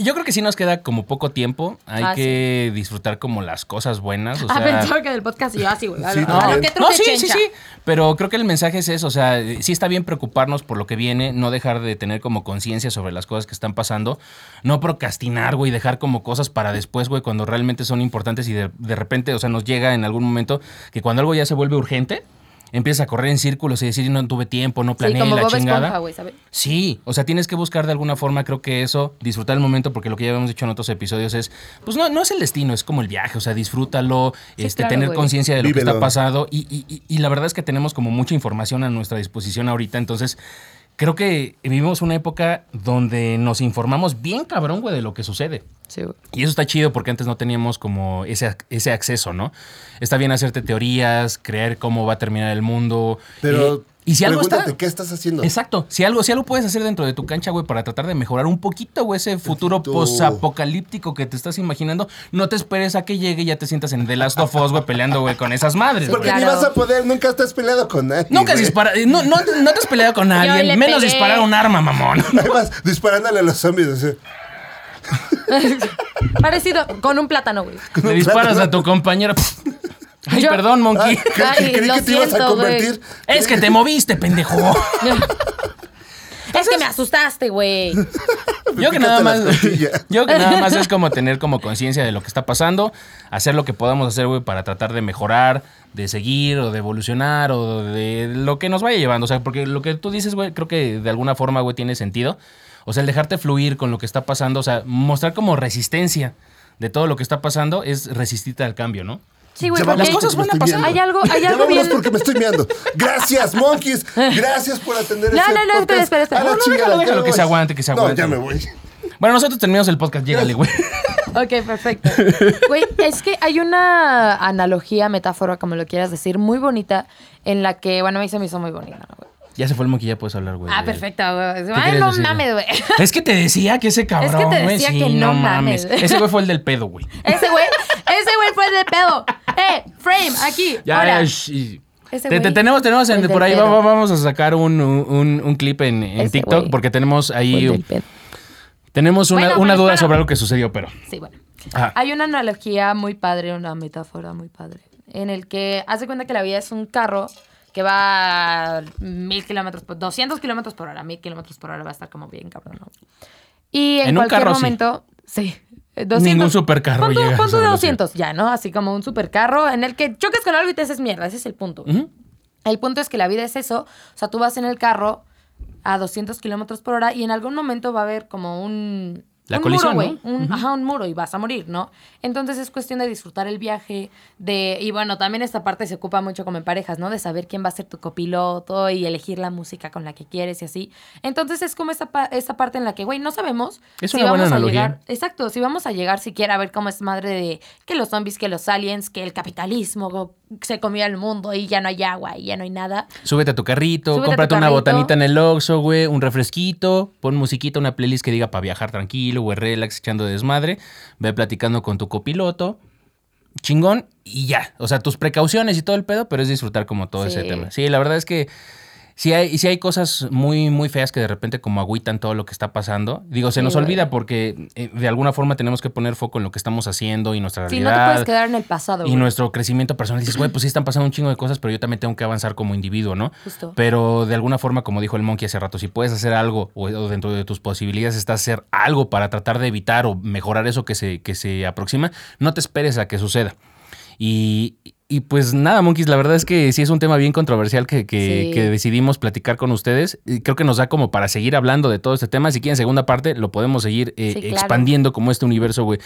[SPEAKER 2] yo creo que sí nos queda como poco tiempo. Hay
[SPEAKER 3] Ah,
[SPEAKER 2] que disfrutar como las cosas buenas. O
[SPEAKER 3] Ah,
[SPEAKER 2] sea,
[SPEAKER 3] pensaba que del podcast y yo así, güey.
[SPEAKER 4] Sí,
[SPEAKER 3] Ah,
[SPEAKER 4] también.
[SPEAKER 3] ¿qué
[SPEAKER 2] No,
[SPEAKER 3] truque,
[SPEAKER 2] sí, sí,
[SPEAKER 3] chencha?
[SPEAKER 2] sí. Pero creo que el mensaje es eso. O sea, sí está bien preocuparnos por lo que viene, no dejar de tener como conciencia sobre las cosas que están pasando, no procrastinar, güey, dejar como cosas para después, güey, cuando realmente son importantes y de, de repente, o sea, nos llega en algún momento que cuando algo ya se vuelve urgente, empieza a correr en círculos y decir, no tuve tiempo, no
[SPEAKER 3] Sí,
[SPEAKER 2] planeé
[SPEAKER 3] como
[SPEAKER 2] la
[SPEAKER 3] Bob
[SPEAKER 2] chingada.
[SPEAKER 3] Esponja, güey, ¿sabes?
[SPEAKER 2] Sí, o sea, tienes que buscar de alguna forma, creo que eso, disfrutar el momento, porque lo que ya habíamos dicho en otros episodios es, pues no, no es el destino, es como el viaje, o sea, disfrútalo,
[SPEAKER 3] Sí,
[SPEAKER 2] este,
[SPEAKER 3] claro,
[SPEAKER 2] tener
[SPEAKER 3] güey.
[SPEAKER 2] conciencia de lo que está
[SPEAKER 4] Vívelo.
[SPEAKER 2] pasado. Y, y- y- y la verdad es que tenemos como mucha información a nuestra disposición ahorita, entonces creo que vivimos una época donde nos informamos bien cabrón, güey, de lo que sucede.
[SPEAKER 5] Sí, güey.
[SPEAKER 2] Y eso está chido porque antes no teníamos como ese, ac- ese acceso, ¿no? Está bien hacerte teorías, creer cómo va a terminar el mundo.
[SPEAKER 4] Pero
[SPEAKER 2] Eh, y, y si algo
[SPEAKER 4] pregúntate,
[SPEAKER 2] está...
[SPEAKER 4] ¿qué estás haciendo?
[SPEAKER 2] Exacto. Si algo, si algo puedes hacer dentro de tu cancha, güey, para tratar de mejorar un poquito, güey, ese futuro
[SPEAKER 4] futuro.
[SPEAKER 2] posapocalíptico que te estás imaginando, no te esperes a que llegue y ya te sientas en The Last of Us, güey, peleando, güey, con esas madres,
[SPEAKER 4] Porque
[SPEAKER 2] güey.
[SPEAKER 4] ni
[SPEAKER 3] Claro.
[SPEAKER 4] vas a poder, nunca estás peleado con nadie.
[SPEAKER 2] Nunca has
[SPEAKER 4] güey.
[SPEAKER 2] dispara- eh, no, no, no te has peleado con
[SPEAKER 3] le
[SPEAKER 2] alguien, menos
[SPEAKER 3] pegué.
[SPEAKER 2] disparar un arma, mamón.
[SPEAKER 4] Además, disparándole a los zombies. así.
[SPEAKER 3] Parecido con un plátano, güey.
[SPEAKER 2] Le disparas a tu compañero. Ay,
[SPEAKER 3] Yo-
[SPEAKER 2] perdón,
[SPEAKER 4] Ay,
[SPEAKER 2] monkey.
[SPEAKER 4] cre- cre-
[SPEAKER 3] Ay,
[SPEAKER 4] creí
[SPEAKER 3] lo
[SPEAKER 4] que te ibas a
[SPEAKER 3] siento, güey.
[SPEAKER 4] convertir.
[SPEAKER 2] Es que te moviste, pendejo.
[SPEAKER 3] Es que me asustaste, güey.
[SPEAKER 2] Yo que, nada más,
[SPEAKER 4] picaste las costillas.
[SPEAKER 2] yo que nada más es como tener como conciencia de lo que está pasando, hacer lo que podamos hacer, güey, para tratar de mejorar, de seguir o de evolucionar o de lo que nos vaya llevando. O sea, porque lo que tú dices, güey, creo que de alguna forma, güey, tiene sentido. O sea, el dejarte fluir con lo que está pasando, o sea, mostrar como resistencia de todo lo que está pasando es resistirte al cambio, ¿no?
[SPEAKER 3] Sí, güey,
[SPEAKER 4] Ya vámonos
[SPEAKER 3] porque
[SPEAKER 2] Las cosas
[SPEAKER 4] porque me
[SPEAKER 2] van a
[SPEAKER 4] estoy
[SPEAKER 2] pasar.
[SPEAKER 4] meando.
[SPEAKER 3] hay algo, hay
[SPEAKER 4] Ya
[SPEAKER 3] algo
[SPEAKER 4] vámonos
[SPEAKER 3] bien.
[SPEAKER 4] porque me estoy mirando. Gracias, monkeys. Gracias por atender
[SPEAKER 3] No,
[SPEAKER 4] este
[SPEAKER 3] no, no, espera,
[SPEAKER 4] podcast.
[SPEAKER 3] espera, espera.
[SPEAKER 4] A la
[SPEAKER 3] No, no,
[SPEAKER 4] chingada,
[SPEAKER 2] déjalo,
[SPEAKER 4] ya
[SPEAKER 2] déjalo,
[SPEAKER 4] me
[SPEAKER 2] que se
[SPEAKER 4] voy.
[SPEAKER 2] aguante, que se
[SPEAKER 4] No,
[SPEAKER 2] aguante.
[SPEAKER 4] ya me voy.
[SPEAKER 2] Bueno, nosotros terminamos el podcast, llégale, güey.
[SPEAKER 3] Ok, perfecto. Güey, es que hay una analogía, metáfora, como lo quieras decir, muy bonita, en la que, bueno, a mí se me hizo muy bonita. ¿no, güey?
[SPEAKER 2] Ya se fue el monkey, ya puedes hablar, güey.
[SPEAKER 3] Ah, perfecto,
[SPEAKER 4] Pues,
[SPEAKER 2] ¿Qué
[SPEAKER 3] güey. Ay,
[SPEAKER 2] querías
[SPEAKER 3] no
[SPEAKER 2] decir?
[SPEAKER 3] mames, güey.
[SPEAKER 2] Es que te decía que ese cabrón,
[SPEAKER 3] Es que te
[SPEAKER 2] güey,
[SPEAKER 3] decía
[SPEAKER 2] sí,
[SPEAKER 3] que no mames.
[SPEAKER 2] Ese güey fue el del pedo, güey.
[SPEAKER 3] Ese güey, ese güey fue el del pedo. Eh, frame, aquí.
[SPEAKER 2] Ya, eh,
[SPEAKER 3] hola.
[SPEAKER 2] ya, shh.
[SPEAKER 3] Ese
[SPEAKER 2] Te- te-
[SPEAKER 3] güey
[SPEAKER 2] tenemos, tenemos
[SPEAKER 3] fue
[SPEAKER 2] en-
[SPEAKER 3] el
[SPEAKER 2] por
[SPEAKER 3] del
[SPEAKER 2] ahí va-
[SPEAKER 3] pedo.
[SPEAKER 2] va- vamos a sacar un, un- un clip en, en
[SPEAKER 3] Ese
[SPEAKER 2] TikTok
[SPEAKER 3] güey
[SPEAKER 2] porque tenemos
[SPEAKER 3] Fue
[SPEAKER 2] ahí
[SPEAKER 3] el del pedo.
[SPEAKER 2] tenemos una,
[SPEAKER 3] Bueno,
[SPEAKER 2] una
[SPEAKER 3] pero
[SPEAKER 2] duda
[SPEAKER 3] espera.
[SPEAKER 2] sobre algo que sucedió, pero
[SPEAKER 3] Sí, bueno.
[SPEAKER 2] Ajá.
[SPEAKER 3] Hay una analogía muy padre, una metáfora muy padre, en el que hace cuenta que la vida es un carro que va a mil kilómetros, por- 200 kilómetros por hora, mil kilómetros por hora va a estar como bien cabrón, ¿no? Y
[SPEAKER 2] En
[SPEAKER 3] en,
[SPEAKER 2] un
[SPEAKER 3] cualquier
[SPEAKER 2] carro, sí.
[SPEAKER 3] momento, sí. eh,
[SPEAKER 2] Ningún supercarro
[SPEAKER 3] ¿Cuánto-
[SPEAKER 2] llega a esa
[SPEAKER 3] cuánto de
[SPEAKER 2] velocidad?
[SPEAKER 3] 200? Ya, ¿no? Así como un supercarro en el que choques con algo y te haces mierda. Ese es el punto. güey.
[SPEAKER 2] Ujú.
[SPEAKER 3] El punto es que la vida es eso. O sea, tú vas en el carro a 200 kilómetros por hora y en algún momento va a haber como un.
[SPEAKER 2] La
[SPEAKER 3] un
[SPEAKER 2] colisión,
[SPEAKER 3] muro, güey.
[SPEAKER 2] ¿no?
[SPEAKER 3] Un- Ajá, un muro y vas a morir, ¿no? Entonces es cuestión de disfrutar el viaje, de. Y bueno, también esta parte se ocupa mucho como en parejas, ¿no? De saber quién va a ser tu copiloto y elegir la música con la que quieres y así. Entonces es como esa, pa- esa parte en la que, güey, no sabemos
[SPEAKER 2] Es una buena analogía.
[SPEAKER 3] a llegar. Exacto, si vamos a llegar siquiera a ver cómo es madre de que los zombies, que los aliens, que el capitalismo go- se comió al mundo y ya no hay agua y ya no hay nada.
[SPEAKER 2] súbete a tu carrito,
[SPEAKER 3] Súbete a tu
[SPEAKER 2] cómprate una
[SPEAKER 3] carrito.
[SPEAKER 2] botanita en el Oxxo, güey, un refresquito, pon musiquita, una playlist que diga para viajar tranquilo, güey, relax, echando desmadre, ve platicando con tu copiloto, chingón y ya. O sea, tus precauciones y todo el pedo, pero es disfrutar como todo ese
[SPEAKER 3] Sí.
[SPEAKER 2] tema. Sí, la verdad es que sí hay, sí hay cosas muy, muy feas que de repente como agüitan todo lo que está pasando. Digo, se
[SPEAKER 3] Sí,
[SPEAKER 2] nos
[SPEAKER 3] güey.
[SPEAKER 2] olvida porque eh, de alguna forma tenemos que poner foco en lo que estamos haciendo y nuestra
[SPEAKER 3] Si
[SPEAKER 2] realidad.
[SPEAKER 3] no te puedes quedar en el pasado.
[SPEAKER 2] Y
[SPEAKER 3] güey.
[SPEAKER 2] nuestro crecimiento personal. Dices, güey, pues sí están pasando un chingo de cosas, pero yo también tengo que avanzar como individuo, ¿no?
[SPEAKER 3] Justo.
[SPEAKER 2] Pero de alguna forma, como dijo el monkey hace rato, si puedes hacer algo o, o dentro de tus posibilidades está hacer algo para tratar de evitar o mejorar eso que se, que se aproxima, no te esperes a que suceda. Y, Y pues nada, Monkeys, la verdad es que sí es un tema bien controversial que, que-
[SPEAKER 3] Sí.
[SPEAKER 2] que decidimos platicar con ustedes. Y creo que nos da como para seguir hablando de todo este tema. Si quieren segunda parte, lo podemos seguir eh,
[SPEAKER 3] Sí, claro.
[SPEAKER 2] expandiendo como este universo, güey,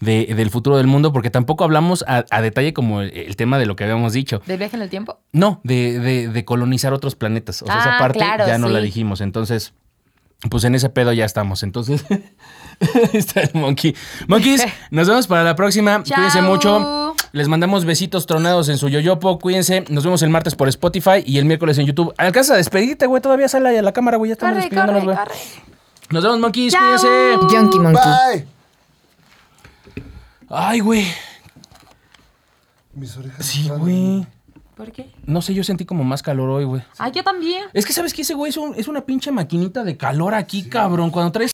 [SPEAKER 2] de- del futuro del mundo, porque tampoco hablamos a, a detalle como el, el tema de lo que habíamos dicho.
[SPEAKER 3] ¿Del viaje en el tiempo?
[SPEAKER 2] No, de, de- de colonizar otros planetas. O sea, esa
[SPEAKER 3] Ah,
[SPEAKER 2] parte
[SPEAKER 3] claro,
[SPEAKER 2] ya no la
[SPEAKER 3] sí.
[SPEAKER 2] dijimos. Entonces, pues en ese pedo ya estamos. Entonces, ahí está el monkey. Monkeys, nos vemos para la próxima. Cuídense
[SPEAKER 3] Chao.
[SPEAKER 2] mucho. Les mandamos besitos tronados en su yoyopo. Cuídense. Nos vemos el martes por Spotify y el miércoles en YouTube. Alcanza a despedirte, güey. Todavía sale a la cámara, güey. Ya estamos
[SPEAKER 3] Corre,
[SPEAKER 2] despidiéndonos,
[SPEAKER 3] corre,
[SPEAKER 2] güey.
[SPEAKER 3] corre.
[SPEAKER 2] Nos vemos, monkeys.
[SPEAKER 3] Chao.
[SPEAKER 2] Cuídense.
[SPEAKER 1] Junkie Monkey.
[SPEAKER 4] Bye.
[SPEAKER 2] Ay, güey.
[SPEAKER 4] Mis orejas.
[SPEAKER 2] Sí, güey.
[SPEAKER 3] ¿Por qué?
[SPEAKER 2] No sé, yo sentí como más calor hoy, güey.
[SPEAKER 3] Ah, yo también.
[SPEAKER 2] Es que, ¿sabes qué? Ese güey es, un- es una pinche maquinita de calor aquí, cabrón. Cuando traes